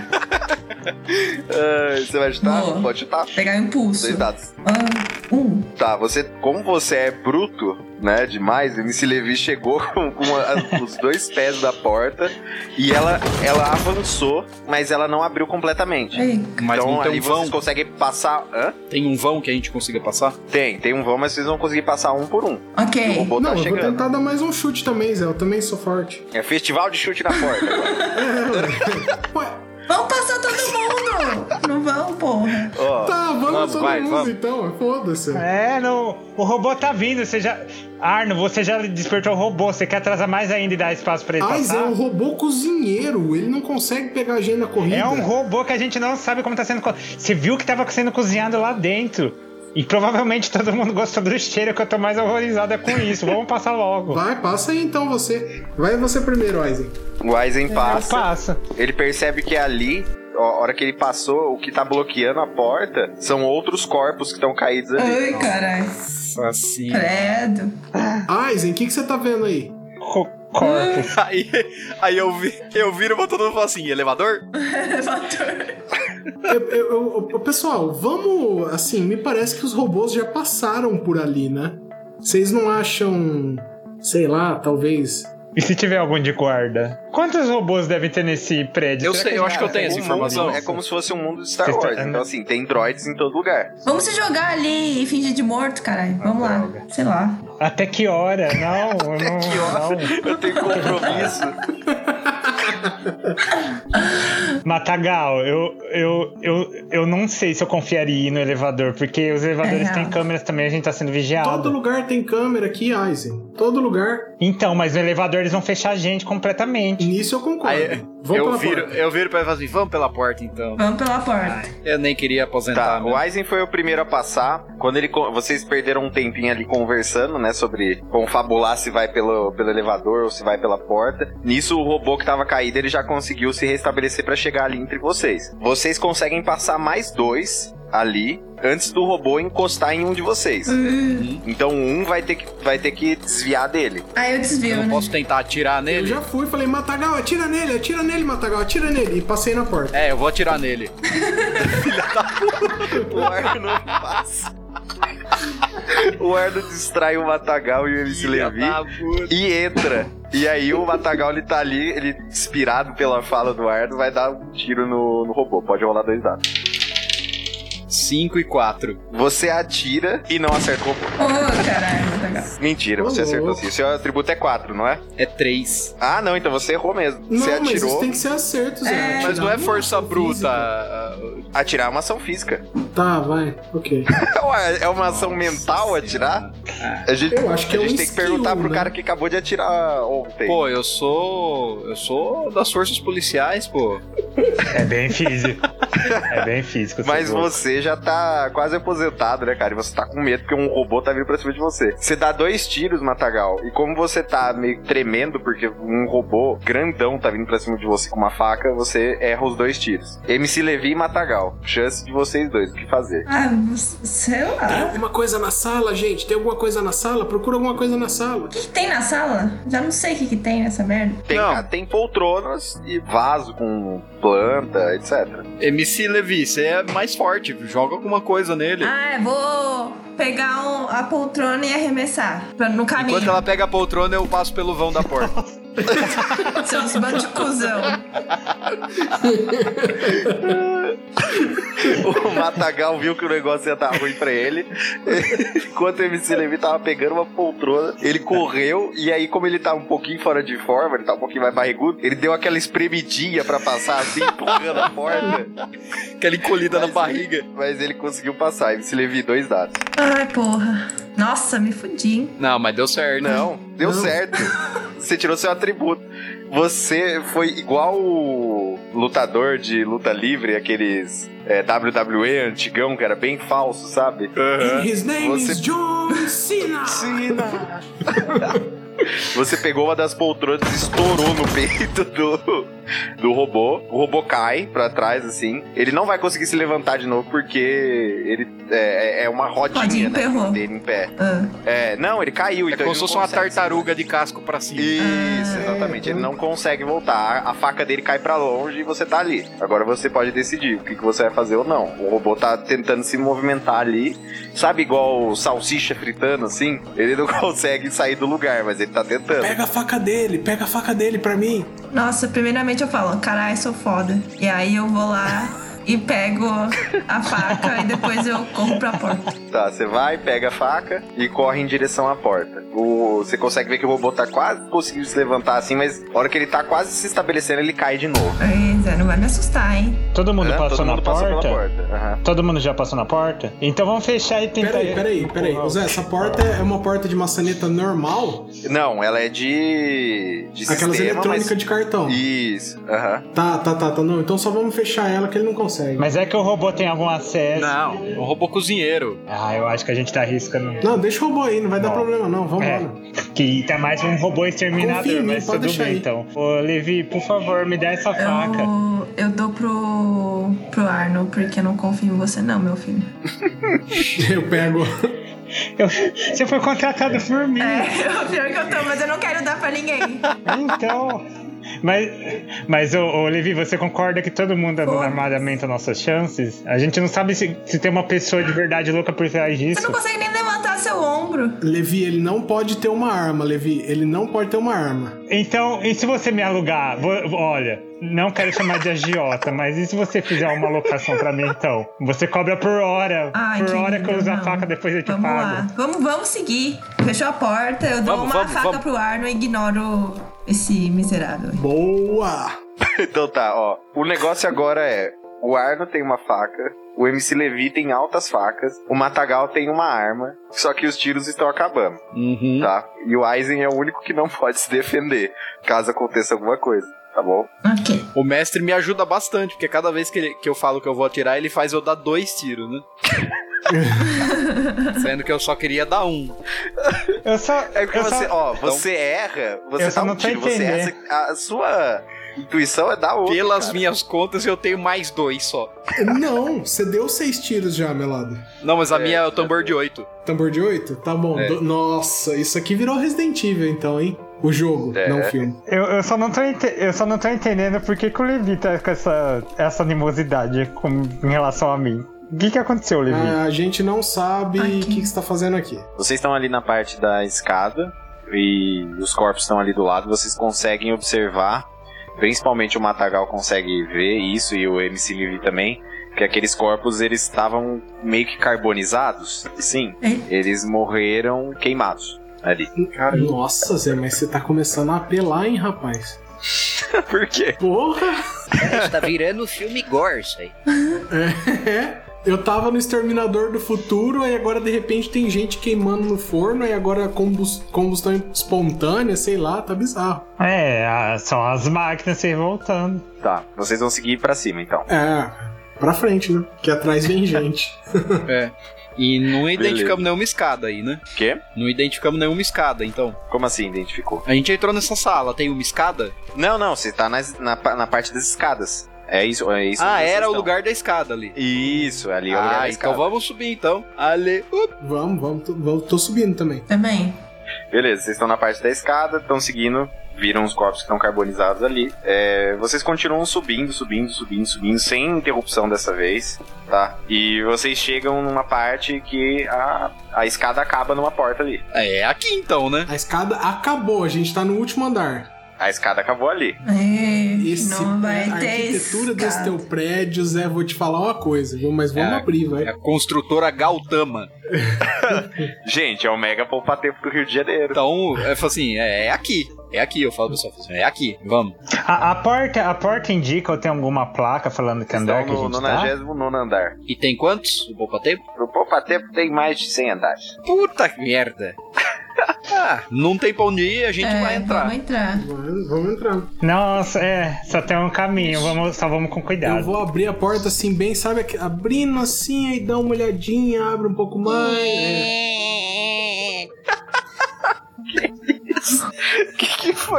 [SPEAKER 4] Ah, você vai chutar?
[SPEAKER 7] Boa.
[SPEAKER 4] Pode chutar.
[SPEAKER 7] Pegar o impulso.
[SPEAKER 4] Dois dados.
[SPEAKER 7] Ah, um.
[SPEAKER 4] Tá, você, como você é bruto, né, demais, MC Levi chegou com, com a- os dois pés da porta e ela, ela avançou, mas ela não abriu completamente.
[SPEAKER 7] Ei,
[SPEAKER 5] Mas
[SPEAKER 4] então
[SPEAKER 1] é
[SPEAKER 5] não tem
[SPEAKER 4] ali
[SPEAKER 5] um vão.
[SPEAKER 4] vocês conseguem passar. Hã?
[SPEAKER 5] Tem um vão que a gente consiga passar?
[SPEAKER 4] Tem, tem um vão, mas vocês vão conseguir passar um por um. O
[SPEAKER 7] ok.
[SPEAKER 4] robô
[SPEAKER 1] não,
[SPEAKER 4] tá
[SPEAKER 1] eu vou
[SPEAKER 4] chegando.
[SPEAKER 1] tentar dar mais um chute também, Zé. Eu também sou forte.
[SPEAKER 4] É festival de chute na porta agora.
[SPEAKER 1] É, ué. Ué,
[SPEAKER 7] Vamos passar todo mundo! Não vão, porra.
[SPEAKER 4] Ó,
[SPEAKER 1] tá, vamos,
[SPEAKER 4] Vamos,
[SPEAKER 1] todo
[SPEAKER 4] vai,
[SPEAKER 1] mundo
[SPEAKER 4] vamos.
[SPEAKER 1] então. Foda-se.
[SPEAKER 2] É, não. O robô tá vindo, você já. Arno, você já despertou o robô, você quer atrasar mais ainda e dar espaço pra ele
[SPEAKER 1] Mas é
[SPEAKER 2] passar?
[SPEAKER 1] um robô cozinheiro. Ele não consegue pegar a gente na corrida.
[SPEAKER 2] É um robô que a gente não sabe como tá sendo. co- Você viu que tava sendo cozinhado lá dentro. E provavelmente todo mundo gostou do cheiro, que eu tô mais horrorizado é com isso. Vamos passar logo.
[SPEAKER 1] Vai, passa aí então você. Vai você primeiro, Aizen.
[SPEAKER 4] o
[SPEAKER 2] É.
[SPEAKER 4] Aizen passa.
[SPEAKER 2] Passa.
[SPEAKER 4] Ele percebe que ali, ó, a hora que ele passou, o que tá bloqueando a porta são outros corpos que estão caídos ali.
[SPEAKER 7] Ai, caralho.
[SPEAKER 5] Assim.
[SPEAKER 7] Credo.
[SPEAKER 1] Aizen, o que, que você tá vendo aí?
[SPEAKER 2] Co- Corpus.
[SPEAKER 5] Aí, aí eu, vi, eu viro pra todo mundo e falo assim: elevador?
[SPEAKER 7] Elevador.
[SPEAKER 1] Eu- eu- eu- eu- pessoal, vamos. Assim, me parece que os robôs já passaram por ali, né? Vocês não acham. Sei lá, talvez.
[SPEAKER 2] E se tiver algum de guarda? Quantos robôs devem ter nesse prédio?
[SPEAKER 5] Eu
[SPEAKER 2] Será
[SPEAKER 5] sei, eu acho que eu tenho essa
[SPEAKER 4] O mundo
[SPEAKER 5] informação.
[SPEAKER 4] É como se fosse um mundo de Star
[SPEAKER 2] Vocês
[SPEAKER 4] Wars.
[SPEAKER 2] tão-
[SPEAKER 4] Então, assim, tem droids em todo lugar.
[SPEAKER 7] Vamos se jogar ali e fingir de morto, caralho. Vamos lá. Sei lá.
[SPEAKER 2] Até que hora? Não, eu não. não.
[SPEAKER 4] Eu tenho compromisso.
[SPEAKER 2] Matagal, eu, eu, eu, eu não sei se eu confiaria no elevador, porque os elevadores
[SPEAKER 7] É,
[SPEAKER 2] têm
[SPEAKER 7] não.
[SPEAKER 2] câmeras também, a gente tá sendo vigiado.
[SPEAKER 1] Todo lugar tem câmera aqui, Aizen. Todo lugar.
[SPEAKER 2] Então, mas no elevador eles vão fechar a gente completamente.
[SPEAKER 1] Nisso eu concordo.
[SPEAKER 5] Aí,
[SPEAKER 1] Vamos
[SPEAKER 5] eu,
[SPEAKER 1] pela
[SPEAKER 5] viro,
[SPEAKER 1] porta.
[SPEAKER 5] eu viro pra ele e falo assim: vamos pela porta então.
[SPEAKER 7] Vamos pela porta.
[SPEAKER 5] Eu nem queria aposentar.
[SPEAKER 4] Tá,
[SPEAKER 5] mesmo.
[SPEAKER 4] o Aizen foi o primeiro a passar. Quando ele. co- Vocês perderam um tempinho ali conversando, né? Sobre confabular se vai pelo, pelo elevador ou se vai pela porta. Nisso, o robô que tava caído, ele já conseguiu se restabelecer pra chegar ali entre vocês. Vocês conseguem passar mais dois ali antes do robô encostar em um de vocês.
[SPEAKER 7] Uh.
[SPEAKER 5] Uhum.
[SPEAKER 4] Então um vai ter que, vai ter que desviar dele.
[SPEAKER 7] Aí eu desvio,
[SPEAKER 5] Eu não
[SPEAKER 7] né?
[SPEAKER 5] posso tentar atirar
[SPEAKER 1] Eu
[SPEAKER 5] nele?
[SPEAKER 1] já fui, falei, Matagal, atira nele, atira nele, Matagal, atira nele. E passei na porta.
[SPEAKER 5] É, eu vou atirar nele.
[SPEAKER 4] O Arno passa. O Arno distrai o Matagal e o MC Levi. e entra. E aí o Matagal ele tá ali, ele inspirado pela fala do Ardo, vai dar um tiro no, no robô. Pode rolar dois dados.
[SPEAKER 5] 5 e 4.
[SPEAKER 4] Você atira e não acertou.
[SPEAKER 7] Ô, caralho, muito legal.
[SPEAKER 4] Mentira,
[SPEAKER 1] Ô,
[SPEAKER 4] você acertou
[SPEAKER 1] louco.
[SPEAKER 4] sim. O seu atributo é 4, não é?
[SPEAKER 5] É 3.
[SPEAKER 4] Ah, não, então você errou mesmo.
[SPEAKER 1] Não,
[SPEAKER 4] você
[SPEAKER 1] mas isso
[SPEAKER 4] atirou.
[SPEAKER 1] tem que ser acerto, Zé. Atirar
[SPEAKER 5] Mas não é
[SPEAKER 1] uma
[SPEAKER 5] força
[SPEAKER 1] ação
[SPEAKER 5] bruta.
[SPEAKER 1] física.
[SPEAKER 5] ah,
[SPEAKER 4] Atirar é uma ação física.
[SPEAKER 1] Tá, vai. Ok.
[SPEAKER 4] Ué, é uma ação mental atirar? A gente,
[SPEAKER 1] Eu acho que
[SPEAKER 4] a
[SPEAKER 1] é um
[SPEAKER 4] gente tem que
[SPEAKER 1] skill,
[SPEAKER 4] perguntar pro
[SPEAKER 1] né?
[SPEAKER 4] cara que acabou de atirar ontem.
[SPEAKER 5] Pô, eu sou. Eu sou das forças policiais, pô.
[SPEAKER 2] É bem físico. é bem físico.
[SPEAKER 4] Mas
[SPEAKER 2] esse jogo.
[SPEAKER 4] você já tá quase aposentado, né, cara? E você tá com medo porque um robô tá vindo pra cima de você. Você dá dois tiros, Matagal, e como você tá meio tremendo porque um robô grandão tá vindo pra cima de você com uma faca, você erra os dois tiros. MC Levi e Matagal, chance de vocês dois, o que fazer?
[SPEAKER 7] Ah, sei
[SPEAKER 1] Tem
[SPEAKER 7] lá.
[SPEAKER 1] alguma coisa na sala, gente? Tem alguma coisa na sala? Procura alguma coisa na sala.
[SPEAKER 7] O que, que tem na sala? Já não sei o que, que tem nessa merda.
[SPEAKER 4] Tem,
[SPEAKER 5] Não.
[SPEAKER 4] ah, tem poltronas e vaso com planta, etc.
[SPEAKER 5] MC Levi, você é mais forte, joga alguma coisa nele.
[SPEAKER 7] Ah, eu vou pegar um- a poltrona e arremessar pra- no caminho.
[SPEAKER 5] Enquanto ela pega a poltrona, eu passo pelo vão da porta.
[SPEAKER 7] Seus bandos de cuzão.
[SPEAKER 4] O Matagal viu que o negócio ia estar ruim pra ele. Enquanto o MC Levi tava pegando uma poltrona, ele correu e aí, como ele tá um pouquinho fora de forma, ele tá um pouquinho mais barrigudo, ele deu aquela espremidinha pra passar assim, empurrando a porta.
[SPEAKER 5] Aquela encolhida na barriga.
[SPEAKER 4] Mas ele conseguiu passar. MC Levi, dois dados.
[SPEAKER 7] Ai, porra. Nossa, me fudi, hein?
[SPEAKER 5] Não, mas deu certo.
[SPEAKER 4] Não, deu
[SPEAKER 1] Não.
[SPEAKER 4] certo. Você tirou seu atributo. Você foi igual o lutador de luta livre, aqueles é, WWE antigão, que era bem falso, sabe?
[SPEAKER 1] His name
[SPEAKER 4] Você-
[SPEAKER 1] is John Cena.
[SPEAKER 4] Piscina. Você pegou uma das poltronas e estourou no peito do, do robô. O robô cai pra trás, assim. Ele não vai conseguir se levantar de novo porque ele é, é uma rodinha
[SPEAKER 7] Rodinha
[SPEAKER 4] né,
[SPEAKER 7] emperrou.
[SPEAKER 4] dele em pé.
[SPEAKER 7] Ah,
[SPEAKER 4] É, não, ele caiu.
[SPEAKER 5] É
[SPEAKER 4] então
[SPEAKER 5] como
[SPEAKER 4] ele
[SPEAKER 5] se
[SPEAKER 4] não
[SPEAKER 5] fosse uma
[SPEAKER 4] consegue.
[SPEAKER 5] tartaruga de casco pra cima.
[SPEAKER 4] Isso, exatamente. Ele não consegue voltar. A faca dele cai pra longe e você tá ali. Agora você pode decidir o que, que você vai fazer ou não. O robô tá tentando se movimentar ali. Sabe igual o salsicha fritando assim? Ele não consegue sair do lugar, mas ele tá tentando.
[SPEAKER 1] Pega a faca dele, pega a faca dele pra mim.
[SPEAKER 7] Nossa, primeiramente eu falo, caralho, sou foda. E aí eu vou lá e pego a faca e depois eu corro pra porta.
[SPEAKER 4] Tá, você vai, pega a faca e corre em direção à porta. O, você consegue ver que o robô tá quase conseguindo se levantar assim, mas na hora que ele tá quase se estabelecendo, ele cai de novo.
[SPEAKER 7] Aí, Zé, não vai me assustar, hein?
[SPEAKER 2] Todo mundo
[SPEAKER 4] Né?
[SPEAKER 2] passou
[SPEAKER 4] Todo
[SPEAKER 2] na
[SPEAKER 4] mundo
[SPEAKER 2] porta?
[SPEAKER 4] pela porta. Aham.
[SPEAKER 2] Todo mundo já passou na porta? Então vamos fechar e tentar.
[SPEAKER 1] Peraí, peraí, peraí. Ô, Zé, essa porta é uma porta de maçaneta normal?
[SPEAKER 4] Não, ela é de. de
[SPEAKER 1] Aquelas
[SPEAKER 4] sistema,
[SPEAKER 1] eletrônicas
[SPEAKER 4] mas-
[SPEAKER 1] de cartão.
[SPEAKER 4] Isso, aham.
[SPEAKER 1] Tá, tá, tá, tá. Não, então só vamos fechar ela que ele não consegue.
[SPEAKER 2] Mas é que o robô tem algum acesso.
[SPEAKER 5] Não, um robô cozinheiro.
[SPEAKER 2] Ah, eu acho que a gente tá arriscando.
[SPEAKER 1] Não, deixa o robô aí, não vai dar
[SPEAKER 2] Não.
[SPEAKER 1] problema não. Vamos
[SPEAKER 2] É,
[SPEAKER 1] lá.
[SPEAKER 2] que tá mais um robô
[SPEAKER 1] Confia em
[SPEAKER 2] exterminador,
[SPEAKER 1] mim,
[SPEAKER 2] mas
[SPEAKER 1] pode
[SPEAKER 2] tudo
[SPEAKER 1] deixar
[SPEAKER 2] bem
[SPEAKER 1] aí.
[SPEAKER 2] então. Ô, Levi, por favor, me dá essa faca.
[SPEAKER 7] Eu, eu dou pro, pro Arnold, porque eu não confio em você, não, meu filho.
[SPEAKER 1] Eu pego.
[SPEAKER 2] Eu- você foi contratado por mim,
[SPEAKER 7] É, é o pior que eu tô, mas eu não quero dar pra ninguém.
[SPEAKER 2] então. Mas, mas ô, ô, Levi, você concorda que todo mundo
[SPEAKER 7] Pô.
[SPEAKER 2] armamenta nossas chances? A gente não sabe se, se tem uma pessoa de verdade louca por trás
[SPEAKER 7] Você
[SPEAKER 2] disso.
[SPEAKER 7] não consegue nem levantar seu ombro.
[SPEAKER 1] Levi, ele não pode ter uma arma, Levi. Ele não pode ter uma arma.
[SPEAKER 2] Então, e se você me alugar? Vo- olha, não quero chamar de agiota, mas e se você fizer uma alocação pra mim então? Você cobra por hora.
[SPEAKER 7] Ai,
[SPEAKER 2] por hora
[SPEAKER 7] querida,
[SPEAKER 2] que eu uso a
[SPEAKER 7] não.
[SPEAKER 2] faca, depois eu te
[SPEAKER 7] vamos
[SPEAKER 2] pago.
[SPEAKER 7] Lá. Vamos, vamos seguir. Fechou a porta, eu dou
[SPEAKER 5] Vamos,
[SPEAKER 7] uma
[SPEAKER 5] vamos,
[SPEAKER 7] faca
[SPEAKER 5] vamos.
[SPEAKER 7] pro Arnold e ignoro esse miserável.
[SPEAKER 1] Boa!
[SPEAKER 4] Então tá, ó. O negócio agora é: o Arno tem uma faca, o MC Levi tem altas facas, o Matagal tem uma arma, só que os tiros estão acabando,
[SPEAKER 5] Uhum.
[SPEAKER 4] tá? E o Aizen é o único que não pode se defender, caso aconteça alguma coisa, tá bom?
[SPEAKER 7] Ok.
[SPEAKER 5] O mestre me ajuda bastante, porque cada vez que, ele- que eu falo que eu vou atirar, ele faz eu dar dois tiros, né? Sendo que eu só queria dar um.
[SPEAKER 2] Eu só.
[SPEAKER 4] É porque
[SPEAKER 2] eu só-
[SPEAKER 4] você, ó, você erra, você
[SPEAKER 2] eu só
[SPEAKER 4] dá um
[SPEAKER 2] não tô
[SPEAKER 4] tiro, você erra,
[SPEAKER 2] entendendo.
[SPEAKER 4] a sua intuição é dar outro.
[SPEAKER 5] então, Pelas
[SPEAKER 4] cara.
[SPEAKER 5] minhas contas, eu tenho mais dois só.
[SPEAKER 1] Não, você deu seis tiros já, melado.
[SPEAKER 5] Não, mas a
[SPEAKER 4] É,
[SPEAKER 5] minha é o tambor de oito.
[SPEAKER 1] Tambor de oito? Tá bom.
[SPEAKER 5] É.
[SPEAKER 1] Do- Nossa, isso aqui virou Resident Evil então, hein? O jogo,
[SPEAKER 4] É.
[SPEAKER 1] não o filme.
[SPEAKER 2] Eu, eu só não tô ente- eu só não tô entendendo por que, que o Levi tá com essa, essa animosidade com- em relação a mim. O que, que aconteceu, Levi?
[SPEAKER 1] Ah, a gente não sabe o
[SPEAKER 7] Aqui.
[SPEAKER 1] que, que você tá fazendo aqui.
[SPEAKER 4] Vocês estão ali na parte da escada e os corpos estão ali do lado, vocês conseguem observar, principalmente o Matagal consegue ver isso e o MC Livre também, Porque aqueles corpos, eles estavam meio que carbonizados. Sim,
[SPEAKER 7] Hein?
[SPEAKER 4] eles morreram queimados ali.
[SPEAKER 1] Nossa, Zé, mas você tá começando a apelar, hein, rapaz?
[SPEAKER 4] Por quê?
[SPEAKER 1] Porra!
[SPEAKER 9] Isso tá virando filme gore isso aí.
[SPEAKER 1] É. Eu tava no Exterminador do Futuro, aí agora de repente tem gente queimando no forno, aí agora combus- combustão espontânea, sei lá, tá bizarro.
[SPEAKER 2] É, a- são as máquinas se revoltando.
[SPEAKER 4] Tá, vocês vão seguir pra cima então.
[SPEAKER 1] É, pra frente, né? Que atrás vem gente.
[SPEAKER 5] É. E não identificamos
[SPEAKER 4] Beleza.
[SPEAKER 5] nenhuma escada aí, né?
[SPEAKER 4] O quê?
[SPEAKER 5] Não identificamos nenhuma escada, então.
[SPEAKER 4] Como assim identificou?
[SPEAKER 5] A gente entrou nessa sala, tem uma escada?
[SPEAKER 4] Não, não, você tá nas- na, pa- na parte das escadas. É isso, é isso.
[SPEAKER 5] ah,
[SPEAKER 4] que vocês
[SPEAKER 5] era o
[SPEAKER 4] estão.
[SPEAKER 5] lugar da escada ali.
[SPEAKER 4] Isso, ali é o lugar da
[SPEAKER 5] Ah,
[SPEAKER 4] escada.
[SPEAKER 5] então vamos subir então. Ale. Up.
[SPEAKER 1] Vamos, vamos, tô, vamos, tô subindo também.
[SPEAKER 7] Também.
[SPEAKER 4] Beleza, vocês estão na parte da escada, estão seguindo, viram os corpos que estão carbonizados ali. É, vocês continuam subindo, subindo, subindo, subindo, sem interrupção dessa vez, tá? E vocês chegam numa parte que a, a escada acaba numa porta ali.
[SPEAKER 5] É aqui então, né?
[SPEAKER 1] A escada acabou, a gente tá no último andar.
[SPEAKER 4] A escada acabou ali.
[SPEAKER 7] Ei,
[SPEAKER 1] Esse, é
[SPEAKER 7] não vai
[SPEAKER 1] a
[SPEAKER 7] ter
[SPEAKER 1] arquitetura desse
[SPEAKER 7] escada.
[SPEAKER 1] teu prédio, Zé, vou te falar uma coisa, viu? Mas vamos
[SPEAKER 5] É.
[SPEAKER 1] abrir,
[SPEAKER 5] É
[SPEAKER 1] vai.
[SPEAKER 5] a construtora Gautama.
[SPEAKER 4] Gente, é o mega poupatempo do Rio de Janeiro.
[SPEAKER 5] Então, eu falo assim, é, é aqui. É aqui, eu falo pro pessoal, falo assim, é aqui, vamos.
[SPEAKER 2] A, a porta, a porta indica ou tem alguma placa falando que
[SPEAKER 4] Vocês
[SPEAKER 2] andar que a
[SPEAKER 4] estão
[SPEAKER 2] gente
[SPEAKER 4] no
[SPEAKER 2] tá?
[SPEAKER 4] 99 andar.
[SPEAKER 5] E tem quantos? O Poupa Tempo?
[SPEAKER 4] O poupatempo tem mais de 100 andares.
[SPEAKER 5] Puta que merda. ah, não tem pra onde ir, a gente
[SPEAKER 7] É,
[SPEAKER 5] vai entrar.
[SPEAKER 7] Vamos entrar.
[SPEAKER 1] Vamos, vamos entrar.
[SPEAKER 2] Nossa, é, só tem um caminho, vamos, só vamos com
[SPEAKER 1] Eu
[SPEAKER 2] cuidado.
[SPEAKER 1] vou abrir a porta assim, bem, sabe? aqui- Abrindo assim, aí dá uma olhadinha, abre um pouco mais. É.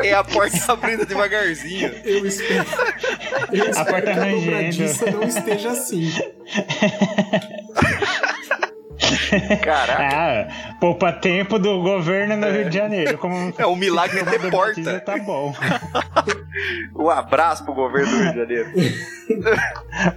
[SPEAKER 5] É a porta abrindo devagarzinho.
[SPEAKER 1] Eu espero. Eu espero
[SPEAKER 2] porta
[SPEAKER 1] que a
[SPEAKER 2] rangendo.
[SPEAKER 1] dobradiça não esteja assim.
[SPEAKER 4] Caraca.
[SPEAKER 2] Ah, poupa tempo do governo no Rio de Janeiro. Como
[SPEAKER 5] É um milagre é
[SPEAKER 2] como
[SPEAKER 5] ter
[SPEAKER 2] a
[SPEAKER 5] porta.
[SPEAKER 2] Batista Tá bom.
[SPEAKER 4] Um abraço pro governo do Rio de Janeiro.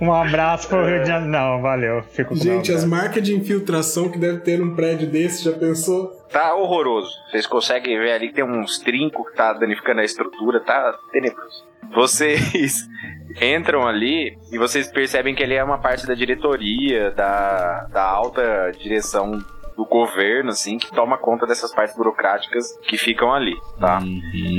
[SPEAKER 2] Um abraço pro Rio de Janeiro. Não, valeu. Fico com
[SPEAKER 1] Gente,
[SPEAKER 2] um
[SPEAKER 1] as
[SPEAKER 2] abraço.
[SPEAKER 1] marcas de infiltração que deve ter num prédio desse, já pensou?
[SPEAKER 4] Tá horroroso. Vocês conseguem ver ali que tem uns trincos que tá danificando a estrutura, tá tenebroso. Vocês entram ali e vocês percebem que ele é uma parte da diretoria, da, da alta direção do governo, assim, que toma conta dessas partes burocráticas que ficam ali, tá?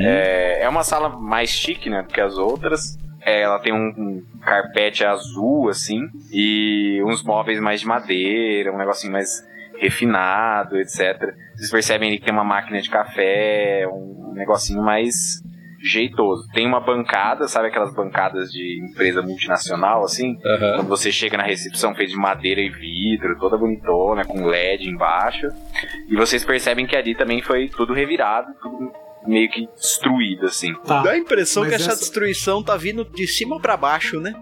[SPEAKER 4] É, é uma sala mais chique, né, do que as outras. É, ela tem um, um carpete azul, assim, e uns móveis mais de madeira, um negocinho mais refinado, etc. Vocês percebem ali que tem uma máquina de café, um negocinho mais jeitoso. Tem uma bancada, sabe aquelas bancadas de empresa multinacional, assim?
[SPEAKER 5] Aham.
[SPEAKER 4] Quando você chega na recepção, feita de madeira e vidro, toda bonitona, com LED embaixo. E vocês percebem que ali também foi tudo revirado, tudo meio que destruído, assim.
[SPEAKER 1] Tá.
[SPEAKER 5] Dá a impressão
[SPEAKER 1] Mas
[SPEAKER 5] que essa
[SPEAKER 1] essa-
[SPEAKER 5] destruição tá vindo de cima pra baixo, né?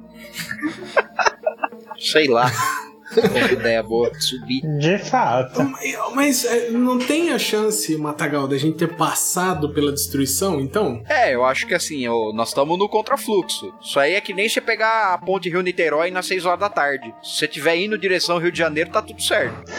[SPEAKER 5] Sei lá. ideia boa.
[SPEAKER 9] Subir.
[SPEAKER 2] De fato.
[SPEAKER 1] Mas é, não tem a chance, Matagal, da gente ter passado pela destruição, então?
[SPEAKER 5] É, eu acho que assim, ó, nós estamos no contrafluxo. Isso aí é que nem você pegar a ponte Rio-Niterói nas 6 horas da tarde. Se você estiver indo em direção ao Rio de Janeiro, tá tudo certo.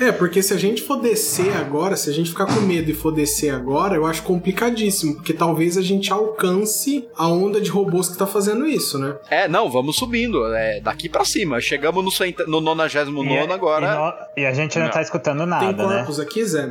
[SPEAKER 1] É, porque se a gente for descer agora, se a gente ficar com medo e for descer agora, eu acho complicadíssimo, porque talvez a gente alcance a onda de robôs que tá fazendo isso, né?
[SPEAKER 5] É, não, vamos subindo. É daqui pra cima. Chegamos no, centa... no 99
[SPEAKER 2] E-
[SPEAKER 5] agora.
[SPEAKER 2] E, no- e a gente não,
[SPEAKER 4] Não.
[SPEAKER 2] tá escutando nada,
[SPEAKER 1] tem
[SPEAKER 2] né?
[SPEAKER 1] corpos aqui, Zé?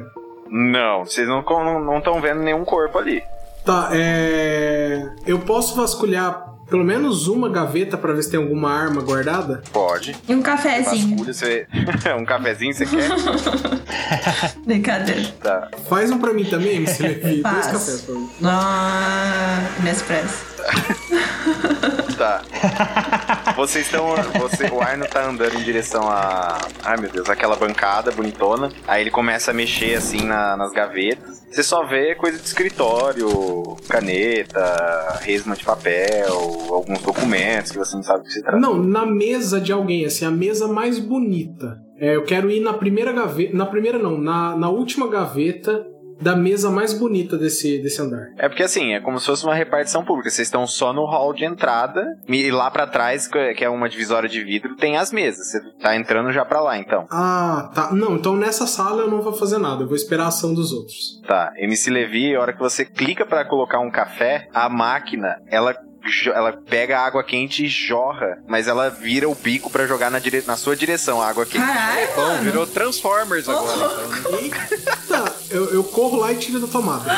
[SPEAKER 4] Não, vocês não estão não, não tão vendo nenhum corpo ali.
[SPEAKER 1] Tá, é. Eu posso vasculhar pelo menos uma gaveta pra ver se tem alguma arma guardada?
[SPEAKER 4] Pode.
[SPEAKER 7] E um cafezinho.
[SPEAKER 4] Vasculha, você... um cafezinho você quer?
[SPEAKER 7] Brincadeira.
[SPEAKER 4] Tá.
[SPEAKER 1] Faz um pra mim também, MC Levi. Dois
[SPEAKER 7] Faz.
[SPEAKER 1] cafés pra mim.
[SPEAKER 7] Ah, Nespresso.
[SPEAKER 4] Tá. Vocês estão. Você, o Arno tá andando em direção a. Ai meu Deus, aquela bancada bonitona. Aí ele começa a mexer assim na- nas gavetas. Você só vê coisa de escritório, caneta, resma de papel, alguns documentos que você não sabe o que se trata.
[SPEAKER 1] Não, na mesa de alguém, assim, a mesa mais bonita. É, eu quero ir na primeira gaveta. Na primeira não, na, na última gaveta da mesa mais bonita desse, desse andar.
[SPEAKER 4] É porque assim, é como se fosse uma repartição pública. Vocês estão só no hall de entrada e lá pra trás, que é uma divisória de vidro, tem as mesas. Você tá entrando já pra lá então.
[SPEAKER 1] Ah, tá. Não, então nessa sala eu não vou fazer nada, eu vou esperar a ação dos outros.
[SPEAKER 4] Tá, MC Levi, a hora que você clica pra colocar um café, a máquina, ela jo- ela pega a água quente e jorra, mas ela vira o bico pra jogar na, dire- na sua direção a água
[SPEAKER 1] é
[SPEAKER 4] quente.
[SPEAKER 7] Caralho,
[SPEAKER 5] Bom,
[SPEAKER 7] mano.
[SPEAKER 5] Então, virou Transformers agora. Então,
[SPEAKER 1] Eita, Tá, eu, eu corro lá e tiro da tomada.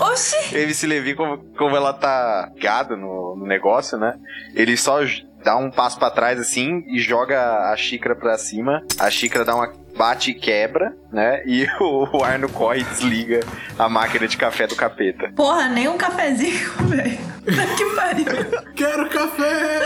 [SPEAKER 7] Oxi!
[SPEAKER 4] Ele se Levi, como, como ela tá ligada no, no negócio, né? Ele só j- dá um passo pra trás assim e joga a xícara pra cima. A xícara dá uma bate e quebra, né? E o, o Arno corre e desliga a máquina de café do capeta.
[SPEAKER 7] Porra, nem um cafezinho, velho. Puta Que pariu.
[SPEAKER 1] Quero café!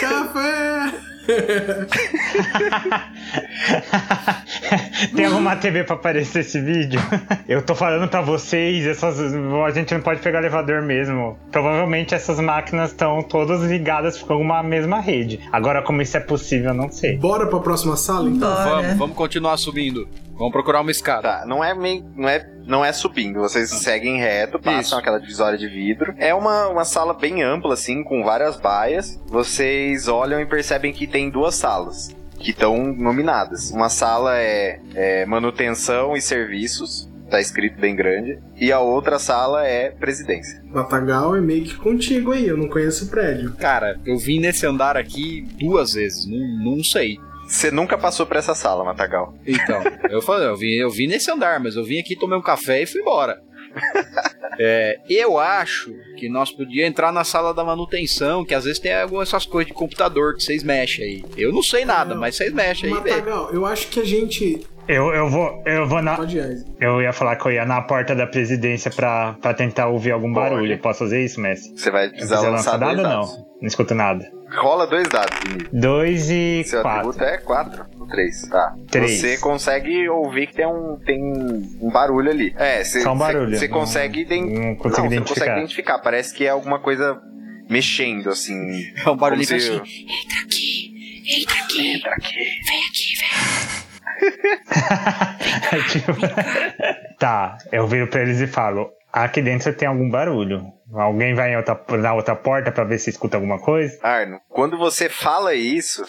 [SPEAKER 1] Café!
[SPEAKER 2] Tem alguma TV pra aparecer esse vídeo? Eu tô falando pra vocês, essas, a gente não pode pegar elevador mesmo. Provavelmente essas máquinas estão todas ligadas com uma mesma rede. Agora, como isso é possível, eu não sei.
[SPEAKER 1] Bora pra próxima sala, então?
[SPEAKER 5] Vamos,
[SPEAKER 7] Bora.
[SPEAKER 5] vamos continuar subindo. Vamos procurar uma escada.
[SPEAKER 4] Tá, não é meio, não é, não é subindo, vocês seguem reto, passam
[SPEAKER 5] Isso.
[SPEAKER 4] aquela divisória de vidro. É uma, uma sala bem ampla assim, com várias baias. Vocês olham e percebem que tem duas salas que estão nominadas. Uma sala é, é manutenção e serviços, tá escrito bem grande, e a outra sala é presidência.
[SPEAKER 1] Matagal é meio que contigo aí, eu não conheço o prédio.
[SPEAKER 5] Cara, eu vim nesse andar aqui duas vezes, não, não sei.
[SPEAKER 4] Você nunca passou por essa sala, Matagal.
[SPEAKER 5] Então, eu falei, eu vim, eu vim nesse andar, mas eu vim aqui, tomei um café e fui embora. É, eu acho que nós podíamos entrar na sala da manutenção, que às vezes tem algumas essas coisas de computador que vocês mexem aí. Eu não sei nada,
[SPEAKER 1] Não. tá
[SPEAKER 5] mas vocês mexem aí, velho.
[SPEAKER 1] Matagal, eu acho que a gente.
[SPEAKER 2] Eu, eu vou, eu vou na.
[SPEAKER 1] Pode ir, Aizen.
[SPEAKER 2] Eu ia falar que eu ia na porta da presidência pra, pra tentar ouvir algum
[SPEAKER 4] Pode.
[SPEAKER 2] barulho. Posso fazer isso, mestre?
[SPEAKER 4] Você vai
[SPEAKER 2] Não
[SPEAKER 4] precisar
[SPEAKER 2] precisa
[SPEAKER 4] lançar
[SPEAKER 2] lançar
[SPEAKER 4] dois
[SPEAKER 2] nada, não.
[SPEAKER 4] dados.
[SPEAKER 2] Não escuto nada.
[SPEAKER 4] Rola dois dados, Vinícius.
[SPEAKER 2] Dois e
[SPEAKER 4] Seu
[SPEAKER 2] quatro.
[SPEAKER 4] atributo é 4 ou 3, tá.
[SPEAKER 2] Três.
[SPEAKER 4] Você consegue ouvir que tem um, tem um barulho ali. É, você
[SPEAKER 2] Só um barulho.
[SPEAKER 4] Você
[SPEAKER 2] Não-
[SPEAKER 4] consegue, iden-
[SPEAKER 2] não consigo
[SPEAKER 4] você
[SPEAKER 2] identificar.
[SPEAKER 4] consegue identificar. Parece que é alguma coisa mexendo, assim.
[SPEAKER 5] É um barulhinho
[SPEAKER 4] Como se-
[SPEAKER 5] assim.
[SPEAKER 2] Aí, tipo, tá, eu viro pra eles e falo: aqui dentro tem algum barulho. Alguém vai em outra- na outra porta pra ver se escuta alguma coisa?
[SPEAKER 4] Arno, quando você fala isso,